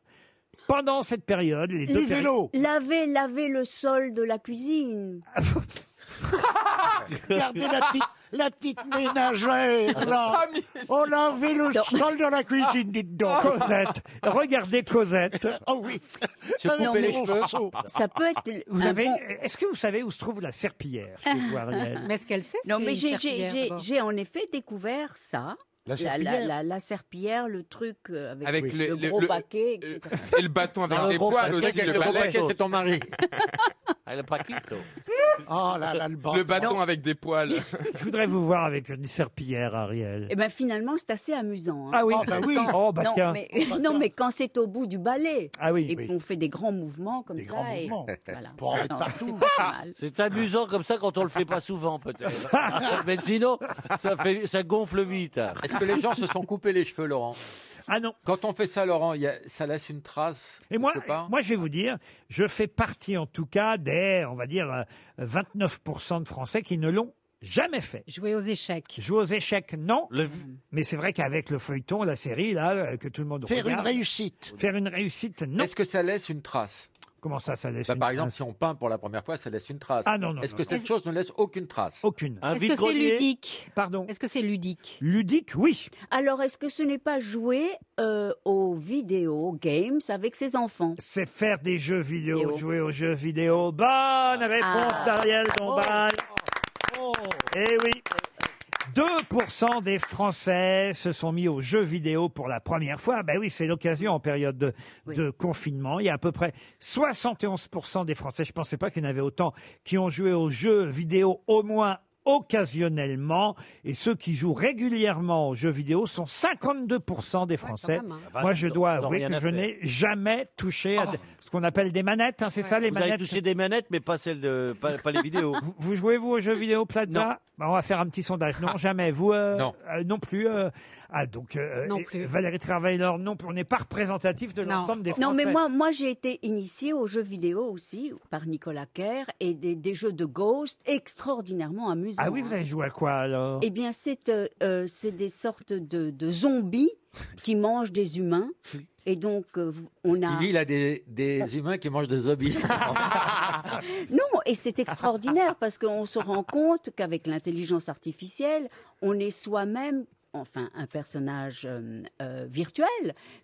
Speaker 4: pendant cette période. Les deux péri-
Speaker 10: Laver, laver le sol de la cuisine.
Speaker 11: Regardez la petite, la petite
Speaker 4: Ah,
Speaker 11: ménagère, là. On a enlevé le sol de la cuisine, dites donc.
Speaker 4: Ah. Cosette, regardez Cosette.
Speaker 11: Oh oui.
Speaker 4: Se
Speaker 11: Ah, mais
Speaker 4: couper
Speaker 11: c'est
Speaker 4: les
Speaker 11: mon
Speaker 4: cheveux.
Speaker 11: pinceau.
Speaker 10: Ça peut être
Speaker 4: Vous
Speaker 10: un
Speaker 4: avez,
Speaker 10: bon-
Speaker 4: est-ce que vous savez où se trouve la serpillière chez vous, Ariel
Speaker 13: Mais est-ce qu'elle sait ce
Speaker 10: Non,
Speaker 13: qu'est
Speaker 10: mais
Speaker 13: une
Speaker 10: j'ai- j'ai
Speaker 13: serpillière,
Speaker 10: j'ai-
Speaker 13: d'abord
Speaker 10: j'ai en effet découvert ça.
Speaker 13: La
Speaker 10: la, la,
Speaker 13: serpillière.
Speaker 10: la- la serpillière, le truc euh, avec,
Speaker 21: Avec
Speaker 10: le,
Speaker 21: le-
Speaker 10: le
Speaker 21: le-
Speaker 10: gros
Speaker 21: le-
Speaker 10: paquet.
Speaker 21: Et le bâton
Speaker 14: Ah,
Speaker 21: avec
Speaker 14: le
Speaker 21: des
Speaker 14: gros
Speaker 4: bah,
Speaker 21: poils
Speaker 14: paquet,
Speaker 21: aussi,
Speaker 14: le
Speaker 21: le
Speaker 14: gros
Speaker 21: balai,
Speaker 14: paquet.
Speaker 21: c'est ton mari.
Speaker 14: Elle est pratique, toi.
Speaker 11: Oh là là, le
Speaker 21: Le bâton avec des poils.
Speaker 4: Je voudrais vous voir avec une serpillière, Ariel.
Speaker 10: Et bien Eh ben, finalement, c'est assez amusant. hein.
Speaker 4: Ah oui. Ah bah oui.
Speaker 10: Quand-
Speaker 4: Oh bah
Speaker 10: non,
Speaker 4: tiens.
Speaker 10: Mais,
Speaker 4: Oh bah
Speaker 10: non, mais quand c'est au bout du balai.
Speaker 4: Ah oui.
Speaker 10: Et qu'on fait des grands mouvements comme ça. et- voilà. Non,
Speaker 14: C'est amusant comme ça quand on le fait pas souvent, peut-être. Mais sinon, ça, fait, ça gonfle vite.
Speaker 21: Est-ce que les gens se sont coupés les cheveux, Laurent
Speaker 4: Ah non.
Speaker 21: Quand on fait ça, Laurent, il y a- ça laisse une trace.
Speaker 4: Et moi,
Speaker 21: quelque part
Speaker 4: moi, je vais vous dire, je fais partie en tout cas des, on va dire, euh, 29% de Français qui ne l'ont jamais fait.
Speaker 13: Jouer aux échecs.
Speaker 4: Jouer aux échecs, non. Mais c'est vrai qu'avec le feuilleton, la série, là, euh, que tout le monde
Speaker 21: Faire une
Speaker 4: regarde-
Speaker 21: réussite.
Speaker 4: Faire une réussite, non.
Speaker 21: Est-ce que ça laisse une trace
Speaker 4: Comment ça, ça laisse
Speaker 21: Bah,
Speaker 4: une
Speaker 21: Par exemple,
Speaker 4: trace
Speaker 21: si on peint pour la première fois, ça laisse une trace.
Speaker 4: Ah, non, non,
Speaker 21: Est-ce
Speaker 4: non,
Speaker 21: que
Speaker 4: non.
Speaker 21: cette chose ne laisse aucune trace
Speaker 4: Aucune.
Speaker 21: Un
Speaker 10: Est-ce que c'est ludique
Speaker 4: Pardon
Speaker 10: Est-ce que c'est ludique
Speaker 4: Ludique, oui.
Speaker 10: Alors, est-ce que ce n'est pas jouer euh, aux vidéo games avec ses enfants
Speaker 4: C'est faire des jeux vidéo, jouer aux jeux vidéo. Bonne réponse
Speaker 10: Ah.
Speaker 4: d'Ariel Dombal.
Speaker 11: Oh.
Speaker 4: Eh oui. 2% des Français se sont mis aux jeux vidéo pour la première fois. Ben oui, c'est l'occasion en période de, de confinement. Il y a à peu près 71% des Français, je ne pensais pas qu'il y en avait autant, qui ont joué aux jeux vidéo au moins occasionnellement. Et ceux qui jouent régulièrement aux jeux vidéo sont 52% des Français.
Speaker 13: même, hein.
Speaker 14: Ah bah,
Speaker 4: Moi, je
Speaker 14: ils ont-
Speaker 4: dois
Speaker 14: ils ont
Speaker 4: avouer
Speaker 14: rien
Speaker 4: que
Speaker 14: à
Speaker 4: je
Speaker 14: faire.
Speaker 4: n'ai jamais touché à de- ce qu'on appelle des manettes. hein, c'est ça, les
Speaker 14: Vous avez
Speaker 4: manettes
Speaker 14: touché des manettes, mais pas celles de, pas, pas les vidéos.
Speaker 4: vous, vous jouez, vous, aux jeux vidéo Plaza
Speaker 14: Non.
Speaker 4: Bah, On va faire un petit sondage.
Speaker 21: Ah.
Speaker 4: Non, jamais. Vous euh,
Speaker 14: Non.
Speaker 4: euh, non plus. euh, ah, donc, euh,
Speaker 10: Non
Speaker 4: et-
Speaker 10: plus.
Speaker 4: Valérie Travailleur, non plus. On n'est pas représentatif de l'ensemble des Français.
Speaker 10: Non, mais moi, moi j'ai été initiée aux jeux vidéo aussi par Nicolas Kerr et des, des jeux de Ghost extraordinairement amusants.
Speaker 4: Ah oui, vous avez joué à quoi alors
Speaker 10: Eh bien, c'est euh, euh, c'est des sortes de, de zombies qui mangent des humains. Et donc, euh, on a.
Speaker 21: Lui, il a des,
Speaker 10: Ah.
Speaker 21: des humains qui mangent des zombies.
Speaker 10: Non, et c'est extraordinaire parce qu'on se rend compte qu'avec l'intelligence artificielle, on est soi-même, enfin, un personnage euh, euh, virtuel,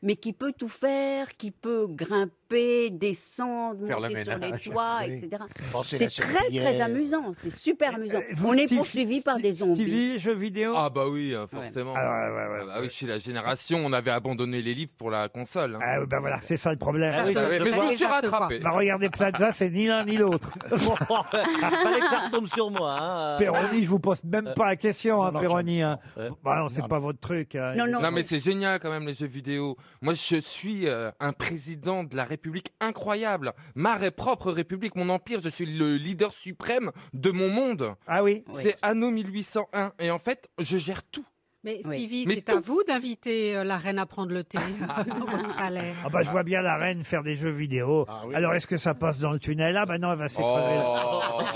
Speaker 10: mais qui peut tout faire, qui peut grimper, descendre,
Speaker 21: Faire le
Speaker 10: monter sur les
Speaker 21: ménage.
Speaker 10: toits,
Speaker 21: Oui.
Speaker 10: etc.
Speaker 21: Oh, c'est
Speaker 10: c'est
Speaker 21: la
Speaker 10: très, très
Speaker 21: serpillière. Euh,
Speaker 10: amusant, c'est super amusant.
Speaker 4: vous,
Speaker 10: on est
Speaker 4: Steve-
Speaker 10: poursuivi par des zombies.
Speaker 4: jeux vidéo
Speaker 21: Ah bah oui, euh, forcément.
Speaker 4: Ah
Speaker 7: bah
Speaker 21: Ah oui, chez la génération, on avait abandonné les livres pour la console. hein.
Speaker 4: Ah oui, bah voilà, c'est ça le problème.
Speaker 21: Ah oui, Ah oui, je- mais je je me suis rattrapé. rattrapé.
Speaker 4: Bah, regardez Plaza, c'est ni l'un ni l'autre.
Speaker 14: Fallait que ça retombe sur moi. Hein.
Speaker 4: Perroni, je vous pose même pas la question, hein, Perroni. hein. Bah non, c'est
Speaker 21: Non,
Speaker 4: pas votre truc. hein.
Speaker 21: mais c'est génial quand même les jeux vidéo. Moi, je suis euh, un président de la République incroyable. Ma ré- propre République, mon empire, je suis le leader suprême de mon monde.
Speaker 4: Ah oui
Speaker 21: C'est anno 1801. Et en fait, je gère tout.
Speaker 13: Mais
Speaker 21: Oui.
Speaker 13: Stevie,
Speaker 21: Mais
Speaker 13: c'est à vous d'inviter euh, la reine à prendre le thé dans votre palais.
Speaker 4: Ah bah je vois bien la reine faire des jeux vidéo. Alors est-ce que ça passe dans le tunnel Ah bah non, elle va s'écraser.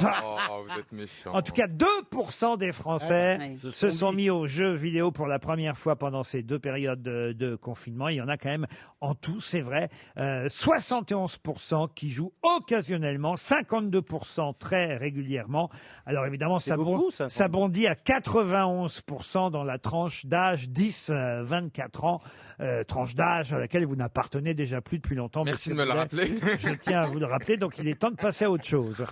Speaker 4: Ah,
Speaker 21: Oh, vous êtes méchant.
Speaker 4: En tout cas, 2% des Français
Speaker 21: Ah, ouais.
Speaker 4: se sont mis aux jeux vidéo pour la première fois pendant ces deux périodes de, de confinement. Il y en a quand même en tout, c'est vrai, euh, 71% qui jouent occasionnellement, 52% très régulièrement. Alors évidemment, ça, bon-
Speaker 14: beaucoup, ça,
Speaker 4: ça bondit à 91% dans la tranche d'âge 10-24 ans, euh, tranche d'âge à laquelle vous n'appartenez déjà plus depuis longtemps.
Speaker 21: Merci
Speaker 4: monsieur
Speaker 21: de me le
Speaker 4: Boulet.
Speaker 21: rappeler.
Speaker 4: Je tiens à vous le rappeler, donc il est temps de passer à autre chose.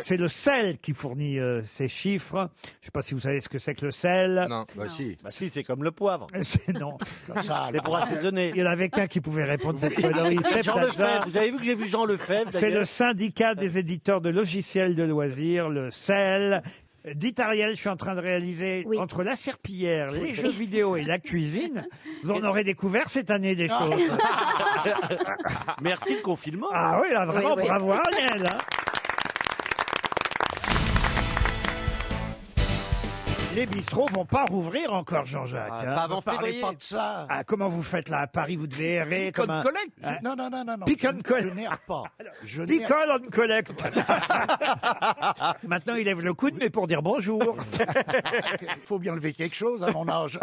Speaker 4: C'est le sel qui fournit euh, ces chiffres. Je ne sais pas si vous savez ce que c'est que le sel.
Speaker 21: Non,
Speaker 14: Bah si, bah si, c'est comme le poivre.
Speaker 4: C'est non.
Speaker 14: ça, C'est pour alors. assaisonner.
Speaker 4: Il y en avait qu'un qui pouvait répondre cette connerie.
Speaker 14: C'est
Speaker 4: C'est
Speaker 14: Jean
Speaker 4: Plaza.
Speaker 14: Lefebvre. Vous avez vu que j'ai vu Jean Lefebvre
Speaker 4: C'est le
Speaker 14: d'ailleurs
Speaker 4: syndicat des éditeurs de logiciels de loisirs, le sel. Dites Ariel, je suis en train de réaliser entre la serpillière, les jeux vidéo et la cuisine, vous en aurez découvert cette année
Speaker 14: Ah.
Speaker 4: des choses.
Speaker 14: Merci le confinement.
Speaker 4: Ah oui, là, vraiment,
Speaker 14: Oui, oui.
Speaker 4: bravo Ariel. hein. les bistrots vont pas rouvrir encore, Jean-Jacques.
Speaker 11: Ah,
Speaker 4: hein.
Speaker 11: pas avant Parlez février. pas de ça.
Speaker 4: Ah, comment vous faites là à Paris Vous devez errer
Speaker 11: Pick and
Speaker 4: comme un...
Speaker 11: collect.
Speaker 4: Ah.
Speaker 11: Non, non, non, non, non.
Speaker 4: Pick
Speaker 11: Je-
Speaker 4: and collect.
Speaker 11: je n'erre pas. Je n'erre-
Speaker 4: Pick and collect. Maintenant, il lève le coude, mais pour dire bonjour.
Speaker 11: Il faut bien lever quelque chose à mon âge.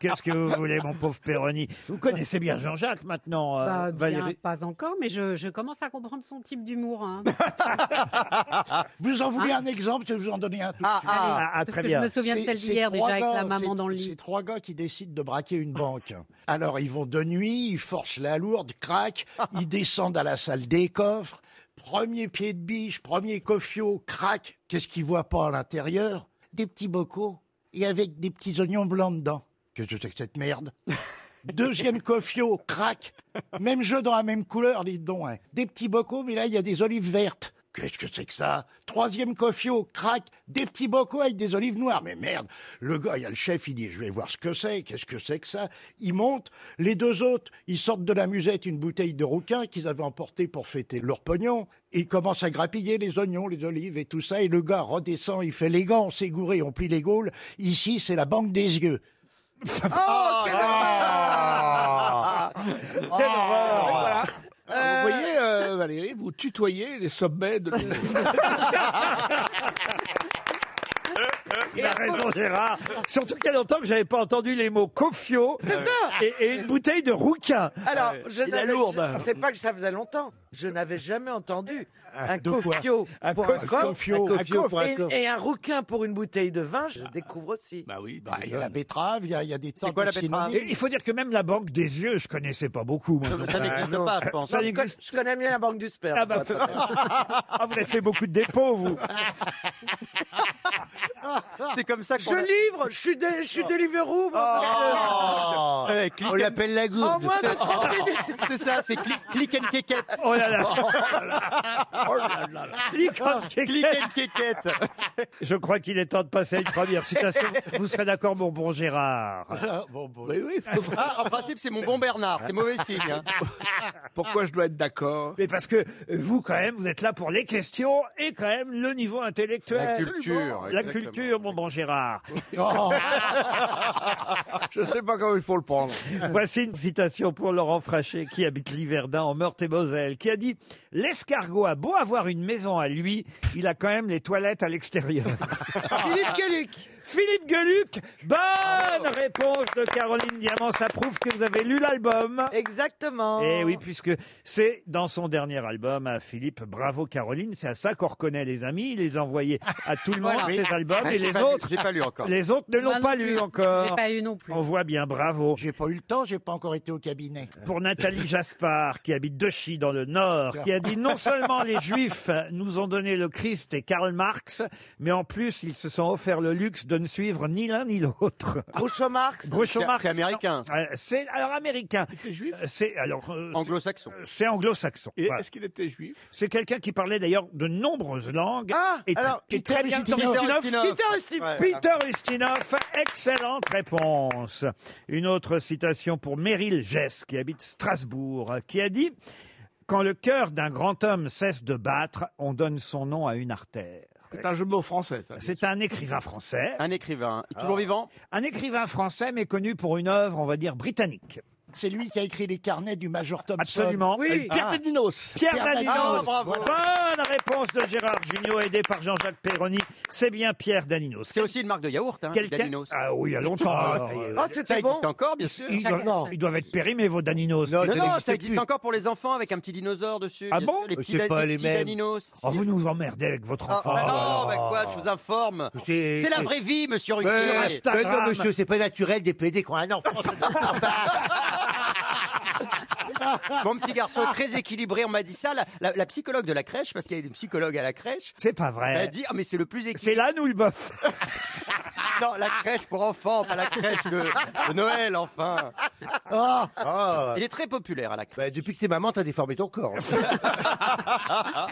Speaker 4: Qu'est-ce que vous voulez, mon pauvre Péroni Vous connaissez bien Jean-Jacques maintenant, euh,
Speaker 13: Bah, bien,
Speaker 4: Valérie.
Speaker 13: pas encore, mais je, je commence à comprendre son type d'humour. hein.
Speaker 11: Bah, Vous en voulez
Speaker 13: Ah.
Speaker 11: un exemple Je vais vous en donner un tout de suite.
Speaker 13: ah, Ah, ah, parce très que je bien. me souviens de
Speaker 11: C'est-
Speaker 13: celle
Speaker 11: c'est
Speaker 13: d'hier, déjà,
Speaker 11: trois
Speaker 13: avec la
Speaker 11: gars,
Speaker 13: maman
Speaker 11: c'est-
Speaker 13: dans le lit.
Speaker 11: C'est trois gars qui décident de braquer une banque. Alors, ils vont de nuit, ils forcent la lourde, crac, ils descendent à la salle des coffres. Premier pied de biche, premier cofio, crac. Qu'est-ce qu'ils voient pas à l'intérieur Des petits bocaux et avec des petits oignons blancs dedans. Qu'est-ce que c'est que cette merde Deuxième cofio, crac. Même jeu dans la même couleur, dites donc. hein. Des petits bocaux, mais là, il y a des olives vertes. Qu'est-ce que c'est que ça Troisième cofio, crac. Des petits bocaux avec des olives noires. Mais merde, le gars, il y a le chef, il dit, je vais voir ce que c'est. Qu'est-ce que c'est que ça Il monte. Les deux autres, ils sortent de la musette une bouteille de rouquin qu'ils avaient emportée pour fêter leur pognon. Ils commencent à grappiller les oignons, les olives et tout ça. Et le gars redescend, il fait les gants, on s'est gouré, on plie les gaules. Ici, c'est la banque des yeux.
Speaker 15: Ah. Quelle horreur. Voilà. Ah. Vous voyez, euh, Valérie, vous tutoyez les sommets
Speaker 4: Ah.
Speaker 15: de
Speaker 4: Il a raison, Gérard. Surtout qu'il y a longtemps que j'avais pas entendu les mots cofio euh, et, et une bouteille de rouquin. Euh,
Speaker 19: Alors, je
Speaker 4: Il ben. est
Speaker 19: n'avais-
Speaker 4: lourde.
Speaker 19: je- C'est pas que ça faisait longtemps. Je n'avais jamais entendu un
Speaker 4: Ah, de quoi
Speaker 19: cofio
Speaker 4: Un
Speaker 19: pour
Speaker 4: cof-
Speaker 19: un coffre,
Speaker 4: cofio,
Speaker 19: un
Speaker 4: un
Speaker 19: cofio
Speaker 4: coffre,
Speaker 19: et,
Speaker 4: un Ah. coffre.
Speaker 19: et un rouquin pour une bouteille de vin. Je découvre aussi.
Speaker 15: Bah oui.
Speaker 11: Bah, il y a la betterave, il y a, il y a des tas de synonymes.
Speaker 4: Et Il faut dire que même la banque des yeux, je connaissais pas beaucoup. moi, donc, euh, non. Ça
Speaker 19: Non, je, Ah,
Speaker 4: n'existe
Speaker 19: connais, je connais bien la banque du sperme.
Speaker 4: Ah bah,
Speaker 19: moi, ça va.
Speaker 4: Ah, vous avez fait beaucoup de dépôts, vous.
Speaker 16: C'est comme ça
Speaker 19: Je livre, je suis, dé, je
Speaker 4: Oh.
Speaker 19: suis Deliveroo.
Speaker 16: Oh. Ouais, click and-
Speaker 19: la gourde. En moins de 30 minutes.
Speaker 16: C'est ça, c'est click, click and kékette.
Speaker 4: Oh là là.
Speaker 16: Oh là là.
Speaker 4: Click and kékette.
Speaker 16: Click and kékette.
Speaker 4: Je crois qu'il est temps de passer à une première citation. Vous serez d'accord, mon bon Gérard.
Speaker 15: Oui, oui.
Speaker 16: Ah, en principe, c'est mon bon Bernard, c'est mauvais signe. hein.
Speaker 15: Pourquoi je dois être d'accord
Speaker 4: Mais parce que vous, quand même, vous êtes là pour les questions et quand même le niveau intellectuel.
Speaker 15: La culture,
Speaker 4: La
Speaker 15: exactement. Oh.
Speaker 4: culture, mon bon Gérard.
Speaker 15: Je sais pas comment il faut le prendre.
Speaker 4: Voici une citation pour Laurent Frachet, qui habite l'Hiverdin en Meurthe-et-Moselle, qui a dit « L'escargot a beau avoir une maison à lui, il a quand même les toilettes à l'extérieur.
Speaker 19: Philippe Gueluc. »
Speaker 4: Philippe Gueluc, bonne réponse de Caroline Diamant. Ça prouve que vous avez lu l'album.
Speaker 19: Exactement.
Speaker 4: Eh oui, puisque c'est dans son dernier album à Philippe. Bravo Caroline, c'est à ça qu'on reconnaît les amis. Il les envoyait à tout le monde,
Speaker 16: Voilà.
Speaker 4: ses albums,
Speaker 16: Ah,
Speaker 4: et
Speaker 16: j'ai
Speaker 4: les
Speaker 16: pas lu-
Speaker 4: autres.
Speaker 16: j'ai pas lu encore.
Speaker 4: Les autres ne l'ont
Speaker 13: Moi non
Speaker 4: pas
Speaker 13: plus.
Speaker 4: lu encore.
Speaker 13: J'ai pas eu non plus.
Speaker 4: On voit bien, bravo.
Speaker 11: J'ai pas eu le temps, j'ai pas encore été au cabinet.
Speaker 4: Pour Nathalie Jaspard, qui habite Dechy dans le Nord, qui a dit non seulement les Juifs nous ont donné le Christ et Karl Marx, mais en plus ils se sont offert le luxe de ne suivre ni l'un ni l'autre.
Speaker 19: Groucho Marx.
Speaker 4: Groucho
Speaker 16: C'est-
Speaker 4: Marx.
Speaker 16: c'est américain,
Speaker 4: non.
Speaker 16: ça.
Speaker 4: Euh, C'est alors américain.
Speaker 15: C'est juif
Speaker 4: Euh, C'est alors euh,
Speaker 16: Anglo-saxon.
Speaker 4: c'est anglo-saxon.
Speaker 15: Et
Speaker 4: voilà.
Speaker 15: Est-ce qu'il était juif
Speaker 4: C'est quelqu'un qui parlait d'ailleurs de nombreuses langues.
Speaker 19: Ah,
Speaker 4: et, tr-
Speaker 19: alors,
Speaker 4: et très bien.
Speaker 19: Peter Ustinov.
Speaker 4: Peter Ustinov, excellente réponse. Une autre citation pour Meryl Gess, qui habite Strasbourg, qui a dit Quand le cœur d'un grand homme cesse de battre, on donne son nom à une artère.
Speaker 15: C'est un jeu de mots français, ça.
Speaker 4: C'est un écrivain français.
Speaker 16: Un écrivain, toujours vivant.
Speaker 4: Un écrivain français, mais connu pour une œuvre, on va dire, britannique.
Speaker 11: C'est lui qui a écrit les carnets du Major Thompson.
Speaker 4: Absolument. Euh,
Speaker 16: Euh,
Speaker 11: Oui.
Speaker 4: Pierre
Speaker 1: Ah.
Speaker 11: Bédinos.
Speaker 4: Ah. Pierre
Speaker 16: Ah,
Speaker 4: Daninos.
Speaker 11: bravo.
Speaker 4: Bonne réponse de Gérard Junior, aidé par Jean-Jacques Perroni. C'est bien Pierre Daninos.
Speaker 16: C'est aussi une marque de yaourt, hein,
Speaker 4: Quelqu'un-
Speaker 16: Daninos.
Speaker 4: Ah oui, il y a longtemps. alors.
Speaker 19: Ah,
Speaker 16: Ça
Speaker 19: c'était bon.
Speaker 16: existe encore, bien sûr.
Speaker 4: Ils doivent, non, ils doivent être périmés, vos Daninos.
Speaker 16: Non, non, ça existe encore pour les enfants avec un petit dinosaure dessus.
Speaker 4: Ah
Speaker 16: bien
Speaker 4: bon
Speaker 16: sûr, Les
Speaker 4: Mais
Speaker 16: petits,
Speaker 4: c'est
Speaker 16: da-
Speaker 4: pas
Speaker 16: les
Speaker 4: les
Speaker 16: petits
Speaker 4: mêmes.
Speaker 16: Daninos.
Speaker 4: Oh, vous nous emmerdez avec votre
Speaker 16: Ah,
Speaker 4: enfant.
Speaker 16: bah non, bah quoi, je vous informe.
Speaker 1: C'est-
Speaker 16: C'est la vraie vie, monsieur Ruquier.
Speaker 1: Mais- mais non,
Speaker 4: Instagram.
Speaker 1: monsieur, c'est pas naturel des PD qui ont un enfant.
Speaker 16: Mon petit garçon très équilibré, on m'a dit ça. La, la- la psychologue de la crèche, parce qu'il y a une psychologue à la crèche,
Speaker 4: C'est pas
Speaker 16: elle a
Speaker 4: vrai.
Speaker 16: dit Ah, mais c'est le plus équilibré.
Speaker 4: C'est là, nous, le bœuf.
Speaker 16: Non, la crèche pour enfants, pas la crèche de, de Noël, enfin.
Speaker 4: Ah.
Speaker 1: Il est très populaire à la crèche. Ah. Bah, depuis que t'es maman, t'as déformé ton
Speaker 4: Bah
Speaker 1: corps.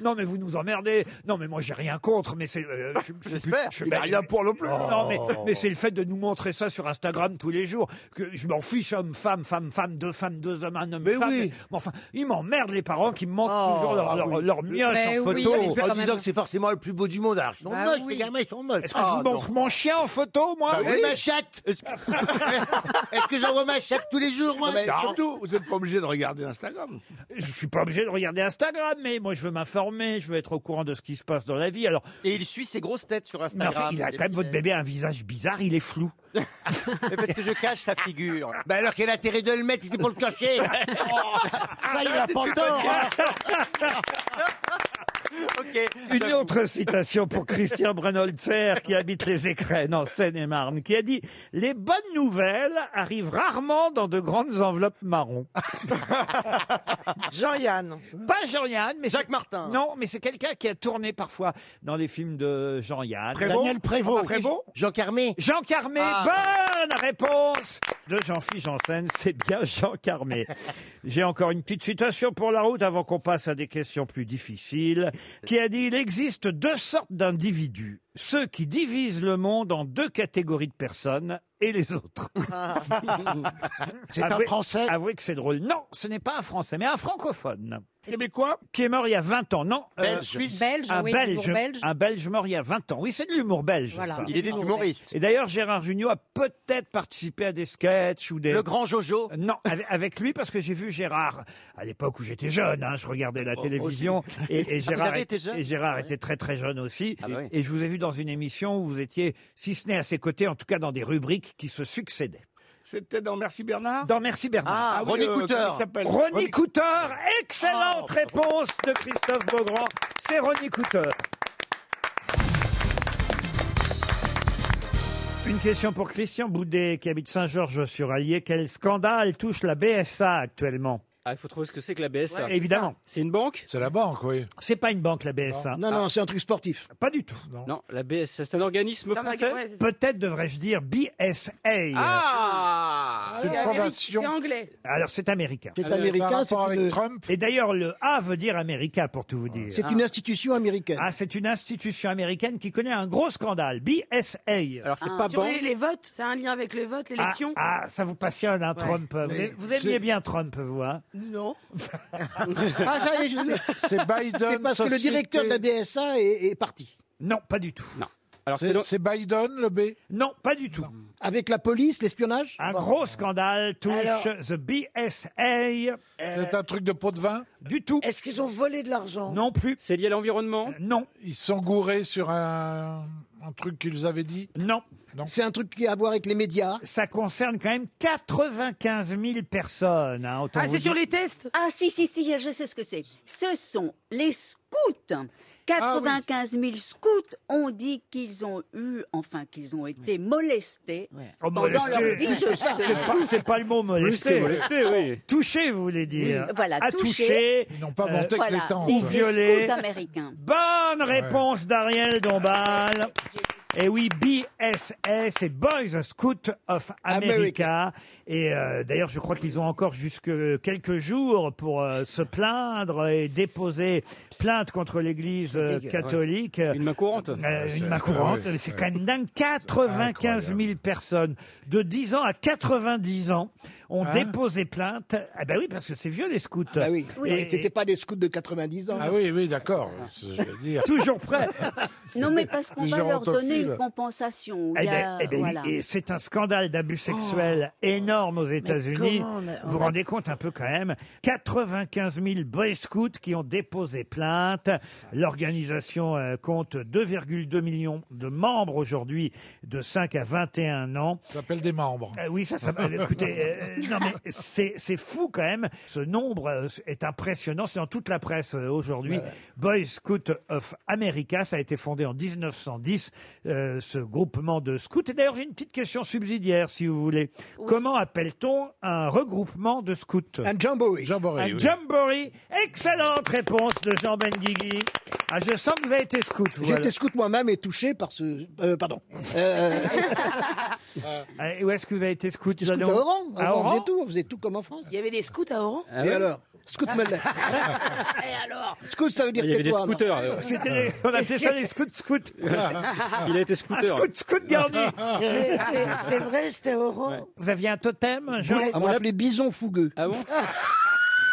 Speaker 4: Non, mais vous nous emmerdez. Non, mais moi, j'ai rien contre, mais c'est. euh, je- je-
Speaker 15: J'espère.
Speaker 4: je-
Speaker 15: Il a Bah, rien pour non plus.
Speaker 4: Non, mais,
Speaker 15: Oh.
Speaker 4: mais c'est le fait de nous montrer ça sur Instagram tous les jours. que Je m'en fiche, homme, femme, femme, femme, deux femmes, deux hommes, un homme, femme. Mais, mais enfin, ils m'emmerdent, les parents, qui me montrent toujours leur,
Speaker 1: ah
Speaker 4: leur,
Speaker 1: oui.
Speaker 4: leur mioche en photo.
Speaker 1: en disant que c'est forcément le plus beau du monde. Alors, ils sont
Speaker 4: Bah
Speaker 1: moches, Bah
Speaker 4: oui.
Speaker 1: les gamins, ils sont Ah, moches.
Speaker 4: Est-ce que je vous montre mon chien en photo, moi
Speaker 1: Et
Speaker 4: Oui.
Speaker 1: ma chatte Est-ce que, Est-ce que j'envoie ma chatte tous les jours,
Speaker 4: Ah,
Speaker 1: moi
Speaker 15: Mais surtout, vous n'êtes pas obligé de regarder Instagram.
Speaker 4: Eh ben, Je suis pas obligé de regarder Instagram, mais moi, je veux m'informer, je veux être au courant de ce qui se passe dans la vie. Alors,
Speaker 16: Et il suit ses grosses têtes sur
Speaker 4: mais
Speaker 16: Instagram.
Speaker 4: enfin, il a quand même votre bébé a un visage bizarre, il est flou.
Speaker 16: Mais parce que je cache sa figure.
Speaker 1: Bah alors quel intérêt de le mettre, c'était pour le cacher
Speaker 11: Ça, il
Speaker 16: Ah,
Speaker 11: a
Speaker 1: C'est
Speaker 11: pas
Speaker 1: une
Speaker 11: tort,
Speaker 1: bonne
Speaker 11: hein.
Speaker 4: Une autre citation pour Christian Brenolzer qui habite les Écrennes en Seine-et-Marne, qui a dit « Les bonnes nouvelles arrivent rarement dans de grandes enveloppes marron.
Speaker 19: Jean-Yann.
Speaker 4: Pas Jean-Yann, mais
Speaker 16: Jacques Martin.
Speaker 4: Non, mais c'est quelqu'un qui a tourné parfois dans les films de
Speaker 11: Ah,
Speaker 4: Jean-Yann.
Speaker 1: Prévost Daniel Prévost.
Speaker 4: Ah, Prévost
Speaker 1: Jean Carmé.
Speaker 4: Jean Carmé, bonne réponse de Jean-Philippe Janssen, c'est bien Jean Carmé. J'ai encore une petite citation pour la route avant qu'on passe à des questions plus difficiles, qui a dit « Il existe deux sortes d'individus, ceux qui divisent le monde en deux catégories de personnes et les autres. »
Speaker 11: C'est un
Speaker 4: Français Avouez que c'est drôle. Non, ce n'est pas un Français, mais un francophone. Québécois Qui est mort il y a 20 ans, non. euh,
Speaker 13: Belge. Suisse. Belge,
Speaker 4: un
Speaker 13: oui,
Speaker 4: Belge,
Speaker 13: d'humour belge.
Speaker 4: Un Belge mort il y a 20 ans. Oui, c'est de l'humour belge.
Speaker 13: Voilà,
Speaker 4: ça.
Speaker 13: Il était l'humour humoriste.
Speaker 4: Et d'ailleurs, Gérard Junior a peut-être participé à des sketchs ou des... Euh,
Speaker 16: Le grand Jojo
Speaker 4: Non, avec, avec lui, parce que j'ai vu Gérard à l'époque où j'étais jeune. hein, je regardais la
Speaker 16: Oh,
Speaker 4: télévision.
Speaker 16: aussi.
Speaker 4: Et, et
Speaker 16: Ah, vous
Speaker 4: Gérard,
Speaker 16: avez
Speaker 4: était-
Speaker 16: été jeune
Speaker 4: et Gérard
Speaker 16: Ouais.
Speaker 4: était très très jeune aussi.
Speaker 16: Ah bah oui.
Speaker 4: Et je vous ai vu dans une émission où vous étiez, si ce n'est à ses côtés, en tout cas dans des rubriques qui se succédaient.
Speaker 15: C'était dans Merci Bernard
Speaker 4: Dans Merci Bernard.
Speaker 15: Ah, Ah oui, Ronnie euh, Cooter. comment il s'appelle Ah.
Speaker 4: Ronnie
Speaker 15: Ronnie-
Speaker 4: Cooter, excellente réponse de Christophe Beaugrand. C'est Ronnie Cooter. Une question pour Christian Boudet qui habite Saint-Georges-sur-Allier. Quel scandale touche la BSA actuellement
Speaker 20: Ah, il faut trouver ce que c'est que la BSA.
Speaker 4: Ouais, Évidemment.
Speaker 20: C'est une banque
Speaker 18: C'est la banque, oui.
Speaker 4: C'est pas une banque la BSA.
Speaker 5: Non, non, c'est un truc sportif.
Speaker 4: Pas du tout.
Speaker 20: Non, la BSA, c'est un organisme français
Speaker 4: Peut-être devrais-je dire BSA.
Speaker 20: Ah
Speaker 4: C'est une
Speaker 20: Ah,
Speaker 4: fondation.
Speaker 20: C'est anglais.
Speaker 4: Alors c'est américain.
Speaker 5: C'est Ah, mais américain, ça a c'est rapport une- avec Trump
Speaker 4: Et d'ailleurs le A veut dire américain pour tout vous dire.
Speaker 5: C'est une institution américaine.
Speaker 4: Ah, c'est une institution américaine qui connaît un gros scandale, BSA.
Speaker 20: Alors
Speaker 17: Ah,
Speaker 9: Ah.
Speaker 17: Sur les, les votes, c'est un lien avec les votes,
Speaker 4: Ah,
Speaker 17: l'élection
Speaker 4: ah, ça vous passionne, hein, Trump. Vous,
Speaker 17: Mais
Speaker 4: aimez- vous aimiez
Speaker 17: c'est-
Speaker 4: bien Trump, vous, hein
Speaker 17: Non.
Speaker 5: Ah, ça y est, je sais.
Speaker 18: C'est Biden,
Speaker 5: C'est parce que le
Speaker 18: société-
Speaker 5: directeur de la BSA est, est parti.
Speaker 4: Non, pas du tout. Non.
Speaker 18: C'est c'est Biden, le B
Speaker 4: Non, pas du tout.
Speaker 5: Avec la police, l'espionnage
Speaker 4: Un gros scandale touche
Speaker 5: Alors-
Speaker 4: the BSA.
Speaker 18: C'est un truc de pot de vin
Speaker 4: Du tout.
Speaker 9: Est-ce qu'ils ont volé de l'argent
Speaker 4: Non plus. Euh,
Speaker 20: C'est lié à l'environnement
Speaker 4: Non.
Speaker 18: Ils se sont gourés sur un, un truc qu'ils avaient dit
Speaker 4: Non.
Speaker 5: C'est un truc qui a à voir avec les médias.
Speaker 4: Ça concerne quand même 95 000 personnes. hein, autant vous dire.
Speaker 10: tests Ah si, si, si, je sais ce que c'est. Ce sont les scouts. 95 000 scouts ont dit qu'ils ont eu, enfin qu'ils ont été molestés
Speaker 4: Oh,
Speaker 10: pendant
Speaker 4: molesté.
Speaker 10: leur vie de
Speaker 4: C'est pas-
Speaker 10: scout.
Speaker 4: C'est pas le mot molesté.
Speaker 20: Plus que molesté, oui.
Speaker 4: Touché, vous voulez dire. hein.
Speaker 10: Oui, voilà,
Speaker 4: à toucher. euh,
Speaker 10: touché.
Speaker 18: Ils n'ont pas vanté que les
Speaker 10: Voilà,
Speaker 18: tentes.
Speaker 10: les
Speaker 4: Ou violé.
Speaker 10: scouts américains.
Speaker 4: Bonne
Speaker 18: Ouais.
Speaker 4: réponse d'Ariel Dombal. Et oui, BSA, c'est Boys Scout of America. Et euh, d'ailleurs, je crois qu'ils ont encore jusque quelques jours pour euh, se plaindre et déposer plainte contre l'Église euh,
Speaker 20: dégueu.
Speaker 4: catholique.
Speaker 20: Une main courante
Speaker 4: Euh, une main courante, mais c'est quand même dingue. 95 000 personnes de 10 ans à 90 ans ont déposé plainte. Ah ben oui, parce que c'est vieux les scouts. Ah
Speaker 5: Ah. bah oui, et c'était pas des scouts de 90 ans.
Speaker 18: Ah oui, oui, d'accord. Je veux dire.
Speaker 4: Toujours prêt.
Speaker 10: Non mais parce qu'on
Speaker 18: Les
Speaker 10: va leur donner
Speaker 18: gérontophiles.
Speaker 10: une compensation. Il
Speaker 4: Eh
Speaker 10: y
Speaker 4: ben-
Speaker 10: a-
Speaker 4: eh ben oui,
Speaker 10: voilà.
Speaker 4: Et c'est un scandale d'abus sexuels énorme aux États-Unis.
Speaker 9: Oh. comment on a- on
Speaker 4: Vous vous
Speaker 9: a-
Speaker 4: rendez compte un peu quand même 95 000 Boy Scouts qui ont déposé plainte. L'organisation euh, compte 2,2 millions de membres aujourd'hui, de 5 à 21 ans.
Speaker 18: Ça s'appelle des membres.
Speaker 4: Euh, oui, ça, ça. euh, écoutez, euh, non mais c'est c'est fou quand même. Ce nombre euh, est impressionnant. C'est dans toute la presse euh, aujourd'hui. Boy Scout of America, ça a été fondé. fondé en 1910 euh, ce groupement de scouts. Et d'ailleurs, j'ai une petite question subsidiaire, si vous voulez. Comment appelle-t-on un regroupement de scouts Un
Speaker 5: jamboree.
Speaker 4: un
Speaker 5: oui.
Speaker 4: jamboree. Excellente réponse de Jean Benguigui. Ah, je sens que vous avez été scout. vous,
Speaker 5: J'étais
Speaker 4: alors.
Speaker 5: scout moi-même et touché par ce. euh, pardon. Euh,
Speaker 4: Ah, et Où est-ce que vous avez été scout Scout
Speaker 5: scout à Oran.
Speaker 4: À
Speaker 5: Avant, On
Speaker 4: Oran
Speaker 5: faisait tout, on faisait tout comme en France.
Speaker 17: Il y avait des scouts à Oran Ah.
Speaker 4: Ah
Speaker 5: et
Speaker 4: ouais
Speaker 5: alors Scout Mellet.
Speaker 17: Et alors
Speaker 5: Scout, ça veut dire
Speaker 4: Il y avait des
Speaker 5: tais-toi, alors.
Speaker 4: scooters, alors. C'était des- on appelait ça des scouts scouts. Il a été scooter. Ah, Un scout scout garni.
Speaker 9: Mais c'est- C'est vrai, c'était Ah, Oran.
Speaker 4: Vous aviez un totem,
Speaker 5: Jean
Speaker 9: Boulette.
Speaker 5: On m'a appelé Bison Fougueux.
Speaker 20: Ah bon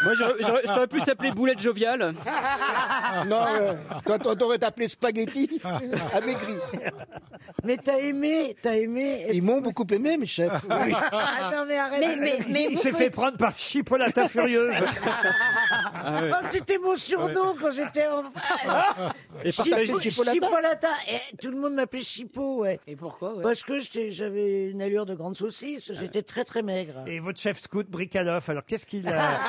Speaker 20: Moi, j'aurais- j'aurais- je t'aurais pu s'appeler Boulette Joviale.
Speaker 5: Non, euh, toi, toi, t'aurais appelé Spaghetti amaigri.
Speaker 9: Mais t'as aimé, t'as aimé.
Speaker 5: Ils m'ont beaucoup aimé, mes chefs. Oui.
Speaker 9: Ah non, mais arrête.
Speaker 4: il s'est fait prendre par Chipolata Furieuse.
Speaker 9: Oh, c'était mon surnom quand j'étais en.
Speaker 4: Et par ta
Speaker 9: Chipo-
Speaker 4: petite Chipolata
Speaker 9: Chipolata. Eh, tout le monde m'appelait Chipo, ouais.
Speaker 17: Et pourquoi ouais
Speaker 9: Parce que j'étais- j'avais une allure de grande saucisse, j'étais très très maigre. Ah,
Speaker 4: Et votre chef scout, euh, Bricaloff, Ah, alors qu'est-ce qu'il a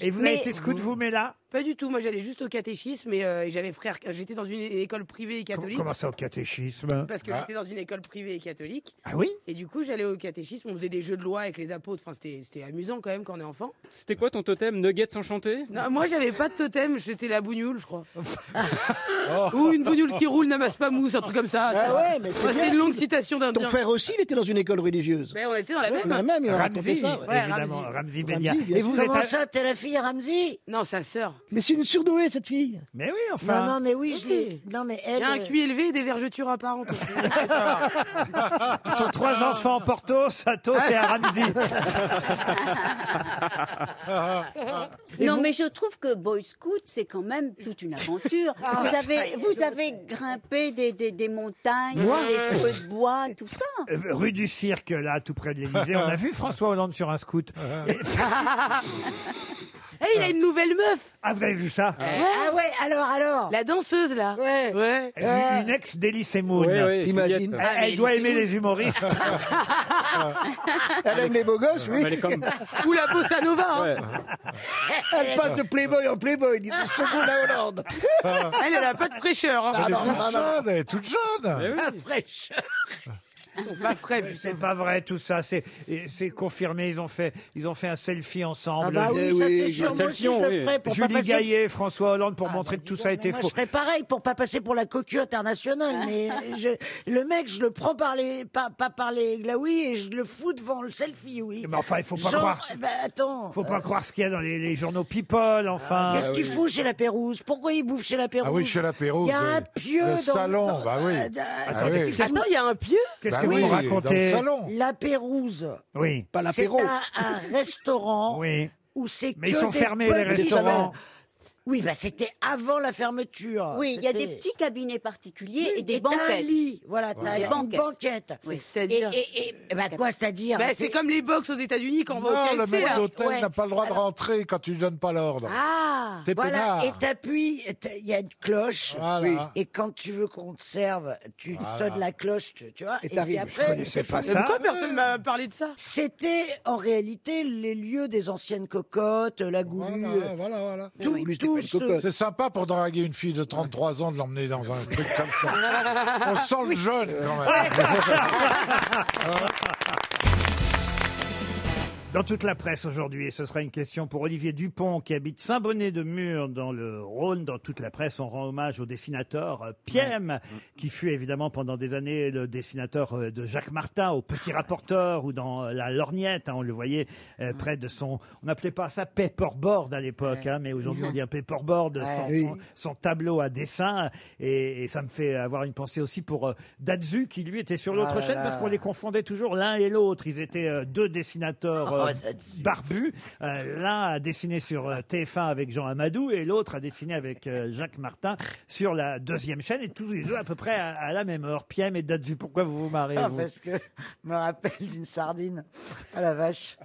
Speaker 4: Et vous
Speaker 17: Mais-
Speaker 4: avez été scout, vous, mais là
Speaker 17: Pas du tout, moi j'allais juste au catéchisme et euh, j'avais frère. J'étais dans une é- école privée et catholique.
Speaker 4: Comment ça au catéchisme
Speaker 17: Parce que j'étais dans une école privée et catholique.
Speaker 4: Ah oui
Speaker 17: Et du coup, j'allais au catéchisme, on faisait des jeux de loi avec les apôtres. Enfin, c'était c'était amusant quand même quand on est enfant.
Speaker 20: C'était quoi ton totem Nuggets enchantés
Speaker 17: Non, moi, j'avais pas de totem, c'était la bougnoule, je crois.
Speaker 5: Oh.
Speaker 17: Ou une bougnoule qui roule n'amasse pas mousse, un truc comme ça.
Speaker 5: Ah ouais, mais c'est
Speaker 17: Enfin,
Speaker 5: bien.
Speaker 17: une longue citation d'un
Speaker 5: Ton frère aussi, il était dans une école religieuse.
Speaker 17: Mais on était dans la
Speaker 5: Ouais,
Speaker 17: même.
Speaker 5: la même, il a raconté
Speaker 4: Ramzi,
Speaker 5: ça. ouais.
Speaker 4: évidemment, Ramzi Bedia.
Speaker 5: Ramzi, bien
Speaker 4: Et vous
Speaker 5: sûr.
Speaker 4: êtes à-
Speaker 9: t'es la fille hein Ramzi
Speaker 17: Non, sa sœur.
Speaker 5: Mais c'est une surdouée, cette fille.
Speaker 4: Mais oui, enfin.
Speaker 9: Non, non, mais oui, je l'ai. Non, mais
Speaker 17: Il
Speaker 9: elle.
Speaker 17: y a un
Speaker 9: euh,
Speaker 17: QI élevé et des vergetures apparentes.
Speaker 4: Ils sont trois enfants, Portos, Athos et Ramzi. Et
Speaker 10: non,
Speaker 4: vous-
Speaker 10: mais je trouve que Boy Scout, c'est quand même toute une aventure.
Speaker 4: Ah,
Speaker 10: Vous avez, vous avez grimpé des, des, des montagnes,
Speaker 4: Moi
Speaker 10: des feux de bois, tout ça.
Speaker 4: Euh, Rue du Cirque, là, tout près de l'Élysée, on a vu François Hollande sur un scout. Et-
Speaker 17: Eh, il a une nouvelle meuf.
Speaker 4: Ah, vous avez vu ça
Speaker 9: Ah ouais, alors, alors.
Speaker 17: La danseuse, là.
Speaker 9: Ouais. Ah,
Speaker 17: Ouais.
Speaker 4: Une- Une ex d'Elie Semoun.
Speaker 20: Ouais, ouais,
Speaker 4: Imagine.
Speaker 20: Juliette.
Speaker 4: Elle, elle doit aimer les humoristes.
Speaker 17: Ah,
Speaker 5: Elle aime les beaux gosses, oui.
Speaker 20: Mais elle est comme-
Speaker 17: Ou la bossa nova. hein.
Speaker 5: Elle passe de Playboy en Playboy, dit second la Hollande.
Speaker 17: Ah. Elle, elle a pas de fraîcheur. Hein.
Speaker 18: Elle est
Speaker 5: non, non,
Speaker 18: toute
Speaker 5: non.
Speaker 18: jeune, elle est toute jeune.
Speaker 17: Pas de fraîcheur. Ils sont pas frais, putain.
Speaker 4: C'est pas vrai tout ça, c'est et c'est confirmé. Ils ont fait ils ont fait un selfie ensemble.
Speaker 9: Ah bah oui,
Speaker 4: Eh
Speaker 9: ça
Speaker 4: oui,
Speaker 9: c'est sûr. Moi aussi, je
Speaker 20: Conception,
Speaker 9: le
Speaker 20: oui.
Speaker 9: ferais pour pas
Speaker 4: Julie
Speaker 9: passer. Ah,
Speaker 4: Gaillet, François Hollande pour montrer que tout ça
Speaker 9: Mais
Speaker 4: était
Speaker 9: moi,
Speaker 4: faux.
Speaker 9: je ferais pareil pour pas passer pour la cocu
Speaker 17: Ah.
Speaker 9: internationale. Mais euh, je- le mec, je le prends par les, pas, pas par les glaouis et je le fous devant le selfie, oui.
Speaker 4: Mais enfin, il faut pas
Speaker 9: Genre,
Speaker 4: croire.
Speaker 9: eh ben, attends.
Speaker 4: Faut pas croire ce qu'il y a dans les, les journaux People, enfin.
Speaker 9: Ah, Qu'est-ce
Speaker 20: Ah
Speaker 9: qu'il fout chez la Pérouse Pourquoi il bouffe chez la Pérouse
Speaker 18: Ah oui, chez la Pérouse.
Speaker 9: Il y a un
Speaker 18: oui.
Speaker 9: pieu
Speaker 18: Le
Speaker 9: dans
Speaker 18: salon,
Speaker 9: dans-
Speaker 18: bah oui.
Speaker 9: euh,
Speaker 18: Ah oui.
Speaker 17: Attends, il y a un pieu
Speaker 4: Qu'est-ce
Speaker 18: Bah
Speaker 4: que
Speaker 18: oui,
Speaker 4: vous me
Speaker 18: Dans le
Speaker 4: racontez
Speaker 18: salon.
Speaker 9: La Pérouse,
Speaker 4: Oui,
Speaker 5: Pas
Speaker 9: c'est
Speaker 5: l'apéro.
Speaker 9: un, un restaurant
Speaker 4: oui.
Speaker 9: où c'est
Speaker 4: Mais ils
Speaker 9: que
Speaker 4: sont
Speaker 9: des
Speaker 4: fermés les
Speaker 9: petits-
Speaker 4: restaurants.
Speaker 9: Oui, bah c'était avant la fermeture.
Speaker 10: Oui, il y a des
Speaker 9: C'était-
Speaker 10: petits cabinets particuliers et des
Speaker 9: t'as un
Speaker 10: banquettes.
Speaker 9: lit, voilà, t'as
Speaker 10: Des
Speaker 9: une
Speaker 10: banquettes.
Speaker 9: banquette.
Speaker 10: Oui.
Speaker 17: C'est-à-dire
Speaker 9: Et, et, et bah quoi, c'est-à-dire
Speaker 17: Bah, C'est comme les box aux États-Unis quand on va
Speaker 18: Non,
Speaker 17: au
Speaker 18: le
Speaker 17: KFC.
Speaker 18: maître
Speaker 17: là.
Speaker 18: d'hôtel
Speaker 9: Ouais.
Speaker 18: n'a pas le droit de rentrer quand tu ne donnes pas l'ordre.
Speaker 17: Ah
Speaker 18: T'es
Speaker 9: Voilà,
Speaker 18: peinard.
Speaker 9: et t'appuies, t'as- il y a une cloche,
Speaker 18: Voilà.
Speaker 9: oui, et quand tu veux qu'on te serve, tu
Speaker 18: Voilà.
Speaker 9: sonnes la cloche, tu, tu vois,
Speaker 5: Et
Speaker 9: et, puis
Speaker 5: t'arrives.
Speaker 4: Je
Speaker 9: après,
Speaker 4: connaissais pas
Speaker 17: Mais
Speaker 4: ça.
Speaker 17: pourquoi personne m'a parlé de ça
Speaker 9: c'était en réalité les lieux des anciennes cocottes, la goulue,
Speaker 18: Voilà, voilà, voilà.
Speaker 9: tout, tout ce-
Speaker 18: C'est sympa pour draguer une fille de 33 ans de l'emmener dans un truc comme ça. On sent le jeune quand
Speaker 9: Ah,
Speaker 18: même.
Speaker 4: Dans toute la presse aujourd'hui, et ce sera une question pour Olivier Dupont qui habite Saint-Bonnet-de-Mur dans le Rhône, dans toute la presse, on rend hommage au dessinateur euh, Piem, qui fut évidemment pendant des années le dessinateur euh, de Jacques Martin, au Petit Rapporteur ou dans euh, La Lorgnette, hein, on le voyait euh, près de son... On n'appelait pas ça paperboard à l'époque, hein, mais aujourd'hui on dit un paperboard, son,
Speaker 5: oui.
Speaker 4: son- son tableau à dessin, et, et ça me fait avoir une pensée aussi pour euh, Datsu qui lui était sur l'autre
Speaker 9: Ah là
Speaker 4: chaîne
Speaker 9: là.
Speaker 4: parce qu'on les confondait toujours l'un et l'autre, ils étaient euh, deux dessinateurs euh,
Speaker 9: Oh, Datsu.
Speaker 4: barbu. Euh, L'un a dessiné sur euh, TF1 avec Jean Amadou et l'autre a dessiné avec euh, Jacques Martin sur la deuxième chaîne et tous les deux à peu près à, à la même heure. Piem et Dadju, pourquoi vous vous marrez
Speaker 9: Ah,
Speaker 4: vous
Speaker 9: parce que je me rappelle d'une sardine à la vache.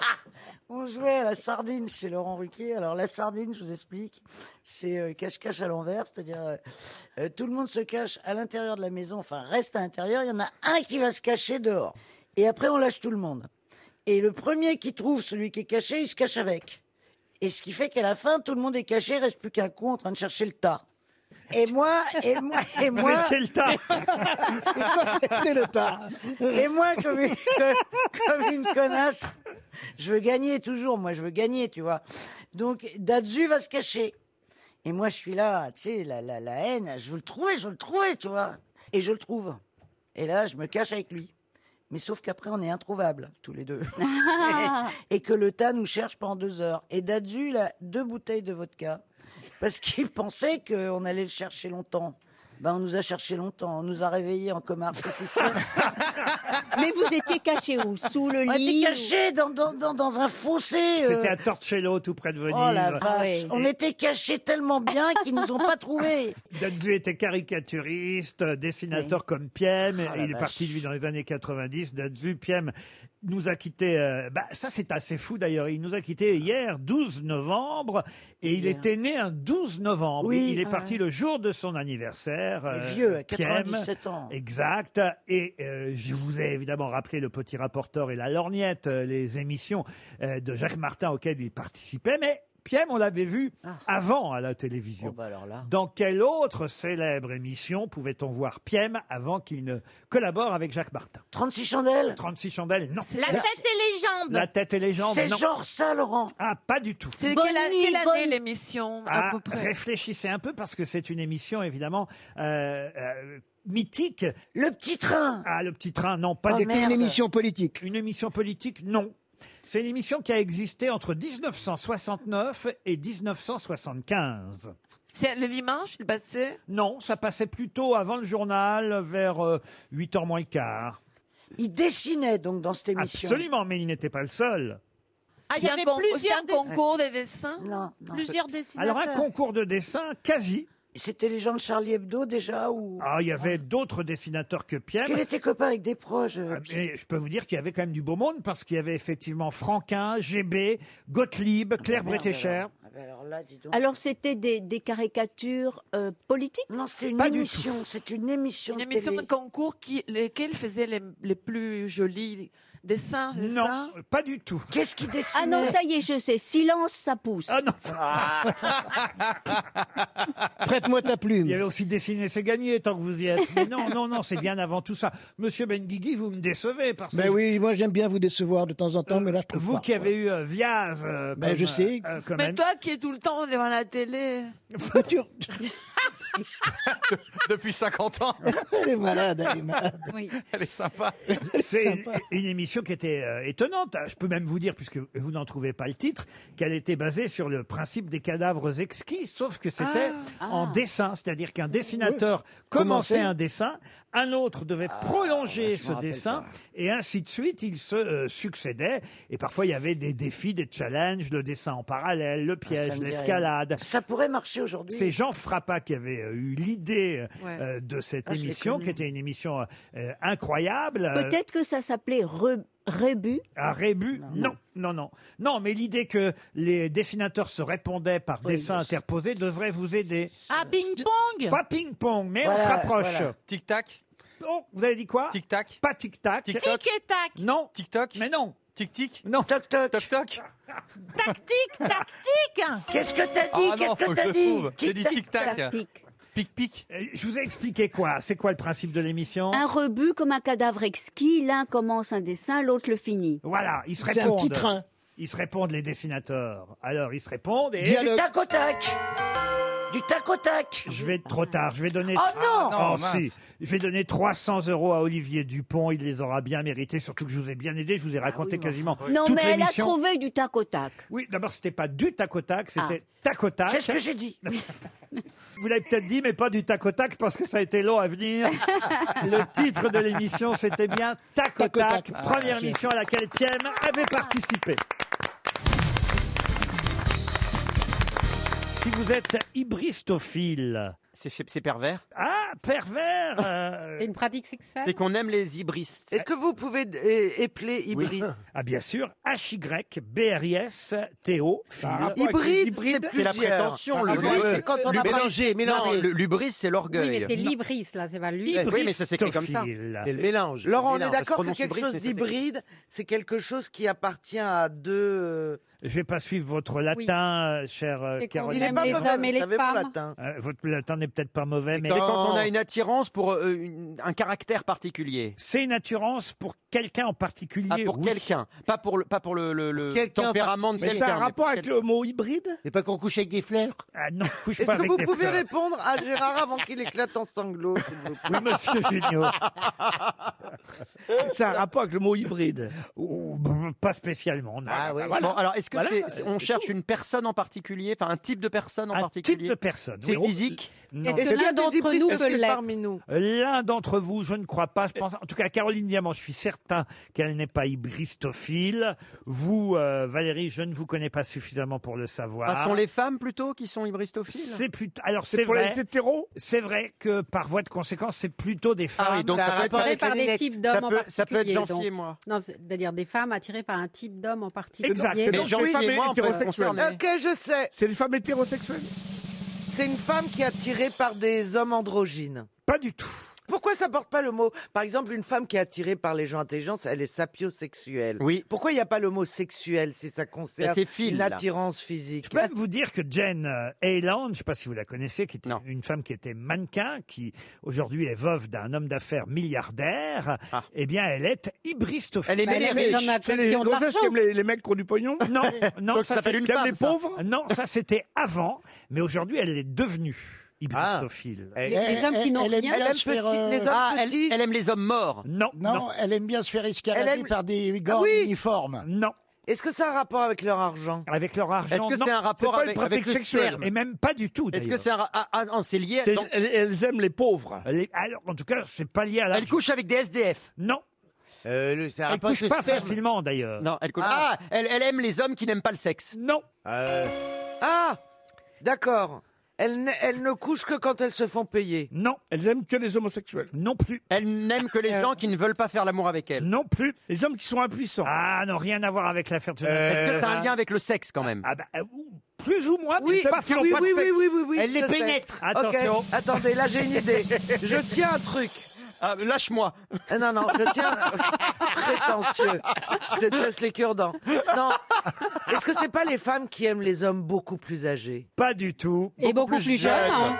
Speaker 9: On jouait à la sardine chez Laurent Ruquier. Alors la sardine, je vous explique, c'est euh, cache-cache à l'envers, c'est-à-dire euh, euh, tout le monde se cache à l'intérieur de la maison, enfin reste à l'intérieur, il y en a un qui va se cacher dehors. Et après on lâche tout le monde. Et le premier qui trouve celui qui est caché, il se cache avec. Et ce qui fait qu'à la fin, tout le monde est caché, il reste plus qu'un con en train de chercher le tas. Et moi, et moi, et
Speaker 4: Vous
Speaker 9: moi.
Speaker 4: étiez le tas.
Speaker 9: C'est le tas. Et moi, comme une, que- comme une connasse, je veux gagner toujours. Moi, je veux gagner, tu vois. Donc, Dadzu va se cacher. Et moi, je suis là, tu sais, la, la, la haine. Je veux le trouver, je veux le trouver, tu vois. Et je le trouve. Et là, je me cache avec lui. Mais sauf qu'après, on est introuvables, tous les deux. et que le tas nous cherche pendant deux heures. Et Dadzu, il a deux bouteilles de vodka. Parce qu'il pensait qu'on allait le chercher longtemps. Ben, on nous a cherché longtemps. On nous a réveillés en coma artificiel. Mais vous étiez cachés où Sous le on
Speaker 17: lit
Speaker 9: était cachés dans, dans, dans, dans un fossé. euh.
Speaker 4: C'était à Torcello, tout près de Venise.
Speaker 9: Oh la vache. On était cachés tellement bien qu'ils nous ont pas trouvés.
Speaker 4: Danzu était caricaturiste, euh, dessinateur comme Piem.
Speaker 9: Ah, la
Speaker 4: il est
Speaker 9: vache.
Speaker 4: parti, lui, dans les années 90. Danzu, Piem nous a quittés. euh, bah, ça, c'est assez fou, d'ailleurs. Il nous a quittés hier, 12 novembre. Et il était né un 12 novembre.
Speaker 9: Oui.
Speaker 4: Il est
Speaker 9: Ah
Speaker 4: parti
Speaker 9: ouais.
Speaker 4: le jour de son anniversaire. euh,
Speaker 9: Mais vieux, à
Speaker 4: Piem.
Speaker 9: 97 ans.
Speaker 4: Exact. Et euh, je vous ai évidemment rappelé le petit rapporteur et la lorgnette, euh, les émissions euh, de Jacques Martin auxquelles il participait. Mais Piem, on l'avait vu avant à la télévision. Dans quelle autre célèbre émission pouvait-on voir Piem avant qu'il ne collabore avec Jacques Martin
Speaker 9: 36 chandelles
Speaker 4: 36 chandelles, non.
Speaker 12: La tête et les jambes.
Speaker 4: La tête et les jambes,
Speaker 9: C'est
Speaker 4: non.
Speaker 9: genre ça, Laurent.
Speaker 4: Ah, pas du tout.
Speaker 6: C'est quelle, a- quelle année l'émission à
Speaker 4: Ah,
Speaker 6: peu près
Speaker 4: Réfléchissez un peu parce que c'est une émission évidemment euh, euh, mythique.
Speaker 9: Le petit train.
Speaker 4: Ah, le petit train, non, pas
Speaker 5: Oh,
Speaker 4: du
Speaker 5: merde. Une émission
Speaker 4: politique. Une émission politique, non. C'est une émission qui a existé entre 1969 et 1975.
Speaker 6: C'est le dimanche, il passait
Speaker 4: Non, ça passait plutôt avant le journal, vers 8h moins le quart.
Speaker 9: Il dessinait donc dans cette émission.
Speaker 4: Absolument, mais il n'était pas le seul.
Speaker 12: Ah, il y
Speaker 6: C'est un
Speaker 12: avait
Speaker 6: con-
Speaker 12: plusieurs
Speaker 6: c'est un concours de dessins
Speaker 9: Non.
Speaker 12: Plusieurs dessinateurs.
Speaker 4: Alors un concours de dessin, quasi.
Speaker 9: C'était les gens de Charlie Hebdo déjà ou
Speaker 4: Ah, il y avait d'autres dessinateurs que Pierre.
Speaker 9: Il était copain avec des proches. euh,
Speaker 4: Ah, mais je peux vous dire qu'il y avait quand même du beau monde parce qu'il y avait effectivement Franquin, GB, Gottlieb, Claire
Speaker 9: merde,
Speaker 4: Bretécher.
Speaker 9: Ah bah alors là, dis donc.
Speaker 10: Alors, c'était des, des caricatures euh, politiques
Speaker 9: Non, c'est une
Speaker 10: Pas du
Speaker 9: émission. C'est une émission.
Speaker 6: Une
Speaker 9: de
Speaker 6: émission de
Speaker 9: télé.
Speaker 6: concours qui, lesquels faisaient les, les plus jolis dessins, c'est ça
Speaker 4: Non, pas du tout.
Speaker 9: Qu'est-ce qui
Speaker 10: Ah non, ça y est, je sais. Silence, ça pousse.
Speaker 4: Ah non Prête-moi ta plume. Il y avait aussi dessiné, c'est gagné tant que vous y êtes. Mais non, non, non, c'est bien avant tout ça. Monsieur Benguigui, vous me décevez parce que
Speaker 5: Ben oui, moi j'aime bien vous décevoir de temps en temps, mais là je trouve
Speaker 4: Euh, vous
Speaker 5: pas.
Speaker 4: qui avez eu euh, Viaz. euh,
Speaker 5: Ben,
Speaker 4: comme,
Speaker 5: je
Speaker 4: euh,
Speaker 5: sais.
Speaker 4: euh, quand
Speaker 6: Mais
Speaker 4: même.
Speaker 6: toi qui es tout le temps devant la télé.
Speaker 7: Depuis 50 ans.
Speaker 5: Elle est malade, elle est malade.
Speaker 7: Elle est sympa.
Speaker 4: C'est une, une émission qui était euh, étonnante. Je peux même vous dire, puisque vous n'en trouvez pas le titre, qu'elle était basée sur le principe des cadavres exquis, sauf que c'était
Speaker 15: Ah.
Speaker 4: en
Speaker 15: Ah.
Speaker 4: dessin. C'est-à-dire qu'un dessinateur commençait un dessin, un autre devait
Speaker 9: Ah, bah,
Speaker 4: prolonger ce
Speaker 15: rappelle
Speaker 4: dessin, et ainsi de suite, ils se euh, succédaient. Et parfois, il y avait des défis, des challenges, le dessin en parallèle, le piège,
Speaker 9: Ah, me dit rien.
Speaker 4: l'escalade.
Speaker 9: Ça pourrait marcher aujourd'hui.
Speaker 4: C'est Jean Frappa qui avait euh, eu l'idée euh,
Speaker 9: Ouais.
Speaker 4: euh, de cette
Speaker 9: Ah, je l'ai
Speaker 4: émission,
Speaker 9: connu.
Speaker 4: qui était une émission euh, euh, incroyable. Euh,
Speaker 10: Peut-être que ça s'appelait Re- Rébus.
Speaker 4: à Rébu Non, Ah, non, non. Non, mais l'idée que les dessinateurs se répondaient par dessin interposé devrait vous aider.
Speaker 12: Ah, ping-pong
Speaker 4: Pas ping-pong, mais on se rapproche.
Speaker 7: Tic-tac.
Speaker 4: Oh, vous avez dit quoi
Speaker 7: Tic-tac.
Speaker 4: Pas tic-tac.
Speaker 7: Tic-tac.
Speaker 12: Tic et tac.
Speaker 4: Non.
Speaker 7: Tic-tac.
Speaker 4: Mais non.
Speaker 7: Tic-tic.
Speaker 4: Non.
Speaker 9: Toc-toc.
Speaker 7: Toc-toc.
Speaker 12: Tactique, tactique
Speaker 9: Qu'est-ce que t'as dit
Speaker 7: Ah non, faut que je le trouve. J'ai dit tic-tac.
Speaker 4: Pic-pic. Euh, Je vous ai expliqué quoi C'est quoi le principe de l'émission
Speaker 10: Un rebut comme un cadavre exquis, l'un commence un dessin, l'autre le finit.
Speaker 4: Voilà, ils se
Speaker 10: C'est un
Speaker 4: répondent.
Speaker 10: petit train.
Speaker 4: Ils se répondent, les dessinateurs. Alors, ils se répondent et...
Speaker 9: Du tac au tac. Du tac au tac.
Speaker 4: Je vais être trop tard. Je vais donner.
Speaker 9: Oh non
Speaker 4: Oh,
Speaker 9: Ah, non,
Speaker 4: si.
Speaker 9: mince.
Speaker 4: Je vais donner 300 euros à Olivier Dupont. Il les aura bien mérités. Surtout que je vous ai bien aidé. Je vous ai
Speaker 9: Ah
Speaker 4: raconté quasiment
Speaker 9: bah
Speaker 10: Non,
Speaker 4: toute
Speaker 10: mais elle a
Speaker 4: l'émission.
Speaker 10: trouvé du tac au tac.
Speaker 4: Oui, d'abord c'était pas du tac au tac, c'était
Speaker 10: Ah.
Speaker 4: tac au tac.
Speaker 10: C'est ce que
Speaker 9: j'ai dit.
Speaker 4: Vous l'avez peut-être dit, mais pas du tac au tac parce que ça a été long à venir. Le titre de l'émission, c'était bien tac au tac.
Speaker 15: tac.
Speaker 4: Première
Speaker 15: Ah, ok.
Speaker 4: émission à laquelle Piem avait participé. Si vous êtes hybristophile.
Speaker 16: C'est c'est pervers.
Speaker 4: Ah, pervers euh,
Speaker 13: C'est une pratique sexuelle
Speaker 16: C'est qu'on aime les hybristes.
Speaker 4: Est-ce
Speaker 16: que vous pouvez épeler
Speaker 4: Oui. Ah bien sûr, H-Y-B-R-I-S-T-O.
Speaker 16: un rapport Ah, avec Hybride, les hybrides, c'est c'est la plusieurs. prétention, le- le-
Speaker 13: quand on
Speaker 16: le
Speaker 13: a pas-
Speaker 16: mélanger, mélanger. Non, le- l'hubris, c'est l'orgueil.
Speaker 13: Oui, mais c'est
Speaker 16: Non.
Speaker 13: l'hybris, là, c'est pas l'hubris.
Speaker 16: Oui, mais ça s'écrit comme ça.
Speaker 4: C'est
Speaker 13: le mélange,
Speaker 16: le
Speaker 19: Laurent, on
Speaker 16: mélange,
Speaker 19: est
Speaker 16: ça se
Speaker 19: d'accord que
Speaker 16: prononce
Speaker 19: quelque
Speaker 16: hybride,
Speaker 19: chose
Speaker 16: mais ça s'écrit-
Speaker 19: d'hybride, c'est quelque chose qui appartient à deux, euh,
Speaker 4: Je vais pas suivre votre latin, euh, chère euh,
Speaker 8: C'est qu'on
Speaker 4: Caroline.
Speaker 8: Il est pas aime les mauvais, hommes et vous les savez, mon femmes. latin.
Speaker 4: Euh, votre latin n'est peut-être pas mauvais, mais Oh.
Speaker 16: C'est quand on a une attirance pour euh, une- un caractère particulier.
Speaker 4: C'est une attirance pour quelqu'un en particulier.
Speaker 16: Ah, pour quelqu'un, pas pour le, pas pour le, le- le tempérament de quelqu'un. mais pour quelqu'un.
Speaker 4: mot hybride
Speaker 1: Et pas qu'on couche avec des fleurs
Speaker 4: Ah non, couche
Speaker 19: Est-ce
Speaker 4: pas
Speaker 19: que
Speaker 4: avec
Speaker 19: vous
Speaker 4: des
Speaker 19: pouvez
Speaker 4: fleurs.
Speaker 19: répondre à Gérard avant qu'il éclate en sanglots s'il vous plaît
Speaker 4: Oui, monsieur Junio. C'est un rapport avec le mot hybride Pas spécialement. non.
Speaker 16: Ah oui. Bon, alors, est-ce que c'est- c'est- on cherche une personne en particulier, enfin un type de personne en particulier
Speaker 4: type de personne,
Speaker 16: C'est
Speaker 4: oui. oh.
Speaker 16: physique
Speaker 4: Non.
Speaker 16: Est-ce qu'il y a des hybrides
Speaker 19: peut l'être parmi nous
Speaker 4: L'un d'entre vous, je ne crois pas. Je pense, en tout cas, Caroline Diamant, je suis certain qu'elle n'est pas hybristophile. Vous, euh, Valérie, je ne vous connais pas suffisamment pour le savoir.
Speaker 16: Ah, Ce sont les femmes plutôt qui sont hybristophiles
Speaker 4: Bah. C'est plutôt. Alors c'est vrai. C'est vrai que par voie de conséquence, c'est plutôt des femmes.
Speaker 16: Ah oui, donc ça peut être-
Speaker 13: Attirées par des types d'hommes en particulier.
Speaker 16: Jean-Pierre
Speaker 13: donc.
Speaker 16: et moi.
Speaker 13: Non, c'est-à-dire des femmes attirées par un type d'homme en particulier.
Speaker 16: Mais Jean-Pierre et moi, on peut être concernés.
Speaker 19: Ok, je sais.
Speaker 15: C'est une femme hétérosexuelle
Speaker 19: C'est une femme qui est attirée par des hommes androgynes.
Speaker 4: Pas du tout.
Speaker 19: Pourquoi ça porte pas le mot Par exemple, une femme qui est attirée par les gens intelligents, elle est sapiosexuelle.
Speaker 16: Oui.
Speaker 19: Pourquoi il n'y a pas le mot sexuel si ça concerne
Speaker 15: Bah,
Speaker 4: Ben, c'est Phil,
Speaker 19: une
Speaker 4: là.
Speaker 19: attirance physique
Speaker 4: Je peux même vous dire que Jen euh, Haaland, je ne sais pas si vous la connaissez, qui était une femme qui était mannequin, qui aujourd'hui est veuve d'un homme d'affaires milliardaire, eh bien elle est hybristophile.
Speaker 15: Ah. Elle est Bah, elle est ménage. riche. C'est les Qui ont de gonzesses qui aiment l'argent.
Speaker 4: les mecs qui ont du pognon Non, non
Speaker 15: Donc ça s'appelle
Speaker 4: c'est-
Speaker 15: une Qui aiment femme, les ça. pauvres
Speaker 4: Non, ça c'était avant, mais aujourd'hui elle est devenue
Speaker 15: Ah.
Speaker 4: hybristophile.
Speaker 15: Eh,
Speaker 11: Les- les hommes qui n'ont rien. Elle aime petit- les hommes
Speaker 16: Ah,
Speaker 11: petits.
Speaker 16: les hommes morts.
Speaker 4: Non,
Speaker 11: euh,
Speaker 15: eh.
Speaker 11: non,
Speaker 4: non.
Speaker 11: elle aime bien se faire escalader
Speaker 19: Elle aime-
Speaker 11: par des gants
Speaker 19: Ah oui.
Speaker 11: uniformes.
Speaker 4: Non.
Speaker 19: Est-ce que ça a un rapport avec leur argent
Speaker 4: Avec leur argent
Speaker 16: Est-ce que c'est un rapport avec, avec le sperme
Speaker 4: Et même pas du tout.
Speaker 16: Est-ce que
Speaker 4: d'ailleurs.
Speaker 16: c'est un ra- ah, ah, non, c'est lié
Speaker 4: C'est-
Speaker 16: non.
Speaker 4: elles, aiment les pauvres. alors, en tout cas, c'est pas lié à l'argent. Elles
Speaker 16: couchent avec des SDF
Speaker 4: Non.
Speaker 16: un
Speaker 4: elles
Speaker 16: rapport
Speaker 4: couchent
Speaker 16: avec
Speaker 4: pas
Speaker 16: Euh, le sperme.
Speaker 4: facilement, d'ailleurs.
Speaker 16: Non, elle couche. Ah, elle, elle aime les hommes qui n'aiment pas le sexe.
Speaker 4: Non.
Speaker 19: Ah D'accord. Elles, ne- elles ne couchent que quand elles se font payer.
Speaker 4: Non.
Speaker 15: Elles aiment que les homosexuels.
Speaker 4: Non plus.
Speaker 16: Elles n'aiment que
Speaker 19: Euh.
Speaker 16: les gens qui ne veulent pas faire l'amour avec elles.
Speaker 4: Non plus.
Speaker 15: Les hommes qui sont impuissants.
Speaker 4: Ah non, rien à voir avec l'affaire de Jonathan.
Speaker 16: Euh, Est-ce que ça a un lien avec le sexe quand même
Speaker 4: Ah bah, Plus ou moins,
Speaker 19: Oui,
Speaker 4: mais pas
Speaker 19: oui,
Speaker 4: forcément.
Speaker 19: oui, oui, oui, oui, oui,
Speaker 4: Elle les
Speaker 19: je sais.
Speaker 4: pénètre.
Speaker 19: Ok,
Speaker 4: Attention.
Speaker 19: Attendez, là j'ai une idée. Je tiens un truc. Ah, Euh,
Speaker 16: Lâche-moi.
Speaker 19: Non, non, je tiens. Prétentieux. Je déteste les cure-dents. Non. Est-ce que c'est pas les femmes qui aiment les hommes beaucoup plus âgés
Speaker 4: Pas du tout.
Speaker 19: Et beaucoup plus jeunes, hein.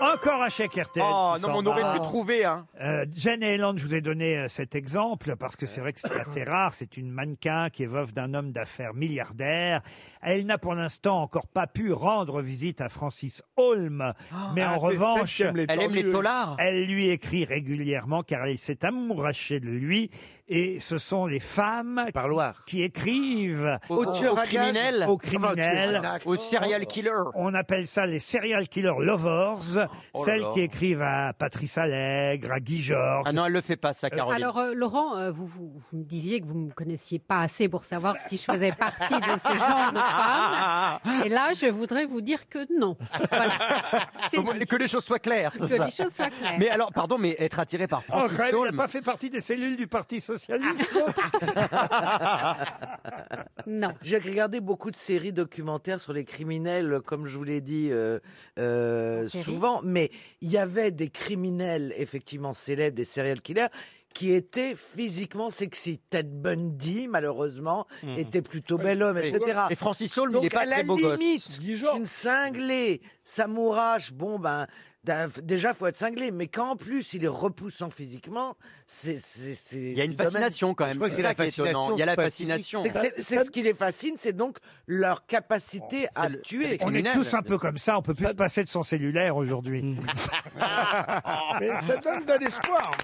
Speaker 4: Encore un chèque RTL.
Speaker 19: Oh,
Speaker 4: qui
Speaker 19: non, mais
Speaker 4: s'en
Speaker 19: on aurait
Speaker 4: va.
Speaker 19: dû le trouver, hein.
Speaker 4: Euh, Jane Haaland, je vous ai donné euh, cet exemple parce que c'est vrai que c'est assez rare. C'est une mannequin qui est veuve d'un homme d'affaires milliardaire. Elle n'a pour l'instant encore pas pu rendre visite à Francis Holm. mais
Speaker 15: ah,
Speaker 4: en
Speaker 15: c'est celle
Speaker 4: revanche,
Speaker 15: qui aime les Elle aime les tordus. polars.
Speaker 4: Elle lui écrit régulièrement car elle s'est amourachée de lui. Et ce sont les femmes qui écrivent
Speaker 16: Au- au tueur à gages. criminel.
Speaker 4: Aux criminels.
Speaker 16: Ah, au tueur à gages. Au serial killer.
Speaker 4: On appelle ça les serial killer lovers,
Speaker 16: Oh là
Speaker 4: celles
Speaker 16: là.
Speaker 4: qui écrivent à Patrice Allègre, à Guy Georges.
Speaker 16: Ah non, elle le fait pas, ça, Caroline.
Speaker 13: Alors, euh, Laurent, euh, vous, vous- vous me disiez que vous ne me connaissiez pas assez pour savoir si je faisais partie de ce genre de femme. Et là, je voudrais vous dire que non.
Speaker 16: Au moins, que les choses soient claires.
Speaker 13: Que les choses soient claires.
Speaker 16: Mais alors, pardon, mais être attiré par
Speaker 4: Oh,
Speaker 16: Francis
Speaker 4: Raphaël, il n'a
Speaker 16: Saulme.
Speaker 4: pas fait partie des cellules du Parti Socialiste.
Speaker 13: Non.
Speaker 19: J'ai regardé beaucoup de séries documentaires sur les criminels, comme je vous l'ai dit euh, euh,
Speaker 13: série
Speaker 19: souvent, mais il y avait des criminels effectivement célèbres, des serial killers, qui étaient physiquement sexy. Ted Bundy, malheureusement,
Speaker 16: Mhm.
Speaker 19: était plutôt
Speaker 16: Oui.
Speaker 19: bel homme,
Speaker 16: Et-
Speaker 19: etc.
Speaker 16: et Francis Holm, il
Speaker 19: Donc,
Speaker 16: est pas
Speaker 19: à la
Speaker 16: très beau gosse.
Speaker 19: limite, une cinglée, Samourache, bon ben, d'un- déjà faut être cinglé, mais qu'en plus il est repoussant physiquement, c'est... Il
Speaker 16: y a une fascination, quand même. Je crois que c'est la fascination,
Speaker 19: Il y a la
Speaker 16: pas le physique.
Speaker 19: fascination. C'est que c'est- c'est ce qui les fascine, c'est donc leur
Speaker 4: Oh,
Speaker 19: capacité à tuer.
Speaker 4: on est tous un peu comme ça, on peut plus se passer de son cellulaire aujourd'hui.
Speaker 15: Mais ça donne de l'espoir.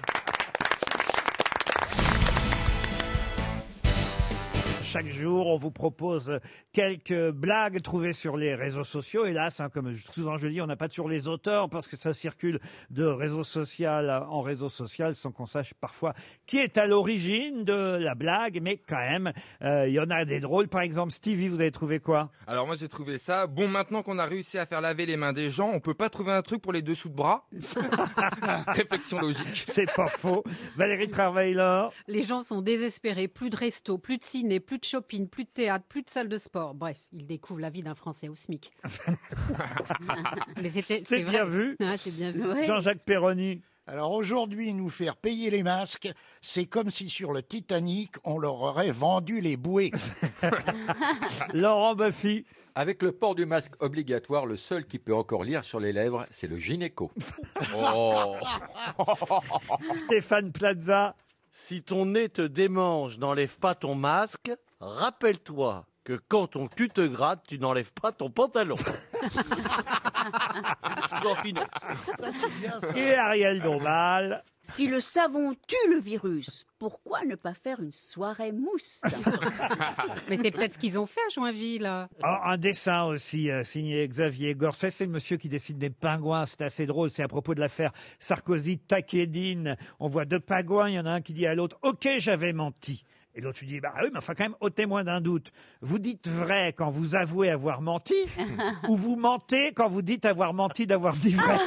Speaker 4: Chaque jour, on vous propose quelques blagues trouvées sur les réseaux sociaux. Hélas, hein, comme je- souvent je le dis, on n'a pas toujours les auteurs parce que ça circule de réseau social en réseau social sans qu'on sache parfois qui est à l'origine de la blague. Mais quand même, euh, il y en a des drôles. Par exemple, Stevie, vous avez trouvé quoi
Speaker 21: Alors moi j'ai trouvé ça. Bon maintenant qu'on a réussi à faire laver les mains des gens, on peut pas trouver un truc pour les dessous de bras Réflexion logique.
Speaker 4: C'est pas faux. Valérie Travaillor.
Speaker 13: Les gens sont désespérés, plus de resto, plus de ciné, plus de de shopping, plus de théâtre, plus de salle de sport. Bref, il découvre la vie d'un Français au SMIC. Mais c'était-
Speaker 4: C'est
Speaker 13: vrai.
Speaker 4: bien vu.
Speaker 13: Ouais, c'est bien vu.
Speaker 4: Jean-Jacques Perroni.
Speaker 11: Alors aujourd'hui, nous faire payer les masques, c'est comme si sur le Titanic, on leur aurait vendu les bouées.
Speaker 4: Laurent Buffy.
Speaker 2: Avec le port du masque obligatoire, le seul qui peut encore lire sur les lèvres, c'est le gynéco. Oh.
Speaker 4: Stéphane Plaza.
Speaker 14: Si ton nez te démange, n'enlève pas ton masque. Rappelle-toi que quand ton cul te gratte, tu n'enlèves pas ton pantalon.
Speaker 4: Et Ariel Dombal.
Speaker 10: Si le savon tue le virus, pourquoi ne pas faire une soirée mousse
Speaker 13: Mais c'est peut-être ce qu'ils ont fait à Joinville.
Speaker 4: Ah, un dessin aussi euh, signé Xavier Gorset. C'est le monsieur qui dessine des pingouins. C'est assez drôle. C'est à propos de l'affaire Sarkozy-Takedine. On voit deux pingouins. Il y en a un qui dit à l'autre Ok, j'avais menti. Et l'autre lui dit Bah oui, mais enfin, quand même, au témoin d'un doute. Vous dites vrai quand vous avouez avoir menti ou vous mentez quand vous dites avoir menti d'avoir dit vrai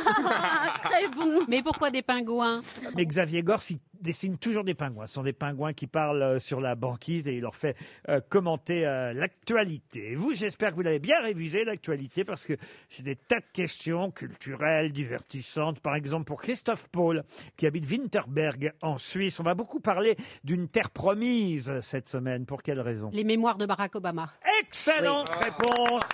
Speaker 13: Très bon. Mais pourquoi des pingouins
Speaker 4: Mais Xavier Gorce, il dessine toujours des pingouins. Ce sont des pingouins qui parlent euh, sur la banquise et il leur fait euh, commenter euh, l'actualité. Et vous, j'espère que vous l'avez bien révisé, l'actualité, parce que j'ai des tas de questions culturelles, divertissantes. Par exemple, pour Christophe Paul, qui habite Winterberg, en Suisse. On va beaucoup parler d'une terre promise euh, cette semaine. Pour quelle raison
Speaker 13: Les mémoires de Barack Obama.
Speaker 4: Excellente réponse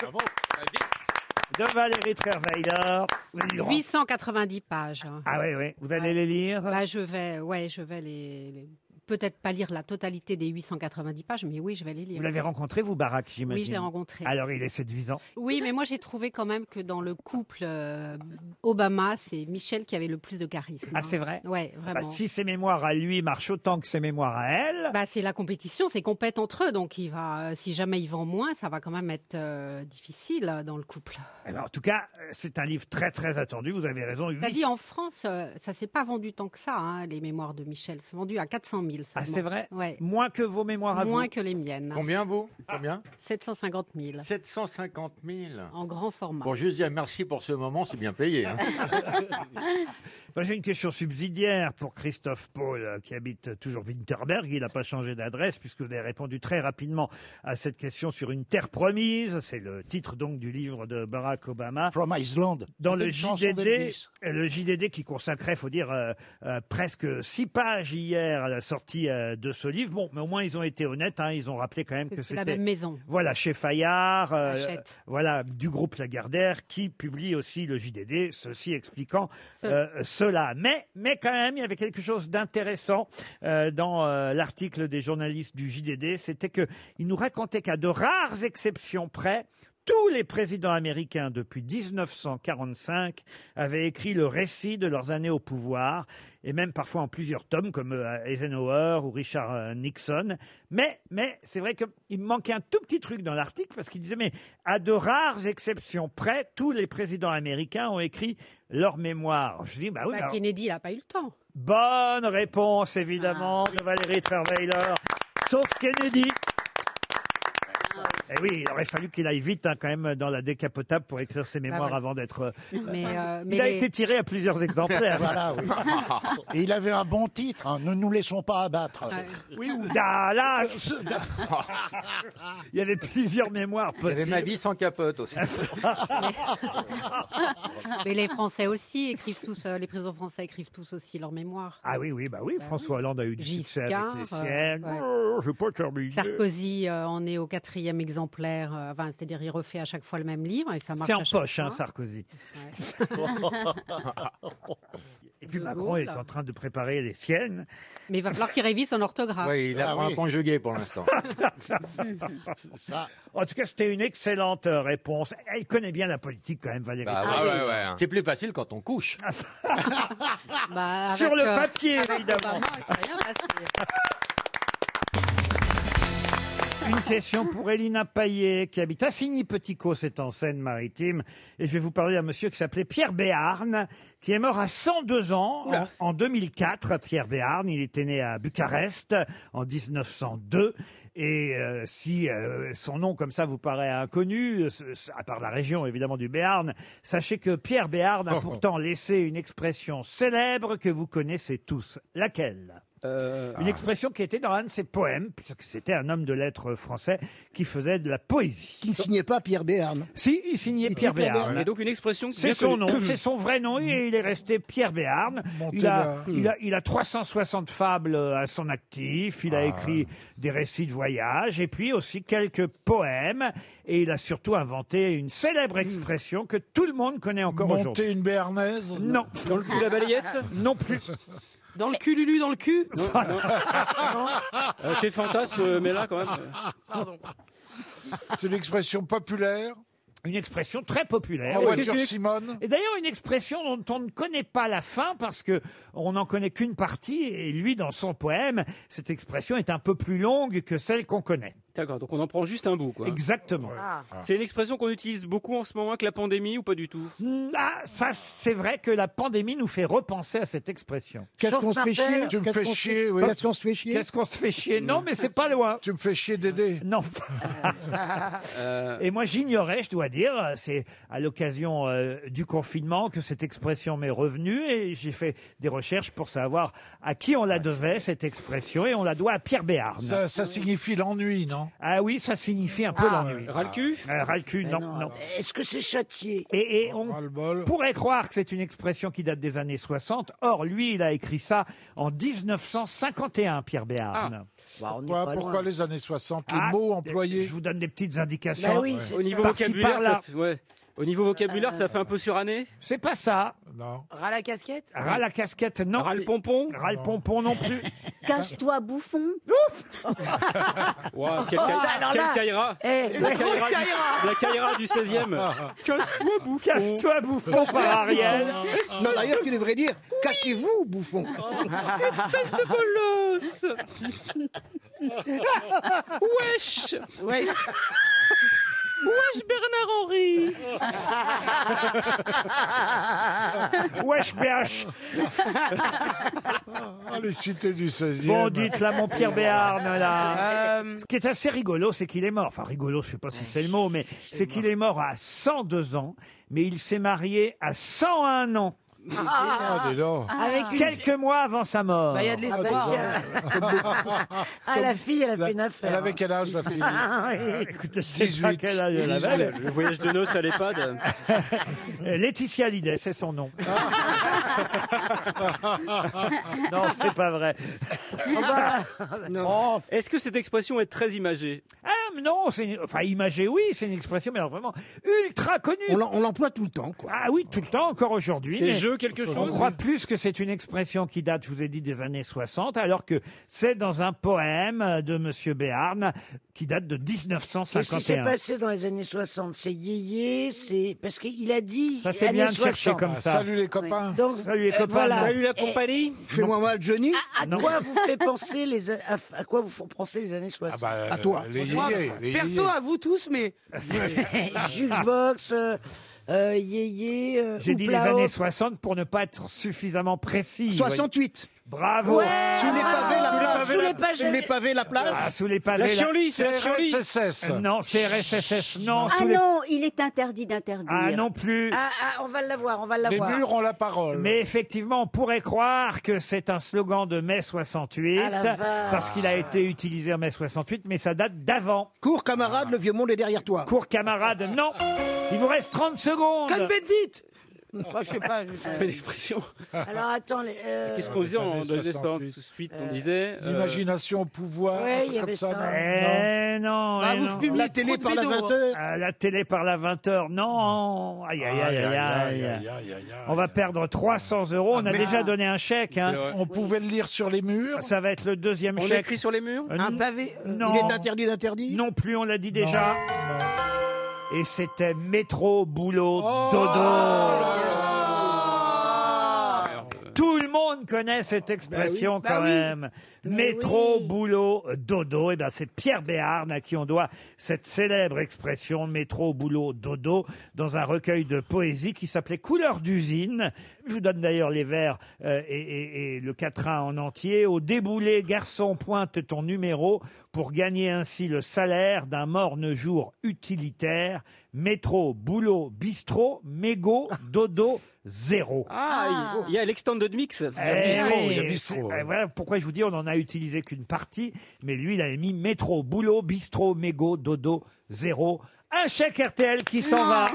Speaker 4: de Valérie Trierweiler. Vous allez lire en-
Speaker 13: 890 pages.
Speaker 4: Ah oui, oui. Vous allez les lire
Speaker 13: Bah, je vais, ouais, je vais les, les- peut-être pas lire la totalité des 890 pages, mais oui, je vais les lire.
Speaker 4: Vous l'avez rencontré, vous, Barack, j'imagine
Speaker 13: Oui, je l'ai rencontré.
Speaker 4: Alors, il est séduisant.
Speaker 13: Oui, mais moi j'ai trouvé quand même que dans le couple euh, Obama, c'est Michel qui avait le plus de charisme. hein.
Speaker 4: Ah, c'est vrai
Speaker 13: Ouais,
Speaker 4: Bah,
Speaker 13: vraiment.
Speaker 4: si ses mémoires à lui marchent autant que ses mémoires à elle,
Speaker 13: Bah, c'est la compétition, c'est qu'on pète entre eux, donc il va, euh, si jamais ils vend moins, ça va quand même être euh, difficile euh, dans le couple.
Speaker 4: eh ben, en tout cas, euh, c'est un livre très très attendu, vous avez raison.
Speaker 13: Ça
Speaker 4: Huit-
Speaker 13: dit en France, euh, ça s'est pas vendu tant que ça, hein, les mémoires de Michel. C'est vendu à 400 000 seulement.
Speaker 4: Ah, c'est vrai
Speaker 13: Ouais.
Speaker 4: Moins que vos mémoires à vous
Speaker 13: Moins que les miennes.
Speaker 2: Combien vous Combien
Speaker 13: 750 000.
Speaker 2: 750 000.
Speaker 13: En grand format.
Speaker 2: Bon, juste dire merci pour ce moment, c'est bien payé. hein.
Speaker 4: Moi, J'ai une question subsidiaire pour Christophe Paul, euh, qui habite toujours Winterberg. Il n'a pas changé d'adresse, puisque vous avez répondu très rapidement à cette question sur une terre promise. C'est le titre donc du livre de Barack Obama.
Speaker 11: From Iceland.
Speaker 4: Dans le
Speaker 11: Une chanson
Speaker 4: JDD,
Speaker 11: d'Elvis.
Speaker 4: euh, le JDD qui consacrait, faut dire, euh, euh, presque six pages hier à la sortie euh, de ce livre. Bon, mais au moins ils ont été honnêtes. hein. ils ont rappelé quand même que
Speaker 13: C'est
Speaker 4: c'était
Speaker 13: la même maison.
Speaker 4: Voilà, chez Fayard, euh,
Speaker 13: Hachette.
Speaker 4: voilà, du groupe Lagardère qui publie aussi le JDD, ceci expliquant
Speaker 13: Cela.
Speaker 4: euh, cela. Mais, mais quand même, il y avait quelque chose d'intéressant euh, dans euh, l'article des journalistes du JDD, c'était que ils nous racontaient qu'à de rares exceptions près, tous les présidents américains depuis 1945 avaient écrit le récit de leurs années au pouvoir, et même parfois en plusieurs tomes, comme euh, Eisenhower ou Richard euh, Nixon. Mais, mais c'est vrai qu'il me manquait un tout petit truc dans l'article, parce qu'il disait, mais à de rares exceptions près, tous les présidents américains ont écrit leur mémoire. Je dis, bah oui,
Speaker 13: Bah,
Speaker 4: alors-
Speaker 13: Kennedy, il n'a pas eu le temps.
Speaker 4: Bonne réponse, évidemment,
Speaker 13: Ah.
Speaker 4: de Valérie Trierweiler. Sauf Kennedy.
Speaker 13: Ah
Speaker 4: Eh oui, il aurait fallu qu'il aille vite hein, quand même dans la décapotable pour écrire ses mémoires
Speaker 13: Bah ouais.
Speaker 4: avant d'être. euh,
Speaker 13: Mais, euh,
Speaker 4: il
Speaker 13: mais
Speaker 4: a
Speaker 13: les-
Speaker 4: été tiré à plusieurs exemplaires.
Speaker 11: Voilà, oui. Et il avait un bon titre, hein, ne nous laissons pas abattre.
Speaker 4: Oui, ou Dallas. Il y avait plusieurs mémoires
Speaker 2: Il y avait
Speaker 4: possibles.
Speaker 2: ma vie sans capote aussi.
Speaker 13: Mais les Français aussi écrivent tous, euh, les prisons français écrivent tous aussi leurs mémoires.
Speaker 4: Ah oui, oui, bah oui, François Hollande a eu du succès avec les
Speaker 13: Giscard, euh,
Speaker 4: siennes.
Speaker 13: ouais.
Speaker 4: Oh, je vais pas terminer.
Speaker 13: Sarkozy euh, en est au quatrième exemplaire, euh, enfin, c'est-à-dire il refait à chaque fois le même livre et ça marche.
Speaker 4: C'est en
Speaker 13: à chaque
Speaker 4: poche, hein,
Speaker 13: fois.
Speaker 4: Sarkozy. Et puis
Speaker 13: De
Speaker 4: Macron
Speaker 13: Gaulle.
Speaker 4: est en train de préparer les siennes.
Speaker 13: Mais il va falloir qu'il révise son orthographe.
Speaker 2: Oui, il
Speaker 4: Ah
Speaker 2: apprend à conjuguer pour l'instant.
Speaker 4: En tout cas, c'était une excellente euh, réponse. Elle connaît bien la politique quand même, Valérie.
Speaker 2: Bah,
Speaker 4: Ah
Speaker 2: ouais,
Speaker 4: oui.
Speaker 2: ouais, ouais. C'est plus facile quand on couche.
Speaker 13: Bah, avec,
Speaker 4: Sur le
Speaker 13: euh,
Speaker 4: papier,
Speaker 13: avec
Speaker 4: évidemment.
Speaker 13: Obama, il peut rien passer.
Speaker 4: Une question pour Elina Paillet, qui habite Assigny-Petit-Caux, c'est en Seine-Maritime. Et je vais vous parler d'un monsieur qui s'appelait Pierre Béarn, qui est mort à 102 ans en, en 2004. Pierre Béarn, il était né à Bucarest en 1902. Et euh, si euh, son nom comme ça vous paraît inconnu, euh, ce- ce- à part la région évidemment du Béarn, sachez que Pierre Béarn a pourtant laissé une expression célèbre que vous connaissez tous. Laquelle Une expression qui était dans un de ses poèmes, puisque c'était un homme de lettres français qui faisait de la poésie. Qui ne signait pas Pierre Béarn. Si, il signait Pierre Béarn.
Speaker 20: Et donc une expression
Speaker 4: C'est
Speaker 20: bien
Speaker 4: son
Speaker 20: connue.
Speaker 4: nom, c'est son vrai nom et il est resté Pierre Béarn. Il a,
Speaker 20: Montella.
Speaker 4: il, a, il a 360 fables à son actif, il
Speaker 18: Ah.
Speaker 4: a écrit des récits de voyage et puis aussi quelques poèmes et il a surtout inventé une célèbre expression que tout le monde connaît encore
Speaker 18: Hmm. Monter
Speaker 4: aujourd'hui.
Speaker 18: une béarnaise
Speaker 4: Non.
Speaker 20: Dans le cul de la balayette
Speaker 4: Non plus.
Speaker 17: Dans le cul, Lulu, dans le cul
Speaker 20: Euh, quel fantasme, mais là quand même.
Speaker 17: Pardon.
Speaker 18: C'est une expression populaire.
Speaker 4: Une expression très populaire.
Speaker 18: En
Speaker 4: Est-ce que
Speaker 18: voiture
Speaker 4: c'est-
Speaker 18: Simone.
Speaker 4: Et d'ailleurs, une expression dont on ne connaît pas la fin parce que on n'en connaît qu'une partie. Et lui, dans son poème, cette expression est un peu plus longue que celle qu'on connaît.
Speaker 20: D'accord, donc on en prend juste un bout. Quoi.
Speaker 4: Exactement.
Speaker 20: Ah. C'est une expression qu'on utilise beaucoup en ce moment avec la pandémie ou pas du tout
Speaker 4: Ah, ça, c'est vrai que la pandémie nous fait repenser à cette expression.
Speaker 5: Qu'est-ce qu'on se fait chier
Speaker 18: Tu me
Speaker 5: Qu'est-ce
Speaker 18: fais
Speaker 5: qu'on se-
Speaker 18: chier, oui.
Speaker 5: Qu'est-ce qu'on se fait chier
Speaker 4: Qu'est-ce qu'on se fait chier Non, mais c'est pas loin.
Speaker 18: Tu me fais chier d'aider.
Speaker 4: Non. Et moi, j'ignorais, je dois dire, euh, c'est à l'occasion euh, du confinement que cette expression m'est revenue et j'ai fait des recherches pour savoir à qui on la devait, cette expression, et on la doit à Pierre Béarn.
Speaker 18: Ça, ça signifie l'ennui, non
Speaker 4: Ah oui, ça signifie un peu
Speaker 18: Ah.
Speaker 4: l'ennui.
Speaker 18: Râle-cul
Speaker 4: Euh, Râle-cul, non, non.
Speaker 9: Est-ce que c'est châtié
Speaker 4: Et, et on pourrait croire que c'est une expression qui date des années 60. Or, lui, il a écrit ça en 1951, Pierre
Speaker 20: Ah.
Speaker 4: Béarn.
Speaker 9: Bah,
Speaker 18: Pourquoi, pourquoi les années 60 Les mots employés
Speaker 4: Je vous donne des petites
Speaker 10: Bah
Speaker 4: indications.
Speaker 20: au niveau
Speaker 4: Par-ci,
Speaker 20: vocabulaire,
Speaker 4: par-là.
Speaker 20: ça fait, ouais. Au niveau vocabulaire,
Speaker 10: Euh.
Speaker 20: ça fait un peu suranné.
Speaker 4: C'est pas ça.
Speaker 18: Non.
Speaker 17: Ras la casquette
Speaker 4: Ras la casquette, non.
Speaker 20: Ras le pompon.
Speaker 4: Ras le pompon non plus.
Speaker 10: Casse-toi, bouffon.
Speaker 20: Waouh, quel,
Speaker 10: Oh,
Speaker 20: ca-
Speaker 10: alors
Speaker 20: quel
Speaker 10: là.
Speaker 20: caïra
Speaker 10: Eh,
Speaker 20: La caïra
Speaker 10: ouais.
Speaker 20: du-
Speaker 10: Caïra.
Speaker 20: la caïra du 16e Casse-toi, bouffon
Speaker 4: Casse-toi, bouffon, par Ariel
Speaker 5: Non, d'ailleurs, tu devrais dire Cachez-vous, bouffon
Speaker 20: Espèce de colosse Wesh
Speaker 17: Ouais.
Speaker 20: Wesh Bernard Henry
Speaker 4: Wesh, BH
Speaker 18: Ah, Les cités du 16e.
Speaker 4: Bon, dites là, mon Pierre Béarn, là.
Speaker 9: Euh,
Speaker 4: Ce qui est assez rigolo, c'est qu'il est mort. Enfin, rigolo, je sais pas si c'est le mot, mais c'est qu'il est mort à 102 ans, mais il s'est marié à 101 ans.
Speaker 18: Ah, dis donc.
Speaker 9: Avec une-
Speaker 4: Quelques mois avant sa mort.
Speaker 9: Bah, il y a de l'espoir. Ah, Ah, la fille, elle a fait une affaire. hein.
Speaker 18: Elle avait quel âge, la fille
Speaker 9: Ah, oui.
Speaker 4: Écoutez, je sais pas
Speaker 18: 18.
Speaker 4: quel âge elle avait.
Speaker 20: Le voyage de noces à l'EHPAD.
Speaker 4: Euh, Laetitia Hallyday, c'est son nom. non, c'est pas vrai.
Speaker 9: Ah,
Speaker 10: Ah
Speaker 9: bah,
Speaker 10: bah.
Speaker 20: Oh, Est-ce que cette expression est très imagée
Speaker 4: Ah mais non, c'est une- enfin imagé, oui, c'est une expression, mais alors vraiment ultra connue. On l'emploie tout le temps, quoi. Ah oui, tout le temps, encore aujourd'hui.
Speaker 20: C'est
Speaker 4: mais
Speaker 20: jeu quelque
Speaker 4: On
Speaker 20: chose
Speaker 4: croit plus que c'est une expression qui date, je vous ai dit, des années 60, alors que c'est dans un poème de Monsieur Béarn qui date de
Speaker 9: Qu'est-ce qui s'est
Speaker 4: 1951.
Speaker 9: passé dans les années 60 C'est yéyé, c'est... Parce qu'il a dit...
Speaker 4: Ça, c'est
Speaker 9: années
Speaker 4: bien de chercher
Speaker 9: 60.
Speaker 4: comme ça. Salut
Speaker 18: les copains.
Speaker 9: Donc,
Speaker 4: Salut les
Speaker 9: euh,
Speaker 4: copains.
Speaker 9: voilà.
Speaker 4: Salut la
Speaker 9: Et-
Speaker 4: compagnie.
Speaker 5: Fais-moi mal, Johnny
Speaker 9: À
Speaker 4: Non.
Speaker 9: quoi vous fait penser les a- à, à quoi vous font penser les années 60
Speaker 18: bah,
Speaker 5: À toi.
Speaker 18: les
Speaker 17: Moi,
Speaker 18: yéyés, les
Speaker 17: Perso,
Speaker 18: yéyés.
Speaker 17: à vous tous, mais.
Speaker 9: Jukebox, euh, euh, yéyé, euh,
Speaker 4: J'ai dit les
Speaker 9: Hoopla
Speaker 4: années
Speaker 9: Hoop.
Speaker 4: 60 pour ne pas être suffisamment précis. vous voyez.
Speaker 5: 68
Speaker 4: Bravo.
Speaker 5: Sous les pavés, la plage
Speaker 9: sous les pavés,
Speaker 5: Sous les pavés, la
Speaker 4: Ah,
Speaker 5: plage
Speaker 4: sous les pavés.
Speaker 20: La
Speaker 4: là.
Speaker 20: chienlit, c'est la chienlit.
Speaker 18: CSS.
Speaker 4: Euh, Non, CRSSS, non.
Speaker 10: Ah
Speaker 4: sous les-
Speaker 10: non, il est interdit d'interdire.
Speaker 4: Ah non plus.
Speaker 9: Ah, ah, on va l'avoir, on va
Speaker 18: Les
Speaker 9: l'avoir.
Speaker 18: murs ont la parole.
Speaker 4: Mais effectivement, on pourrait croire que c'est un slogan de mai 68,
Speaker 9: Ah, la vache.
Speaker 4: parce qu'il a été utilisé en mai 68, mais ça date d'avant.
Speaker 5: Cours, camarade, le vieux monde est derrière toi.
Speaker 4: Cours camarade, non Il vous reste 30 secondes
Speaker 17: Comme Bendit Moi, je sais pas. Je sais
Speaker 20: Quelle expression
Speaker 9: Alors attends, les, euh,
Speaker 20: Qu'est-ce qu'on
Speaker 4: Ah,
Speaker 20: disait
Speaker 18: Années
Speaker 20: en
Speaker 18: 68.
Speaker 20: 2008 On disait. euh,
Speaker 18: L'imagination au pouvoir.
Speaker 9: Ouais,
Speaker 18: un
Speaker 9: il
Speaker 18: truc
Speaker 9: y
Speaker 18: comme
Speaker 9: avait
Speaker 18: ça. Bah,
Speaker 9: ça. Bah,
Speaker 4: Eh non,
Speaker 17: Ah,
Speaker 4: eh
Speaker 17: vous
Speaker 4: non.
Speaker 17: fumez
Speaker 5: La
Speaker 17: trop
Speaker 5: télé
Speaker 17: de
Speaker 5: par la
Speaker 9: hein.
Speaker 17: bédos,
Speaker 5: 20h.
Speaker 4: Ah, la télé par la 20h, non Aïe, aïe, aïe, aïe, aïe, On va perdre 300 euros, on a déjà donné un chèque. hein.
Speaker 20: euh,
Speaker 18: On pouvait le lire sur les murs.
Speaker 4: Ça va être le deuxième
Speaker 20: On
Speaker 4: chèque.
Speaker 20: écrit sur les murs
Speaker 4: Euh,
Speaker 17: Un
Speaker 4: n-
Speaker 17: pavé. euh,
Speaker 4: non.
Speaker 5: Il est interdit d'interdire
Speaker 4: Non plus, on l'a dit déjà. Et c'était métro, boulot,
Speaker 18: Oh,
Speaker 4: dodo.
Speaker 17: Ah.
Speaker 4: Tout le monde connaît cette expression
Speaker 9: Euh, Bah
Speaker 4: quand
Speaker 9: oui.
Speaker 4: même. métro, boulot, dodo. Et ben c'est Pierre Béarn à qui on doit cette célèbre expression métro, boulot, dodo dans un recueil de poésie qui s'appelait Couleur d'usine. Je vous donne d'ailleurs les vers euh, et, et- et le quatrain en entier. Au déboulé, garçon, pointe ton numéro pour gagner ainsi le salaire d'un morne jour utilitaire. métro, boulot, bistrot, mégot, dodo, zéro.
Speaker 20: Ah, il il y a l'extend de mix.
Speaker 4: Eh oui, c'est- eh, voilà pourquoi je vous dis, on n'en a utilisé qu'une partie, mais lui, il avait mis métro, boulot, bistrot, mégot, dodo, zéro. Un chèque RTL qui s'en va.